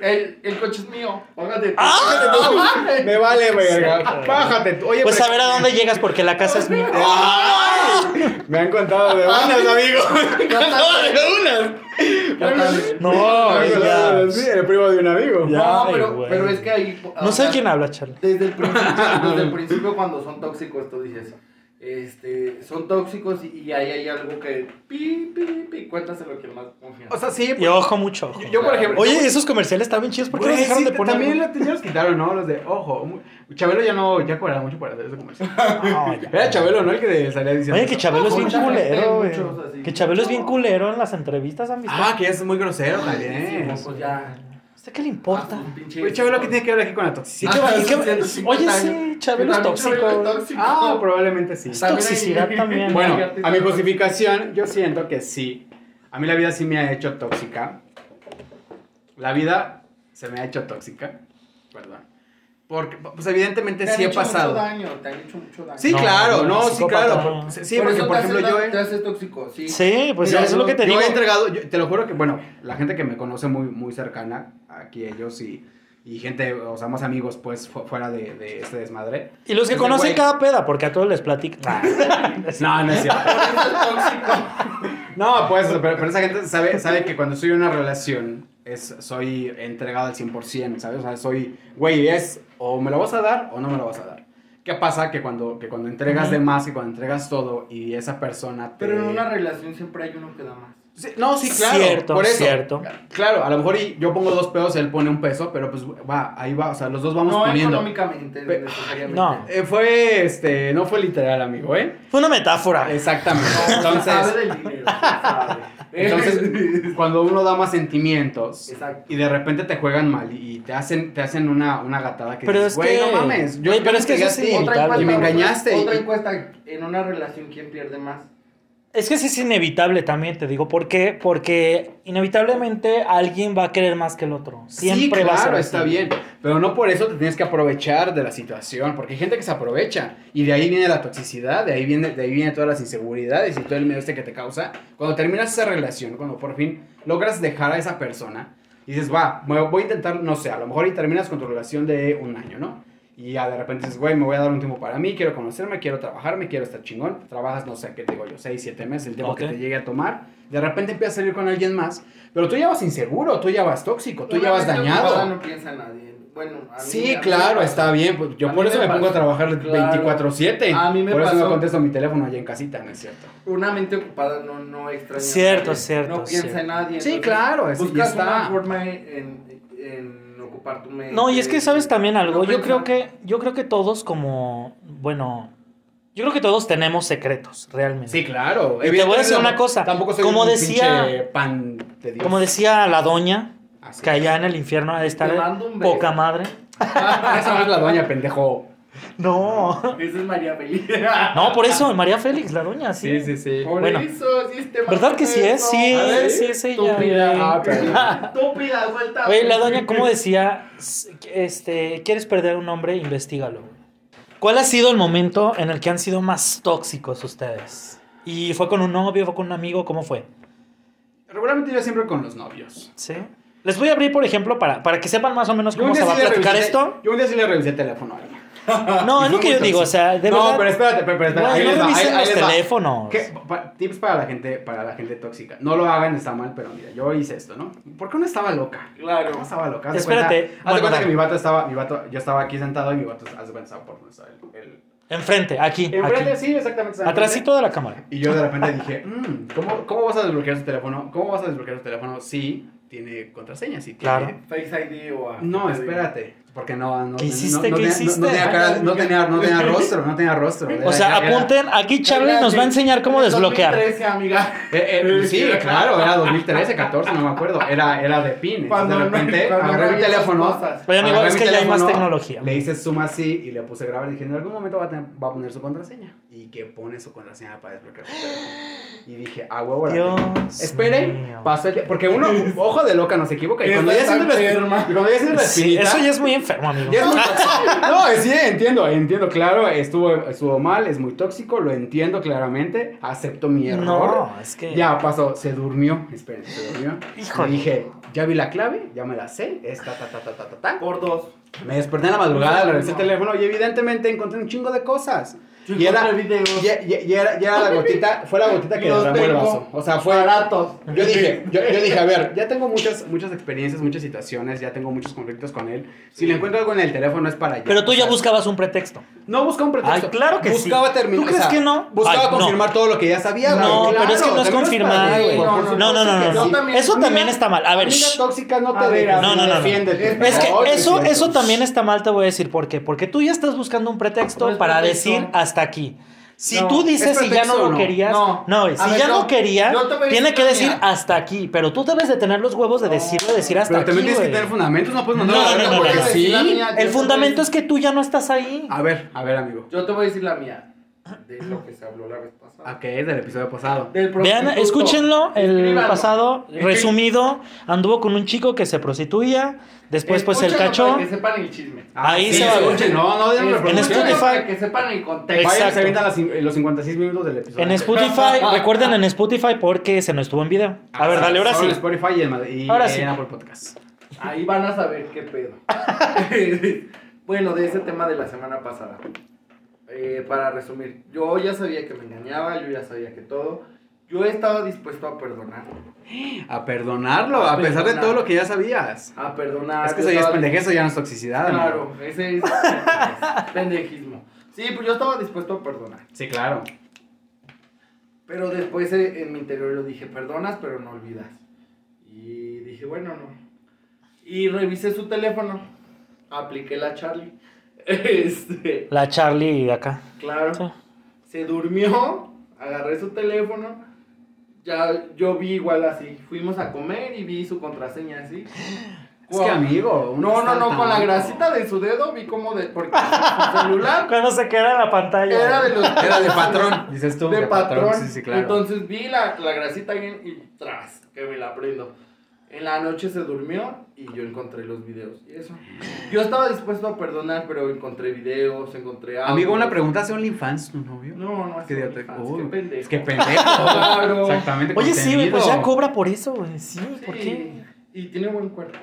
Speaker 4: El, el coche es mío. Póngate.
Speaker 2: ¡Ah!
Speaker 3: Me vale, verga. Bájate. tú. Oye,
Speaker 2: Pues
Speaker 3: pero-
Speaker 2: a ver a dónde llegas porque la casa es mía.
Speaker 3: *laughs* ¡Ay! Me
Speaker 2: *laughs*
Speaker 3: han contado de unas, amigo. Me han contado de unas.
Speaker 2: No,
Speaker 3: Me han
Speaker 2: güey,
Speaker 3: contado
Speaker 2: ya.
Speaker 3: de- Sí, el primo de un amigo.
Speaker 2: Ya.
Speaker 4: No,
Speaker 2: Ay,
Speaker 4: pero,
Speaker 2: güey.
Speaker 4: pero es que ahí.
Speaker 2: No sé
Speaker 4: o sea,
Speaker 2: de quién habla, Charlie.
Speaker 4: Desde el principio,
Speaker 3: *laughs*
Speaker 4: desde el principio cuando son tóxicos, tú dices. Este, son tóxicos y, y ahí hay algo que. Pi, pi, pi. Cuéntaselo que más confía.
Speaker 3: O sea, sí,
Speaker 2: Y ojo, mucho ojo.
Speaker 3: Yo, por ejemplo.
Speaker 2: Oye, esos comerciales estaban chidos. ¿Por qué los
Speaker 3: Güey,
Speaker 2: dejaron
Speaker 3: sí,
Speaker 2: de poner?
Speaker 3: También la- ya los quitaron, ¿no? Los de ojo. mu- Chabelo ya no, ya cobraba mucho por hacer ese
Speaker 2: *laughs*
Speaker 3: comercial.
Speaker 2: No, Ah, ya.
Speaker 3: Era Chabelo, ¿no? El que salía diciendo.
Speaker 2: Oye, que
Speaker 3: eso.
Speaker 2: Chabelo es bien
Speaker 4: Mucha gente,
Speaker 2: culero, güey.
Speaker 4: muchos así.
Speaker 2: Que Chabelo es bien culero en las entrevistas, ¿han visto?
Speaker 3: Ah, que es muy grosero también.
Speaker 4: Pues ya.
Speaker 2: ¿A usted qué le importa?
Speaker 4: Ah, pinche-
Speaker 3: Güey, Chabelo, ¿qué tiene que ver aquí con la
Speaker 2: Sí,
Speaker 3: toxicidad?
Speaker 2: que-
Speaker 4: Ah,
Speaker 2: y que-
Speaker 4: 150
Speaker 2: oye, sí,
Speaker 4: años.
Speaker 2: Chabelo es
Speaker 4: También
Speaker 2: tóxico.
Speaker 4: Chabelo es
Speaker 2: güey.
Speaker 4: tóxico.
Speaker 3: Ah, probablemente sí.
Speaker 2: Es
Speaker 4: También hay- *laughs*
Speaker 2: toxicidad también.
Speaker 3: Bueno,
Speaker 4: Hay
Speaker 3: a mi
Speaker 4: artistas-
Speaker 3: justificación, yo siento que sí. A mí la vida sí me ha hecho tóxica. La vida se me ha hecho tóxica. Perdón. Porque, pues evidentemente
Speaker 4: Te han
Speaker 3: sí he
Speaker 4: hecho
Speaker 3: pasado.
Speaker 4: Mucho daño, te han hecho mucho daño.
Speaker 3: Sí,
Speaker 2: No,
Speaker 3: claro,
Speaker 2: no,
Speaker 3: no, sí,
Speaker 2: psicópata,
Speaker 3: claro.
Speaker 2: no.
Speaker 3: porque- sí,
Speaker 4: Por
Speaker 3: porque,
Speaker 4: eso
Speaker 3: por
Speaker 4: te
Speaker 3: ejemplo,
Speaker 4: haces-
Speaker 3: yo he,
Speaker 4: Te haces tóxico, sí.
Speaker 2: Sí, pues
Speaker 4: Mira,
Speaker 2: eso es lo que te
Speaker 3: yo
Speaker 2: digo.
Speaker 3: he entregado, yo- te lo juro que, bueno, la gente que me conoce muy, muy cercana, aquí ellos y, y gente, o sea, más amigos, pues, fu- fuera de, de este desmadre.
Speaker 2: Y los que
Speaker 3: Ese
Speaker 2: conocen
Speaker 3: güey-
Speaker 2: cada peda, porque a todos les platican.
Speaker 3: No, no es cierto. No, pues, pero, pero esa gente sabe, sabe que cuando estoy en una relación, es, soy entregado al 100%, ¿sabes? O sea, soy, güey, es o me lo vas a dar o no me lo vas a dar. ¿Qué pasa? Que cuando, que cuando entregas de más, que cuando entregas todo y esa persona te...
Speaker 4: Pero en una relación siempre hay uno que da más.
Speaker 3: Sí, no, sí, claro.
Speaker 2: Cierto,
Speaker 3: por eso.
Speaker 2: cierto.
Speaker 3: Claro, a lo mejor y yo pongo dos pesos, él pone un peso, pero pues va, ahí va, o sea, los dos vamos
Speaker 4: no
Speaker 3: poniendo.
Speaker 4: económicamente,
Speaker 3: Pe-
Speaker 4: necesariamente.
Speaker 2: No.
Speaker 3: Eh, fue, este, no fue literal, amigo, ¿eh?
Speaker 2: Fue una metáfora.
Speaker 3: Exactamente.
Speaker 4: sabe
Speaker 3: Entonces,
Speaker 4: del dinero, sabe. *laughs*
Speaker 3: entonces cuando uno da más sentimientos
Speaker 4: Exacto.
Speaker 3: y de repente te juegan mal y te hacen, te hacen una, una gatada que
Speaker 2: Pero
Speaker 3: dices,
Speaker 2: es
Speaker 3: güey,
Speaker 2: que-
Speaker 3: no mames, yo,
Speaker 2: güey,
Speaker 3: yo
Speaker 2: pero
Speaker 3: no
Speaker 2: es que
Speaker 3: te
Speaker 2: eso es
Speaker 3: gasté".
Speaker 2: inevitable.
Speaker 3: y me engañaste.
Speaker 4: Otra
Speaker 3: Y-
Speaker 4: encuesta, en una relación, ¿quién pierde más?
Speaker 2: Es que sí es inevitable también, te digo. ¿Por qué? Porque inevitablemente alguien va a querer más que el otro. Siempre
Speaker 3: sí,
Speaker 2: va a ser
Speaker 3: claro,
Speaker 2: así.
Speaker 3: está bien. Pero no por eso te tienes que aprovechar de la situación, porque hay gente que se aprovecha. Y de ahí viene la toxicidad, de ahí viene, de ahí viene todas las inseguridades y todo el miedo este que te causa. Cuando terminas esa relación, cuando por fin logras dejar a esa persona, y dices, va, me voy a intentar, no sé, a lo mejor y terminas con tu relación de un año, ¿no? Y ya de repente dices, güey, me voy a dar un tiempo para mí, quiero conocerme, quiero trabajarme, quiero estar chingón. Trabajas, no sé, qué te digo yo, 6, 7 meses, el tiempo
Speaker 2: Ok.
Speaker 3: que te llegue a tomar. De repente empiezas a salir con alguien más, pero tú ya vas inseguro, tú ya vas tóxico, tú ya vas
Speaker 4: Una mente ocupada
Speaker 3: dañado.
Speaker 4: No piensa nadie. Bueno, a mí- a mí
Speaker 3: Sí,
Speaker 4: me
Speaker 3: claro,
Speaker 4: pasó.
Speaker 3: está bien. pues, Yo
Speaker 4: A
Speaker 3: por
Speaker 4: mí
Speaker 3: eso
Speaker 4: me
Speaker 3: me pongo a
Speaker 4: pasó.
Speaker 3: trabajar
Speaker 4: Claro.
Speaker 3: 24-7.
Speaker 4: A mí me
Speaker 3: Por eso
Speaker 4: pasó.
Speaker 3: no contesto mi teléfono allá en casita, ¿no es cierto?
Speaker 4: Una mente ocupada no, no extraña. a
Speaker 2: Cierto,
Speaker 4: nadie,
Speaker 2: cierto,
Speaker 4: No piensa
Speaker 2: cierto.
Speaker 4: en nadie.
Speaker 3: Sí,
Speaker 4: entonces,
Speaker 3: claro, es- y
Speaker 4: Buscas
Speaker 3: está-
Speaker 4: una forma en, en ocupar tu mente.
Speaker 2: No, y es que sabes también algo.
Speaker 4: No
Speaker 2: yo creo
Speaker 4: pensar.
Speaker 2: que, yo creo que todos como, bueno, yo creo que todos tenemos secretos, realmente.
Speaker 3: Sí, claro.
Speaker 2: Y te voy a decir una cosa,
Speaker 3: Tampoco soy
Speaker 2: como
Speaker 3: un
Speaker 2: decía-
Speaker 3: pinche pan de Dios.
Speaker 2: Como decía la doña,
Speaker 3: Así.
Speaker 2: que allá en el infierno ha de estar
Speaker 4: Te mando un beso.
Speaker 2: poca madre.
Speaker 3: *laughs* Esa no es la doña, pendejo.
Speaker 2: No.
Speaker 4: Esa es María Feliz. *laughs*
Speaker 2: No, por eso, María Félix, la doña, sí.
Speaker 3: sí.
Speaker 4: Por
Speaker 2: Bueno.
Speaker 4: eso, sí, este
Speaker 2: ¿Verdad que sí es? Sí,
Speaker 4: A ver,
Speaker 2: sí es ella, *laughs*
Speaker 4: Estúpida.
Speaker 2: güey.
Speaker 3: Ah, perdón.
Speaker 4: Estúpida, suelta.
Speaker 2: Güey, la doña, ¿cómo decía? S- Este, ¿quieres perder un hombre? Investígalo. ¿Cuál ha sido el momento en el que han sido más tóxicos ustedes? ¿Y fue con un novio, fue con un amigo? ¿Cómo fue?
Speaker 3: Regularmente yo siempre con los novios.
Speaker 2: ¿Sí? Les voy a abrir, por ejemplo, para, para que sepan más o menos
Speaker 3: Yo un
Speaker 2: cómo
Speaker 3: día
Speaker 2: se va a
Speaker 3: sí le
Speaker 2: platicar
Speaker 3: revisé-
Speaker 2: esto.
Speaker 3: Yo un día sí le revisé el teléfono a alguien.
Speaker 2: No, es
Speaker 3: Y
Speaker 2: lo
Speaker 3: fue
Speaker 2: que
Speaker 3: muy
Speaker 2: yo digo, o
Speaker 3: tóxico.
Speaker 2: sea, de
Speaker 3: no,
Speaker 2: verdad.
Speaker 3: pero espérate, pero, pero espérate.
Speaker 2: Güey,
Speaker 3: ahí
Speaker 2: no
Speaker 3: les va,
Speaker 2: revisen
Speaker 3: ahí- ahí
Speaker 2: los
Speaker 3: les va.
Speaker 2: teléfonos.
Speaker 3: ¿Qué- pa- tips para la gente para la gente tóxica. No lo hagan, está mal, pero mira, yo hice esto, ¿no? ¿Por qué no estaba loca?
Speaker 4: Claro.
Speaker 3: No estaba loca. Haz de
Speaker 2: Espérate,
Speaker 3: cuenta- Haz
Speaker 2: bueno,
Speaker 3: de cuenta
Speaker 2: va.
Speaker 3: que mi vato estaba, mi vato, yo estaba aquí sentado y mi vato, haz de cuenta, estaba por donde estaba el- el-
Speaker 2: Enfrente, aquí,
Speaker 3: Enfrente,
Speaker 2: aquí.
Speaker 3: sí, exactamente. enfrente.
Speaker 2: Atrásito de la cámara.
Speaker 3: Y yo de repente dije, "Mm, ¿cómo, ¿cómo vas a desbloquear su teléfono? ¿Cómo vas a desbloquear su teléfono si tiene contraseña? Si tiene-
Speaker 2: Claro.
Speaker 4: Face ID o a-
Speaker 3: No, espérate. Porque no, no,
Speaker 2: ¿Qué
Speaker 3: no-
Speaker 2: hiciste?
Speaker 3: no
Speaker 2: ¿Qué
Speaker 3: tenía-
Speaker 2: hiciste?
Speaker 3: no tenía cara- no tenía,
Speaker 2: *laughs*
Speaker 3: no tenía rostro, no tenía rostro.
Speaker 2: O
Speaker 3: Era-
Speaker 2: sea,
Speaker 3: era-
Speaker 2: apunten, aquí Charlie nos va a enseñar cómo desbloquear.
Speaker 4: 2013, amiga.
Speaker 3: Eh, eh, sí, claro, era 2013, 14, no me acuerdo. Era, era de pin. Entonces,
Speaker 4: *laughs* Cuando
Speaker 3: de
Speaker 4: no-
Speaker 3: repente
Speaker 4: cuando no
Speaker 3: agarré mi
Speaker 4: había esas
Speaker 3: teléfono.
Speaker 4: cosas.
Speaker 2: Oigan, igual
Speaker 3: agarré
Speaker 2: es
Speaker 3: mi
Speaker 2: que ya hay más
Speaker 3: teléfono,
Speaker 2: tecnología.
Speaker 3: Le hice suma así y le puse grabar. y Dije, en algún momento va a, tener- va a poner su contraseña. Y que pone su contraseña para desbloquear su teléfono. Y dije, ah, huevo, la
Speaker 2: Dios
Speaker 3: tengo. Espere,
Speaker 2: mío.
Speaker 3: pasó el tie- Porque uno, ojo de loca, no se equivoca. Y cuando ya
Speaker 4: Estás
Speaker 3: siente la
Speaker 4: enferma.
Speaker 3: y cuando ya siente la
Speaker 2: Pues Sí,
Speaker 3: espinita,
Speaker 2: eso ya es muy enfermo, amigo.
Speaker 3: ya es muy tóxico. No, sí, entiendo, entiendo, claro, estuvo, estuvo mal, es muy tóxico, lo entiendo claramente, acepto mi error.
Speaker 2: No, es que.
Speaker 3: Ya pasó, se durmió. Esperen, se durmió.
Speaker 2: Híjole.
Speaker 3: Y dije, ya vi la clave, ya me la sé. Es ta, ta, ta, ta, ta, ta, ta.
Speaker 4: Por dos.
Speaker 3: Me desperté en la madrugada, le revisé el teléfono y evidentemente encontré un chingo de cosas. Y era,
Speaker 4: el video.
Speaker 3: y, y- y era, y era la gotita, fue la gotita que
Speaker 4: Los
Speaker 3: derramó el
Speaker 4: tengo
Speaker 3: vaso. O sea, fue.
Speaker 4: baratos.
Speaker 3: Yo dije, yo, yo dije, a ver, ya tengo muchas, muchas experiencias, muchas situaciones, ya tengo muchos conflictos con él. Si le encuentro algo en el teléfono es para allá.
Speaker 2: Pero tú ya
Speaker 3: O sea,
Speaker 2: buscabas un pretexto.
Speaker 3: No busca un pretexto.
Speaker 2: Ay, claro que sí.
Speaker 3: Buscaba terminar.
Speaker 2: ¿Tú crees
Speaker 3: o sea,
Speaker 2: que no?
Speaker 3: Buscaba
Speaker 2: Ay, no.
Speaker 3: confirmar todo lo que ya sabía. güey,
Speaker 2: No, pero es que no es
Speaker 3: también para
Speaker 2: confirmar,
Speaker 3: allá,
Speaker 2: güey.
Speaker 3: por
Speaker 4: No,
Speaker 3: supuesto
Speaker 2: No, no, no,
Speaker 3: que
Speaker 2: no.
Speaker 3: sí.
Speaker 2: no.
Speaker 4: también-
Speaker 2: Eso también
Speaker 4: amiga,
Speaker 2: está mal. A ver,
Speaker 3: Amiga
Speaker 2: shh.
Speaker 3: tóxica no
Speaker 4: A
Speaker 3: te
Speaker 4: ver,
Speaker 3: dejes,
Speaker 4: no,
Speaker 2: no, no, no.
Speaker 3: defiéndete.
Speaker 2: es que
Speaker 3: No, te
Speaker 2: eso,
Speaker 3: defiendes.
Speaker 2: eso también está mal, te voy a decir por qué. Porque tú ya estás buscando un pretexto
Speaker 4: No es
Speaker 2: para
Speaker 4: pretexto.
Speaker 2: decir hasta aquí. Si
Speaker 4: No,
Speaker 2: tú dices
Speaker 3: ¿es
Speaker 2: si ya no
Speaker 3: pretexto o
Speaker 2: lo
Speaker 3: no?
Speaker 2: querías, no,
Speaker 4: No.
Speaker 2: güey,
Speaker 4: A
Speaker 2: si
Speaker 4: ver,
Speaker 2: ya
Speaker 4: no.
Speaker 2: no quería,
Speaker 4: Yo te voy a
Speaker 2: tiene
Speaker 4: decir
Speaker 2: que
Speaker 4: la
Speaker 2: decir
Speaker 4: mía.
Speaker 2: hasta aquí, pero tú debes de tener los huevos de decirlo, decir hasta
Speaker 3: Pero
Speaker 2: aquí.
Speaker 3: también tienes que
Speaker 2: güey.
Speaker 3: tener fundamentos, no puedes mandar
Speaker 2: No,
Speaker 3: a la
Speaker 2: no,
Speaker 3: verga
Speaker 2: no,
Speaker 3: porque
Speaker 2: no, no.
Speaker 3: sí.
Speaker 4: La mía-
Speaker 2: El fundamento es que tú ya no estás ahí.
Speaker 3: A ver, a ver, amigo.
Speaker 4: Yo te voy a decir la mía. De lo que se habló la vez pasada.
Speaker 3: ¿A qué es del episodio pasado?
Speaker 4: Del
Speaker 2: Vean,
Speaker 4: prostituto.
Speaker 2: escúchenlo, el
Speaker 4: Escríbanlo.
Speaker 2: pasado,
Speaker 4: Escri-
Speaker 2: resumido, anduvo con un chico que se prostituía, después pues el
Speaker 4: Escúchenlo
Speaker 2: cacho,
Speaker 4: Para que sepan el chisme.
Speaker 2: Ahí
Speaker 3: Ah, sí,
Speaker 2: se va a ver.
Speaker 3: escuchen, No, no, denme
Speaker 4: Escúchenlo
Speaker 2: Spotify.
Speaker 3: reproducciones.
Speaker 4: Para que sepan el contexto.
Speaker 2: Exacto.
Speaker 3: Vayan, se avientan las cin- los 56 minutos del episodio.
Speaker 2: en Spotify,
Speaker 3: *laughs*
Speaker 2: recuerden en Spotify porque se nos estuvo en video. A ver, dale, ahora
Speaker 3: Ah, Solo
Speaker 2: sí.
Speaker 3: en Spotify y en, Mad- y
Speaker 2: Ahora sí.
Speaker 3: en Apple Podcast.
Speaker 4: Ahí van a saber qué pedo. *laughs* bueno, de ese tema de la semana pasada. Eh, para resumir, yo ya sabía que me engañaba, yo ya sabía que todo. Yo estaba dispuesto a perdonar.
Speaker 3: A perdonarlo,
Speaker 4: A
Speaker 3: a pesar de
Speaker 4: perdonar.
Speaker 3: todo lo que ya sabías.
Speaker 4: A perdonar.
Speaker 3: Es que
Speaker 4: yo
Speaker 3: eso ya es
Speaker 4: estaba
Speaker 3: pendejez, eso ya no es toxicidad. amigo.
Speaker 4: Claro, ese es *laughs* pendejismo. Sí, pues yo estaba dispuesto a perdonar.
Speaker 3: Sí, claro.
Speaker 4: Pero después eh, en mi interior yo dije, perdonas, pero no olvidas. Y dije, bueno, no. Y revisé su teléfono. Apliqué la Charlie. *laughs* Este,
Speaker 2: La Charlie de acá.
Speaker 4: claro.
Speaker 2: Sí.
Speaker 4: Se durmió, agarré su teléfono. Ya yo vi igual así. Fuimos a comer y vi su contraseña así.
Speaker 3: Es que amigo, uno
Speaker 4: No,
Speaker 3: está
Speaker 4: no, no, con la
Speaker 3: tan-
Speaker 4: grasita de su dedo vi como de.
Speaker 3: *laughs*
Speaker 4: Porque su celular
Speaker 2: Cuando se queda en la pantalla.
Speaker 4: era de los.
Speaker 5: Era de patrón.
Speaker 3: Dices tú,
Speaker 4: *laughs* De, patrón.
Speaker 3: Sí, sí, claro.
Speaker 4: Entonces vi la, la grasita bien y tras, que me la prendo. En la noche se durmió y yo encontré los videos. Y eso. Yo estaba dispuesto a perdonar, pero encontré videos, encontré algo.
Speaker 3: Amigo, una pregunta hace OnlyFans, tu novio.
Speaker 4: No, no,
Speaker 3: Qué
Speaker 4: es
Speaker 3: idiota.
Speaker 4: OnlyFans,
Speaker 3: Uy,
Speaker 4: qué pendejo.
Speaker 3: Es que pendejo.
Speaker 4: Claro.
Speaker 3: Exactamente.
Speaker 2: Oye, sí, güey, pues ya
Speaker 3: contenido.
Speaker 2: cobra por eso, güey. Sí, ¿por
Speaker 4: Sí,
Speaker 2: qué?
Speaker 4: Y tiene buen cuerpo.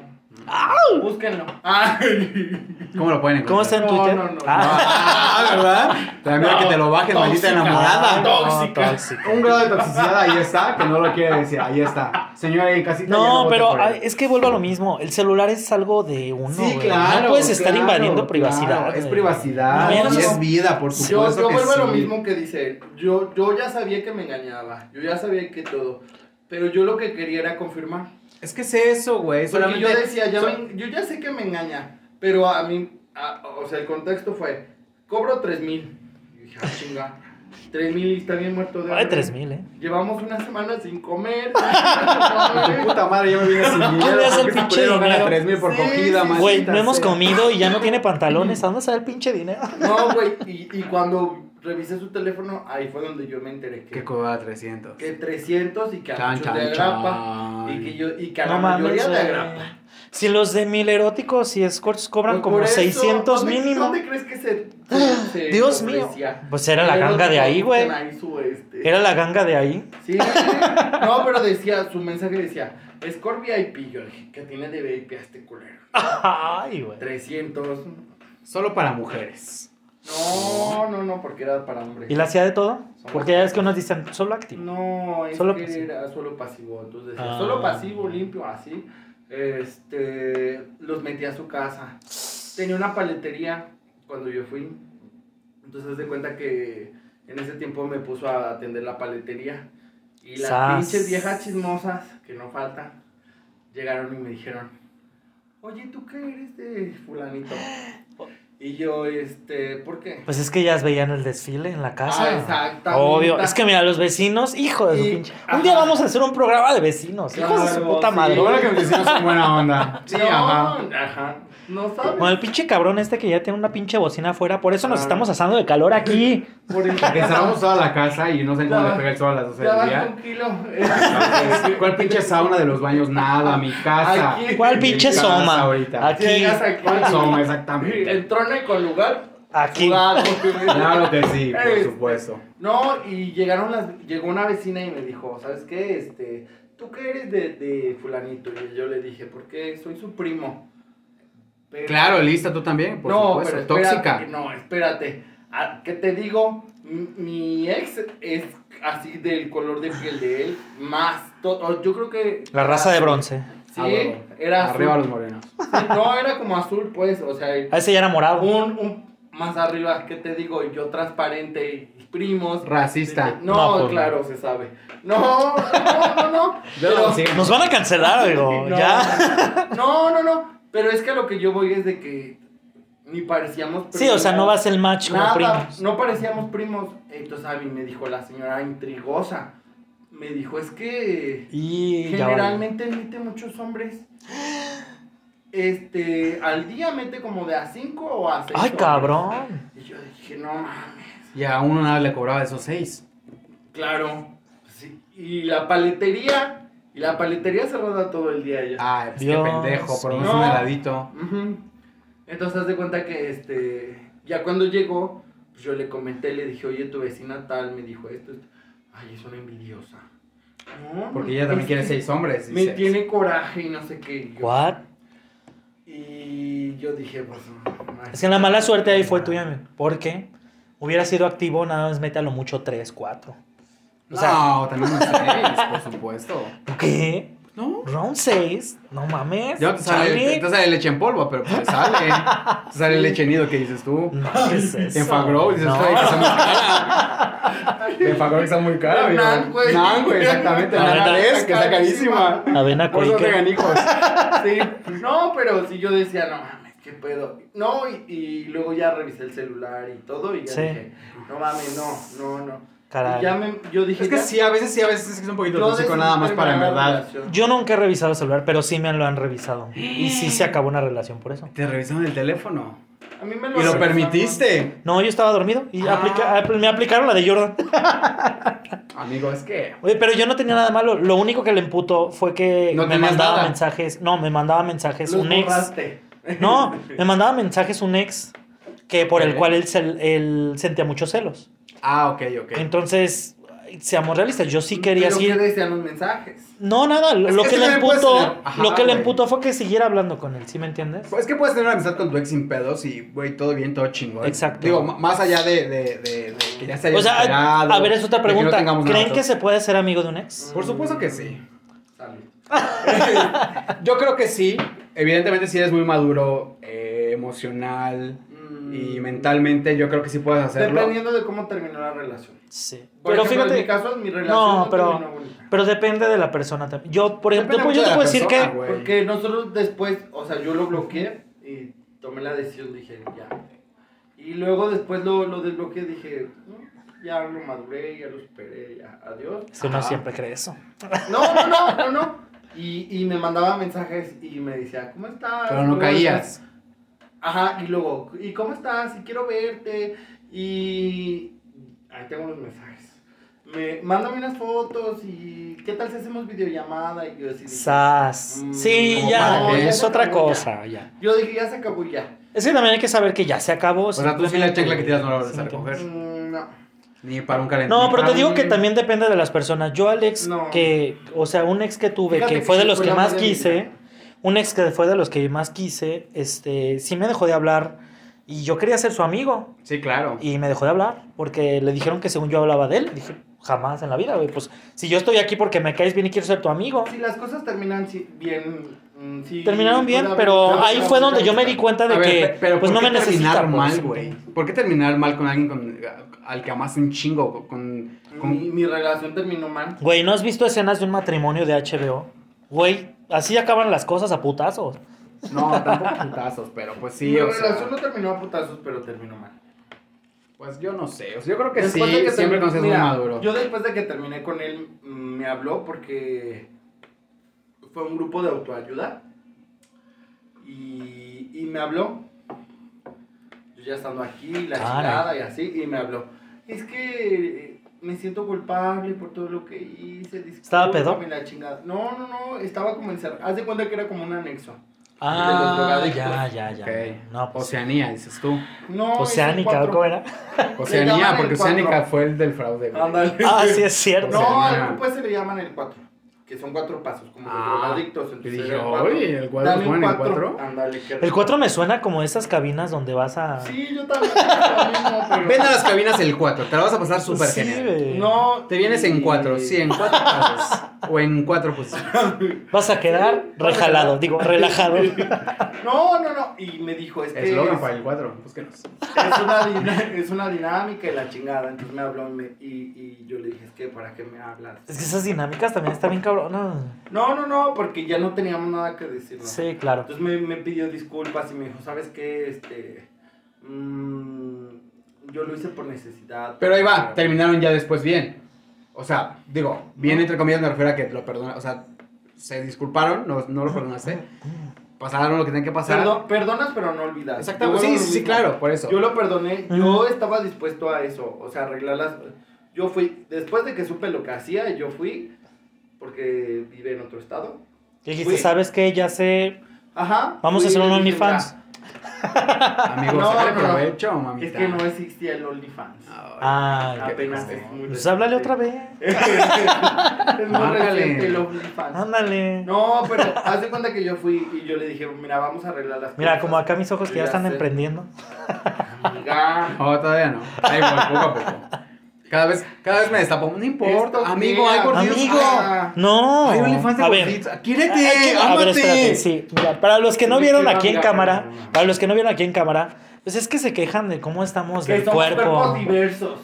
Speaker 3: *laughs*
Speaker 4: Búsquenlo.
Speaker 3: Ah,
Speaker 4: Ay.
Speaker 3: ¿Cómo lo pueden
Speaker 2: ¿Cómo
Speaker 3: encontrar?
Speaker 2: está en
Speaker 4: No,
Speaker 2: Twitter?
Speaker 4: no, no,
Speaker 2: Ah,
Speaker 5: Ah, ¿verdad?
Speaker 3: Te da miedo que te lo bajes, maldita
Speaker 5: tóxica.
Speaker 3: enamorada.
Speaker 2: Ah, no,
Speaker 4: Tóxica.
Speaker 2: tóxica.
Speaker 3: Un grado de toxicidad ahí está, que no lo quiere decir, ahí está. Señora ahí en casita. ya
Speaker 2: No,
Speaker 3: vote
Speaker 2: pero
Speaker 3: por él.
Speaker 2: ah, es que vuelvo a lo mismo. El celular es algo de uno.
Speaker 3: Sí,
Speaker 2: güey.
Speaker 3: claro.
Speaker 2: No puedes estar
Speaker 3: claro,
Speaker 2: invadiendo
Speaker 3: claro,
Speaker 2: privacidad.
Speaker 3: es
Speaker 2: güey.
Speaker 3: privacidad.
Speaker 2: No,
Speaker 3: y
Speaker 2: no.
Speaker 3: es vida, por
Speaker 4: Yo,
Speaker 3: supuesto.
Speaker 4: yo
Speaker 3: que
Speaker 4: vuelvo a lo
Speaker 3: sí.
Speaker 4: mismo que dice él. Yo, yo ya sabía que me engañaba. Yo ya sabía que todo. Pero yo lo que quería era confirmar.
Speaker 3: Es que es eso, güey.
Speaker 4: Porque
Speaker 3: Solamente.
Speaker 4: yo decía, ya
Speaker 3: so-
Speaker 4: me- yo ya sé que me engaña, pero a mí, a- o sea, el contexto fue, cobro 3000. Y dije, ah, chinga, 3000 y está bien muerto de
Speaker 2: Ay,
Speaker 4: hambre.
Speaker 2: 3000, ¿eh?
Speaker 4: Llevamos una semana sin
Speaker 2: *laughs*
Speaker 3: *laughs*
Speaker 4: comer.
Speaker 3: Tu puta madre, ya me vine sin dinero.
Speaker 2: ¿Dónde hace el
Speaker 3: porque se
Speaker 2: pinche
Speaker 3: pudieron ganar
Speaker 2: dinero?
Speaker 3: 3000 por
Speaker 4: Sí,
Speaker 3: comida,
Speaker 4: sí, sí.
Speaker 3: maldita
Speaker 2: Güey, no hemos
Speaker 3: sea.
Speaker 2: comido y ya no tiene pantalones. ¿A dónde sale el pinche dinero?
Speaker 4: no, güey, y, y cuando revisé su teléfono, ahí fue donde yo me enteré
Speaker 3: Que
Speaker 4: que,
Speaker 3: cobraba 300.
Speaker 4: que 300 y que a
Speaker 3: Chan,
Speaker 4: muchos
Speaker 3: chan,
Speaker 4: le agrapa.
Speaker 3: chan.
Speaker 4: Y que, yo, y que a
Speaker 2: No
Speaker 4: la mayoría
Speaker 2: mames. eh,
Speaker 4: le
Speaker 2: güey.
Speaker 4: agrapa.
Speaker 2: Si los de mil eróticos y escorts cobran
Speaker 4: Pues
Speaker 2: como
Speaker 4: por eso,
Speaker 2: 600
Speaker 4: ¿dónde-
Speaker 2: mínimo.
Speaker 4: ¿Dónde crees que se.?
Speaker 2: *gasps*
Speaker 4: se- se
Speaker 2: Dios mío.
Speaker 4: ofrecía?
Speaker 2: Pues era la ganga de ahí, güey.
Speaker 4: Ahí su, este,
Speaker 2: Era la ganga de ahí.
Speaker 4: Sí, no, pero decía, su mensaje decía, Score VIP, yo dije, que tiene de VIP a este culero.
Speaker 2: Ay, güey.
Speaker 4: 300.
Speaker 3: Solo para mujeres.
Speaker 4: No, no, no, porque era para hombres.
Speaker 2: ¿Y la hacía de todo? Porque ya es que unos dicen solo activo.
Speaker 4: No, es
Speaker 2: Este, Solo
Speaker 4: que
Speaker 2: pasivo.
Speaker 4: era solo pasivo, entonces decía,
Speaker 2: Ah.
Speaker 4: solo pasivo, limpio, así. Este, los metía a su casa. Tenía una paletería cuando yo fui. Entonces haz de cuenta que en ese tiempo me puso a atender la paletería. Y las
Speaker 2: Sas.
Speaker 4: pinches viejas chismosas, que no faltan, llegaron y me dijeron, oye, ¿tú qué eres de
Speaker 2: *gasps*
Speaker 4: fulanito? Y yo, este, ¿por qué?
Speaker 2: Pues es que ellas veían el desfile en la casa.
Speaker 4: Ah, exactamente.
Speaker 2: Obvio. Es que mira, los vecinos, hijo de su
Speaker 4: Y-
Speaker 2: pinche.
Speaker 4: ajá.
Speaker 2: Un día vamos a hacer un programa de vecinos. hijos de su
Speaker 4: Claro,
Speaker 2: puta
Speaker 4: sí.
Speaker 2: madre.
Speaker 3: Lo bueno que mis vecinos son buena onda. Sí,
Speaker 4: no,
Speaker 3: ajá.
Speaker 4: ajá. No sabes.
Speaker 2: Con el pinche cabrón este que ya tiene una pinche bocina afuera. Por eso nos
Speaker 4: Ah.
Speaker 2: estamos asando de calor aquí.
Speaker 4: Por el
Speaker 3: Que cerramos toda la casa y no sé cómo le pega el sol a las 12
Speaker 4: Ya
Speaker 3: del
Speaker 4: baja
Speaker 3: día.
Speaker 4: un *laughs* kilo. *laughs*
Speaker 3: ¿Cuál pinche sauna de los baños? Nada, mi casa.
Speaker 4: Aquí.
Speaker 2: ¿Cuál
Speaker 3: Mi
Speaker 2: pinche
Speaker 3: casa
Speaker 2: soma?
Speaker 3: Ahorita.
Speaker 2: Aquí.
Speaker 4: Llegas aquí.
Speaker 3: ¿Cuál soma? Exactamente.
Speaker 4: El trono y con lugar.
Speaker 2: Aquí.
Speaker 4: sudado.
Speaker 3: *laughs* Claro que sí, por
Speaker 4: Este,
Speaker 3: supuesto.
Speaker 4: No, y llegaron las, llegó una vecina y me dijo, ¿sabes qué? Este, ¿tú qué eres de, de fulanito? Y yo le dije, porque soy su primo. Pero-
Speaker 3: Claro, lista tú también, por
Speaker 4: no,
Speaker 3: supuesto.
Speaker 4: pero espérate,
Speaker 3: Tóxica.
Speaker 4: que No, espérate. Ah, ¿Qué te digo? Mi, mi ex es así del color de piel de él, más. to- o yo creo que.
Speaker 2: La raza de bronce.
Speaker 4: Sí,
Speaker 3: A huevo.
Speaker 4: era azul.
Speaker 3: Arriba los morenos.
Speaker 4: Sí, no, era como azul, pues. O sea,
Speaker 2: A ese ya era morado.
Speaker 4: un, un más arriba, ¿qué te digo? Yo transparente y primos.
Speaker 3: Racista.
Speaker 2: No,
Speaker 4: No,
Speaker 2: pues,
Speaker 4: claro, se sabe. No, no,
Speaker 2: *laughs*
Speaker 4: no, no. Pero-
Speaker 3: Sí.
Speaker 2: Nos van a
Speaker 3: *laughs*
Speaker 2: cancelar, digo.
Speaker 4: *laughs* No,
Speaker 2: ya.
Speaker 4: No, no, no. Pero es que a lo que yo voy es de que ni parecíamos
Speaker 2: Sí, o sea, no va a ser el match como
Speaker 4: Nada,
Speaker 2: primos.
Speaker 4: no parecíamos primos. Entonces a mí me dijo la señora intrigosa. Me dijo, es que
Speaker 2: Y ya vale.
Speaker 4: generalmente mete muchos hombres. *gasps* Este, al día mete como de a 5 o a 6.
Speaker 2: Ay, cabrón.
Speaker 4: Y yo dije, no mames.
Speaker 3: Y a uno nada le cobraba esos seis.
Speaker 4: Claro. Sí, Y la paletería. Y la paletería cerrada todo el día ella.
Speaker 3: Ay, pues qué
Speaker 2: Dios
Speaker 3: pendejo, por lo menos
Speaker 4: mío.
Speaker 3: un heladito.
Speaker 4: Ujú. Entonces haz de cuenta que este ya cuando llegó, pues, yo le comenté, le dije, oye, tu vecina tal, me dijo esto, esto". Ay, es una envidiosa. No,
Speaker 3: Porque ella también
Speaker 4: es
Speaker 3: quiere
Speaker 4: que
Speaker 3: seis hombres.
Speaker 4: Me
Speaker 3: dice.
Speaker 4: tiene coraje y no sé qué. Y yo-
Speaker 2: What?
Speaker 4: Y yo dije, pues. ay,
Speaker 2: Es que la mala suerte ahí fue tuya, men, porque hubiera sido activo, nada más métalo mucho 3, 4. O sea,
Speaker 3: no, también un seis, por supuesto.
Speaker 2: ¿qué?
Speaker 3: No.
Speaker 2: Round 6, no
Speaker 3: *laughs*
Speaker 2: mames.
Speaker 3: Ya te sale,
Speaker 2: chale.
Speaker 3: te sale leche en polvo, pero pues te *laughs* sale. Te sale leche nido que dices tú.
Speaker 2: No, ¿qué es eso?
Speaker 3: En Fagrow dices,
Speaker 2: No.
Speaker 3: "Ay, que se me- *laughs* De Paco está muy cara, güey.
Speaker 4: Nan, güey.
Speaker 3: Nan, güey, exactamente.
Speaker 2: La
Speaker 3: Nan
Speaker 2: verdad,
Speaker 3: es, que está
Speaker 4: carísima.
Speaker 3: carísima.
Speaker 2: Avena
Speaker 3: Por eso
Speaker 2: cuica.
Speaker 3: vegan hijos.
Speaker 2: *laughs*
Speaker 4: Sí, pues, no, pero si yo decía, no mames, qué pedo. No, y, y luego ya revisé el celular y todo y ya
Speaker 2: Sí.
Speaker 4: dije, no mames, no, no, no.
Speaker 2: Caray.
Speaker 4: Y ya me, yo dije,
Speaker 3: Es que
Speaker 4: ya,
Speaker 3: sí, a veces sí, a veces es que es un poquito tóxico
Speaker 4: decidí
Speaker 3: nada más para en
Speaker 4: terminar la
Speaker 3: verdad.
Speaker 4: relación.
Speaker 2: Yo nunca he revisado el celular, pero sí me lo han revisado. Y sí
Speaker 3: *gasps*
Speaker 2: se acabó una relación por eso.
Speaker 3: Te revisaron el teléfono.
Speaker 4: A mí me
Speaker 3: Y lo
Speaker 4: regresaron.
Speaker 3: permitiste.
Speaker 2: No, yo estaba dormido y
Speaker 3: Ah.
Speaker 2: aplica- apl- me aplicaron la de Jordan.
Speaker 3: Amigo, es que.
Speaker 2: Oye, pero yo no tenía nada malo. Lo único que le emputó fue que
Speaker 3: No
Speaker 2: me
Speaker 3: tenías
Speaker 2: mandaba
Speaker 3: nada.
Speaker 2: mensajes. No, me mandaba mensajes
Speaker 4: Los
Speaker 2: un ex.
Speaker 4: borraste.
Speaker 2: No, me mandaba mensajes un ex que por el
Speaker 3: Ok.
Speaker 2: cual él, cel- él sentía muchos celos.
Speaker 3: Ah, ok, ok.
Speaker 2: Entonces, ay, seamos realistas, yo sí quería
Speaker 4: Pero
Speaker 2: seguir.
Speaker 4: ¿qué decían los mensajes?
Speaker 2: No, nada, lo,
Speaker 3: Es
Speaker 2: lo
Speaker 3: que
Speaker 2: que
Speaker 3: sí
Speaker 2: le
Speaker 3: me puedes
Speaker 2: emputó,
Speaker 3: tener- Ajá,
Speaker 2: lo que le
Speaker 3: güey.
Speaker 2: emputó fue que siguiera hablando con él, ¿sí me entiendes?
Speaker 3: Pues es que puedes tener una amistad con tu ex sin pedos y, güey, todo bien, todo chingón.
Speaker 2: Exacto.
Speaker 3: Digo, m- más allá de, de- de- de que ya se haya
Speaker 2: O sea,
Speaker 3: superado,
Speaker 2: a ver, es
Speaker 3: de
Speaker 2: otra
Speaker 3: que no
Speaker 2: pregunta.
Speaker 3: tengamos nada
Speaker 2: ¿Creen que
Speaker 3: otro.
Speaker 2: se puede ser amigo de un ex?
Speaker 3: Por supuesto que sí.
Speaker 4: Sale.
Speaker 3: Yo creo que sí. Evidentemente, si eres muy maduro, eh, emocional
Speaker 4: Mm.
Speaker 3: y mentalmente, yo creo que sí puedes hacerlo.
Speaker 4: Dependiendo de cómo terminó la relación.
Speaker 2: Sí.
Speaker 4: Por
Speaker 2: Pero
Speaker 4: ejemplo,
Speaker 2: fíjate,
Speaker 4: En mi caso, mi relación
Speaker 2: No,
Speaker 4: no,
Speaker 2: pero-
Speaker 4: terminó bonita.
Speaker 2: pero depende de la persona también. Yo, por ejemplo,
Speaker 3: Depende
Speaker 2: pues,
Speaker 3: mucho
Speaker 2: yo
Speaker 3: de
Speaker 2: te
Speaker 3: la
Speaker 2: puedo decir
Speaker 3: persona,
Speaker 2: que
Speaker 3: güey.
Speaker 4: Porque nosotros después, o sea, yo lo bloqueé y tomé la decisión, dije, ya. Y luego después lo, lo desbloqueé, dije, "No, ya lo maduré, ya lo superé, ya,
Speaker 3: *laughs*
Speaker 4: adiós.
Speaker 2: Es que uno
Speaker 3: Ajá.
Speaker 2: Este siempre cree eso.
Speaker 4: No, no, no, no, no. Y, y me mandaba mensajes y me decía, ¿cómo estás?
Speaker 3: Pero no
Speaker 4: ¿Cómo
Speaker 3: caías.
Speaker 4: estás?". Ajá, y luego, ¿y cómo estás? Y quiero verte. Y ahí tengo los mensajes. Me, mándame unas fotos y ¿qué tal si hacemos videollamada? Y yo así dije,
Speaker 2: Sas.
Speaker 4: Mm,
Speaker 2: Sí,
Speaker 3: como
Speaker 2: ya,
Speaker 3: para que-
Speaker 2: es
Speaker 4: ya
Speaker 2: otra
Speaker 4: se acabó,
Speaker 2: cosa, Ah, ya.
Speaker 4: Yo dije, ya se acabó y ya.
Speaker 2: Es que también hay que saber que ya se acabó.
Speaker 3: O sea, tú sí la chancla que tiras no la vuelves
Speaker 2: Sí,
Speaker 3: a
Speaker 2: me entiendes.
Speaker 3: recoger.
Speaker 4: Mm, no.
Speaker 3: Ni para un calentamiento.
Speaker 2: No, pero te digo que
Speaker 4: Mm.
Speaker 2: también depende de las personas. Yo al ex
Speaker 4: No.
Speaker 2: que, o sea, un ex que tuve
Speaker 4: Fíjate
Speaker 2: que fue de
Speaker 4: sí
Speaker 2: los que
Speaker 4: la
Speaker 2: más
Speaker 4: madre de mi
Speaker 2: quise,
Speaker 4: vida.
Speaker 2: un ex que fue de los que más quise, este, sí me dejó de hablar y yo quería ser su amigo
Speaker 3: Sí, claro.
Speaker 2: y me dejó de hablar porque le dijeron que según yo hablaba de él, Y dije, jamás en la vida, güey, pues si yo estoy aquí porque me caes bien y quiero ser tu amigo.
Speaker 4: Si las cosas terminan sí, bien. mm, sí,
Speaker 2: Terminaron bien,
Speaker 4: puede haber- puede
Speaker 2: pero
Speaker 4: haber
Speaker 2: ahí
Speaker 4: una
Speaker 2: fue
Speaker 4: bonita
Speaker 2: donde yo me di
Speaker 4: amistad.
Speaker 2: cuenta de
Speaker 3: A ver,
Speaker 2: que
Speaker 3: pe- pero
Speaker 2: pues
Speaker 3: ¿por
Speaker 2: no
Speaker 3: qué
Speaker 2: me necesita
Speaker 3: terminar
Speaker 2: pues.
Speaker 3: mal, güey? ¿Por qué terminar mal con alguien con- al que amas un chingo? Con, con-
Speaker 4: Mi, mi relación terminó mal.
Speaker 2: Güey, ¿no has visto escenas de un matrimonio de HBO? Güey, así acaban las cosas a putazos.
Speaker 3: No, tampoco putazos, pero pues sí,
Speaker 4: mi
Speaker 3: o sea,
Speaker 4: relación no terminó a putazos, pero terminó mal.
Speaker 3: Pues yo no sé. o sea, yo creo que
Speaker 4: Después
Speaker 3: sí,
Speaker 4: de que
Speaker 3: siempre
Speaker 4: termi-
Speaker 3: cuando seas muy
Speaker 4: mira,
Speaker 3: maduro.
Speaker 4: Yo después de que terminé con él, mm, me habló porque fue un grupo de autoayuda. Y, y me habló. Yo ya estando aquí, la
Speaker 2: Caray.
Speaker 4: chingada y así, y me habló. Es que eh, me siento culpable por todo lo que hice.
Speaker 2: ¿Estaba pedo?
Speaker 4: discúlpame, La chingada. No, no, no, estaba como encerrado. Haz de cuenta que era como un anexo.
Speaker 2: Ah,
Speaker 4: drogadictos.
Speaker 2: ya, ya, ya.
Speaker 3: Ok.
Speaker 2: No, pues,
Speaker 3: Oceanía, dices tú.
Speaker 4: No,
Speaker 2: Oceánica,
Speaker 4: es un
Speaker 2: ¿cómo
Speaker 4: cuatro-
Speaker 2: era?
Speaker 4: Le
Speaker 3: Oceanía,
Speaker 4: llaman
Speaker 3: porque
Speaker 4: el cuatro.
Speaker 3: Oceánica fue el del fraude, güey.
Speaker 4: Ándale.
Speaker 2: Ah, sí, es cierto.
Speaker 4: *laughs* No,
Speaker 3: Oceanía.
Speaker 4: al grupo ese le llaman el 4. Que son cuatro pasos, como los
Speaker 3: Ah,
Speaker 4: drogadictos.
Speaker 3: yo
Speaker 4: Entonces
Speaker 3: dije,
Speaker 4: era el cuatro.
Speaker 3: oye, ¿el cuatro
Speaker 4: Dame
Speaker 3: lo
Speaker 4: un
Speaker 3: ponen en
Speaker 4: cuatro.
Speaker 3: cuatro?
Speaker 4: Ándale, qué
Speaker 2: El
Speaker 4: rico.
Speaker 2: 4 me suena como esas cabinas donde vas a...
Speaker 4: Sí, yo también. yo también,
Speaker 3: Ven a las cabinas el 4, te la vas a pasar súper
Speaker 2: Pues Sí,
Speaker 3: genial.
Speaker 2: güey.
Speaker 4: No,
Speaker 3: Te vienes en 4, sí, en 4 pasos. o en pues, 4 posiciones.
Speaker 2: Vas a quedar rejalado, digo, relajado.
Speaker 4: *laughs* No, no, no. Y me dijo, es que es,
Speaker 3: Eslogan para el pues, 4, búsquenos.
Speaker 4: es una dina- es una dinámica y la chingada. Entonces me habló y, me- y, y yo le dije, es que ¿para qué me hablas?
Speaker 2: Es que esas dinámicas también están bien cabronas.
Speaker 4: No, no, no, porque ya no teníamos nada que decirnos.
Speaker 2: Sí, claro.
Speaker 4: Entonces me, me pidió disculpas y me dijo, ¿sabes qué? Este, mm, yo lo hice por necesidad.
Speaker 3: Pero ahí va, terminaron ya después bien. O sea, digo, bien entre comillas me refiero a que lo perdonaron. O sea, se disculparon, no, no lo perdonaste. Pasaron lo que tenían que pasar.
Speaker 4: Perdo- perdonas pero no olvidas.
Speaker 3: Exactamente.
Speaker 4: Yo
Speaker 3: Sí,
Speaker 4: lo
Speaker 3: sí, sí,
Speaker 4: mismo.
Speaker 3: claro, por eso.
Speaker 4: Yo lo perdoné, yo
Speaker 2: Ujú.
Speaker 4: estaba dispuesto a eso, o sea, arreglar las... Yo fui, después de que supe lo que hacía, yo fui, porque vive en otro estado.
Speaker 2: Dijiste,
Speaker 4: Güey.
Speaker 2: ¿sabes qué? Ya sé...
Speaker 4: Ajá.
Speaker 2: Vamos a
Speaker 4: fui
Speaker 2: hacer
Speaker 4: y
Speaker 2: un
Speaker 4: le dije,
Speaker 2: OnlyFans.
Speaker 3: Amigos,
Speaker 4: No,
Speaker 3: sácale
Speaker 4: no, no.
Speaker 3: provecho,
Speaker 4: "Mira,
Speaker 3: mamita.
Speaker 4: Es que no existía el OnlyFans.
Speaker 3: Ah,
Speaker 2: Ay,
Speaker 3: qué
Speaker 4: Apenas
Speaker 3: pendejo.
Speaker 4: es muy
Speaker 2: Ah, pues háblale
Speaker 4: reciente.
Speaker 2: otra vez.
Speaker 4: es muy
Speaker 3: Márcale.
Speaker 4: reciente el OnlyFans.
Speaker 2: Ándale.
Speaker 4: No, pero haz de cuenta que yo fui y yo le dije, mira, vamos a arreglar las
Speaker 2: Mira,
Speaker 4: cosas.
Speaker 2: como acá mis ojos que ya
Speaker 4: Ya
Speaker 2: están
Speaker 4: sé.
Speaker 2: emprendiendo.
Speaker 4: Amiga.
Speaker 3: No, todavía no. Ahí voy, poco a poco. Cada vez, cada vez me destapo. No importa.
Speaker 4: Esto
Speaker 3: amigo,
Speaker 4: qué,
Speaker 3: hay gorditos.
Speaker 2: Amigo,
Speaker 4: ah,
Speaker 2: no.
Speaker 3: Hay OnlyFans de
Speaker 2: A ver,
Speaker 3: gorditos.
Speaker 2: Ay,
Speaker 3: Quiérete,
Speaker 2: que- a ver, espérate,
Speaker 3: ámate.
Speaker 2: sí. Mira, para los que no vieron aquí en
Speaker 4: Mira,
Speaker 2: cámara,
Speaker 4: mira.
Speaker 2: para los que no vieron aquí en cámara, pues es que se quejan de cómo estamos
Speaker 4: Que
Speaker 2: del
Speaker 4: somos cuerpos
Speaker 2: cuerpo.
Speaker 4: diversos.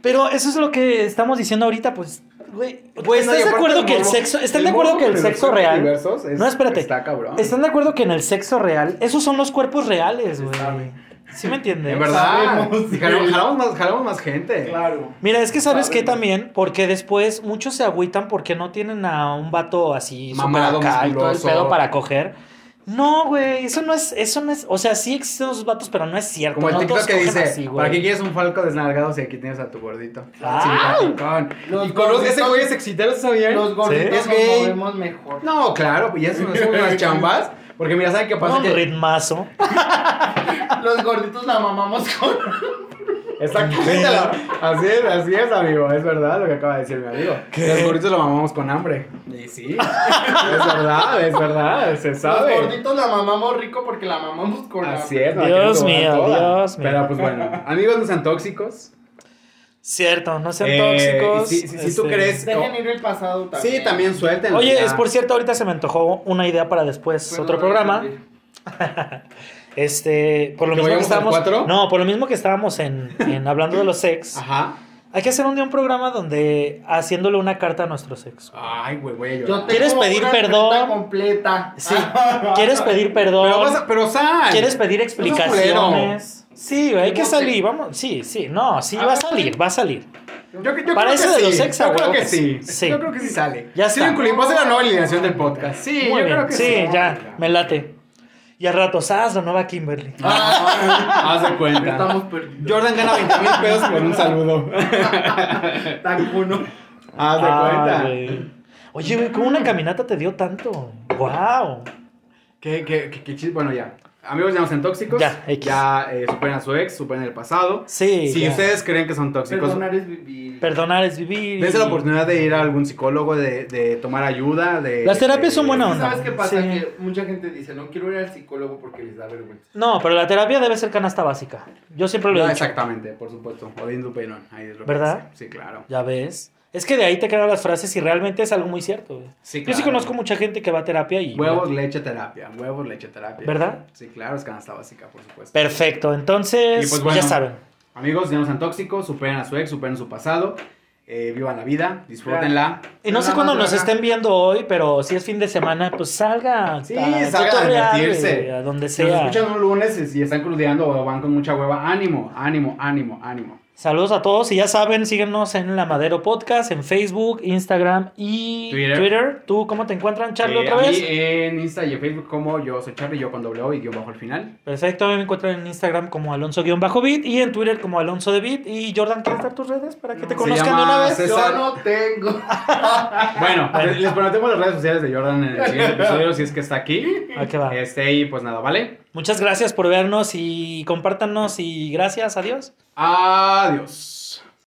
Speaker 2: Pero eso es lo que estamos diciendo ahorita, pues. Güey,
Speaker 3: Güey, no, y
Speaker 2: ¿estás de
Speaker 3: aparte
Speaker 2: acuerdo
Speaker 3: el
Speaker 2: que el
Speaker 3: morbo-
Speaker 2: sexo. ¿Están de
Speaker 3: morbo
Speaker 2: acuerdo que
Speaker 3: con
Speaker 2: el
Speaker 3: los
Speaker 2: sexo
Speaker 3: cuerpos
Speaker 2: real.
Speaker 3: diversos es-
Speaker 2: No, espérate.
Speaker 3: Está cabrón.
Speaker 2: ¿Están de acuerdo que en el sexo real, esos son los cuerpos reales, güey?
Speaker 4: sabe.
Speaker 2: ¿Sí me entiendes?
Speaker 3: En verdad.
Speaker 4: ¿Eh? Sabemos. *laughs*
Speaker 3: Jalamos, jalamos más, jalamos más gente.
Speaker 4: Claro.
Speaker 2: Mira, es que sabes
Speaker 4: Sabe.
Speaker 2: que también, porque después muchos se agüitan porque no tienen a un vato así súper
Speaker 3: Mamado,
Speaker 2: acá y todo el
Speaker 3: musculoso.
Speaker 2: pedo para coger. No, güey, eso no es, eso no es, o sea, sí existen esos vatos, pero no es cierto.
Speaker 3: Como el
Speaker 2: no
Speaker 3: TikTok
Speaker 2: todos
Speaker 3: que
Speaker 2: cogen
Speaker 3: dice,
Speaker 2: así, güey.
Speaker 3: ¿para qué quieres un falco desnalgado si aquí tienes a tu gordito?
Speaker 2: Ah.
Speaker 3: Simpaticón.
Speaker 4: Los
Speaker 3: Y con los ese
Speaker 4: gorditos-
Speaker 3: güey es excitero, ¿sabían?
Speaker 4: Los gorditos
Speaker 3: Es
Speaker 4: nos
Speaker 3: gay.
Speaker 4: movemos mejor.
Speaker 3: No, claro, y eso no son
Speaker 4: *laughs*
Speaker 3: unas chambas. Porque mira, ¿saben qué pasa?
Speaker 2: Un
Speaker 3: Que-
Speaker 2: ritmazo.
Speaker 4: Los gorditos la mamamos con.
Speaker 3: Exactamente. la- Así es, así es, amigo. Es verdad lo que acaba de decir mi amigo. Los gorditos lo mamamos con hambre. Y sí. *laughs* es verdad, es verdad. Se sabe.
Speaker 4: Los gorditos la mamamos rico porque la mamamos con. la-
Speaker 3: Así es, no,
Speaker 2: Dios
Speaker 3: aquí nos
Speaker 2: mío,
Speaker 3: toman todas.
Speaker 2: Dios mío.
Speaker 3: Pero pues bueno, amigos no sean tóxicos.
Speaker 2: Cierto, no sean
Speaker 3: Eh,
Speaker 2: tóxicos. este.
Speaker 3: si- si- si tú crees- oh,
Speaker 4: Dejen ir el pasado también.
Speaker 3: Sí, también suelten.
Speaker 2: Oye, es por cierto, ahorita se me antojó una idea para después,
Speaker 4: Bueno,
Speaker 2: otro
Speaker 4: no,
Speaker 2: programa.
Speaker 4: no,
Speaker 2: Este, por lo
Speaker 3: ¿Que
Speaker 2: mismo que
Speaker 3: vayamos al
Speaker 2: estábamos.
Speaker 3: cuatro? Ah.
Speaker 2: No, por lo mismo que estábamos en,
Speaker 3: *laughs*
Speaker 2: en hablando de los sex.
Speaker 3: Ajá.
Speaker 2: Hay que hacer un día un programa donde haciéndole una carta a nuestro sexo.
Speaker 3: Ay, güey, voy a
Speaker 4: Yo
Speaker 3: llorar.
Speaker 4: tengo
Speaker 2: ¿Quieres pedir
Speaker 4: una
Speaker 2: perdón?
Speaker 4: receta completa.
Speaker 3: *laughs*
Speaker 2: Sí. ¿Quieres pedir perdón?
Speaker 3: Pero, vas a- pero sal.
Speaker 2: ¿Quieres pedir explicaciones? Sí, güey, hay que
Speaker 4: Porque-
Speaker 2: salir, vamos. Sí, sí, no, sí,
Speaker 3: A
Speaker 2: va a
Speaker 3: ver.
Speaker 2: salir, va a salir.
Speaker 3: Yo, yo creo
Speaker 2: Para
Speaker 3: que
Speaker 2: ese de
Speaker 3: sí.
Speaker 2: los ex,
Speaker 3: Yo
Speaker 2: a
Speaker 3: creo
Speaker 2: huevo
Speaker 3: que
Speaker 2: que
Speaker 3: sí.
Speaker 2: sí. Sí.
Speaker 3: Yo creo que sí sale.
Speaker 2: Ya
Speaker 3: Sí,
Speaker 2: está.
Speaker 3: vinculín, va a ser la nueva alineación del podcast. Sí,
Speaker 2: Muy
Speaker 3: yo
Speaker 2: bien,
Speaker 3: creo que
Speaker 2: sí,
Speaker 3: sí.
Speaker 2: ya, me late. Y al rato, ¿sabes la nueva Kimberly?
Speaker 3: Ah, haz de cuenta.
Speaker 4: Estamos perdidos.
Speaker 3: Jordan gana 20 mil pesos por un saludo.
Speaker 4: Tan uno.
Speaker 3: Haz de
Speaker 2: Ah,
Speaker 3: cuenta. Mm.
Speaker 2: güey. Oye, güey, ¿cómo una caminata te dio tanto? ¡Wow!
Speaker 3: ¿Qué, qué, qué, qué chis- Bueno, ya. Amigos, ya no sean tóxicos.
Speaker 2: Ya, X.
Speaker 3: Ya eh, superen a su ex, superen el pasado.
Speaker 2: Sí.
Speaker 3: si
Speaker 2: ya.
Speaker 3: ustedes creen que son tóxicos,
Speaker 4: Perdonar es vivir.
Speaker 2: Perdonar es vivir.
Speaker 3: dense la oportunidad de ir a algún psicólogo, de, de tomar ayuda. De, este,
Speaker 2: Las terapias
Speaker 3: de-
Speaker 2: son buena
Speaker 4: ¿Y
Speaker 2: onda.
Speaker 4: ¿Sabes qué pasa?
Speaker 2: Sí.
Speaker 4: Que mucha gente dice, no quiero ir al psicólogo porque les da vergüenza.
Speaker 2: No, pero la terapia debe ser canasta básica. Yo siempre lo he
Speaker 3: No,
Speaker 2: dicho.
Speaker 3: exactamente, por supuesto. Odín Dupeirón. Ahí es lo que
Speaker 2: ¿Verdad?
Speaker 3: dice. Sí, claro.
Speaker 2: Ya ves. Es que de ahí te quedan las frases y realmente es algo muy cierto. güey.
Speaker 3: Sí,
Speaker 2: Yo sí
Speaker 3: claro.
Speaker 2: conozco mucha gente que va a terapia y...
Speaker 3: Huevos, leche, terapia. Huevos, leche, terapia.
Speaker 2: ¿Verdad?
Speaker 3: Sí, claro, es canasta básica, por supuesto.
Speaker 2: Perfecto. Entonces,
Speaker 3: Y pues bueno.
Speaker 2: ya saben.
Speaker 3: Amigos, ya no sean tóxicos, superen a su ex, superen su pasado, eh, vivan la vida, disfrútenla.
Speaker 2: Y no sé
Speaker 4: Nada
Speaker 2: cuándo
Speaker 4: más
Speaker 2: nos
Speaker 4: haga.
Speaker 2: estén viendo hoy, pero si es fin de semana, pues salgan.
Speaker 3: Sí,
Speaker 2: a
Speaker 3: salgan a
Speaker 2: cotorrear,
Speaker 3: divertirse.
Speaker 2: güey, A donde
Speaker 3: Si nos
Speaker 2: sea.
Speaker 3: escuchan un lunes y- y están crudeando o van con mucha hueva, ánimo, ánimo, ánimo, ánimo.
Speaker 2: Saludos a todos y ya saben, síguenos en La Madero Podcast, en Facebook, Instagram y
Speaker 3: Twitter.
Speaker 2: Twitter. ¿Tú cómo te encuentran, Charlie,
Speaker 3: Eh,
Speaker 2: otra
Speaker 3: a mí
Speaker 2: vez?
Speaker 3: en Insta y en Facebook como yo soy Charlie, yo con doble O y guión bajo al final.
Speaker 2: Perfecto, a mí me encuentran en Instagram como Alonso-Bit y en Twitter como Alonso de Bit. Y Jordan, ¿quieres dar tus redes para que te
Speaker 3: Se
Speaker 2: conozcan
Speaker 3: llama
Speaker 2: de una vez?
Speaker 3: César.
Speaker 4: Yo no tengo.
Speaker 3: Bueno, les les prometemos las redes sociales de Jordan en el *laughs* siguiente episodio si es que está aquí.
Speaker 2: Ah, que va.
Speaker 3: Este y pues nada, ¿vale?
Speaker 2: Muchas gracias por vernos y compártanos y gracias, adiós.
Speaker 3: Adiós.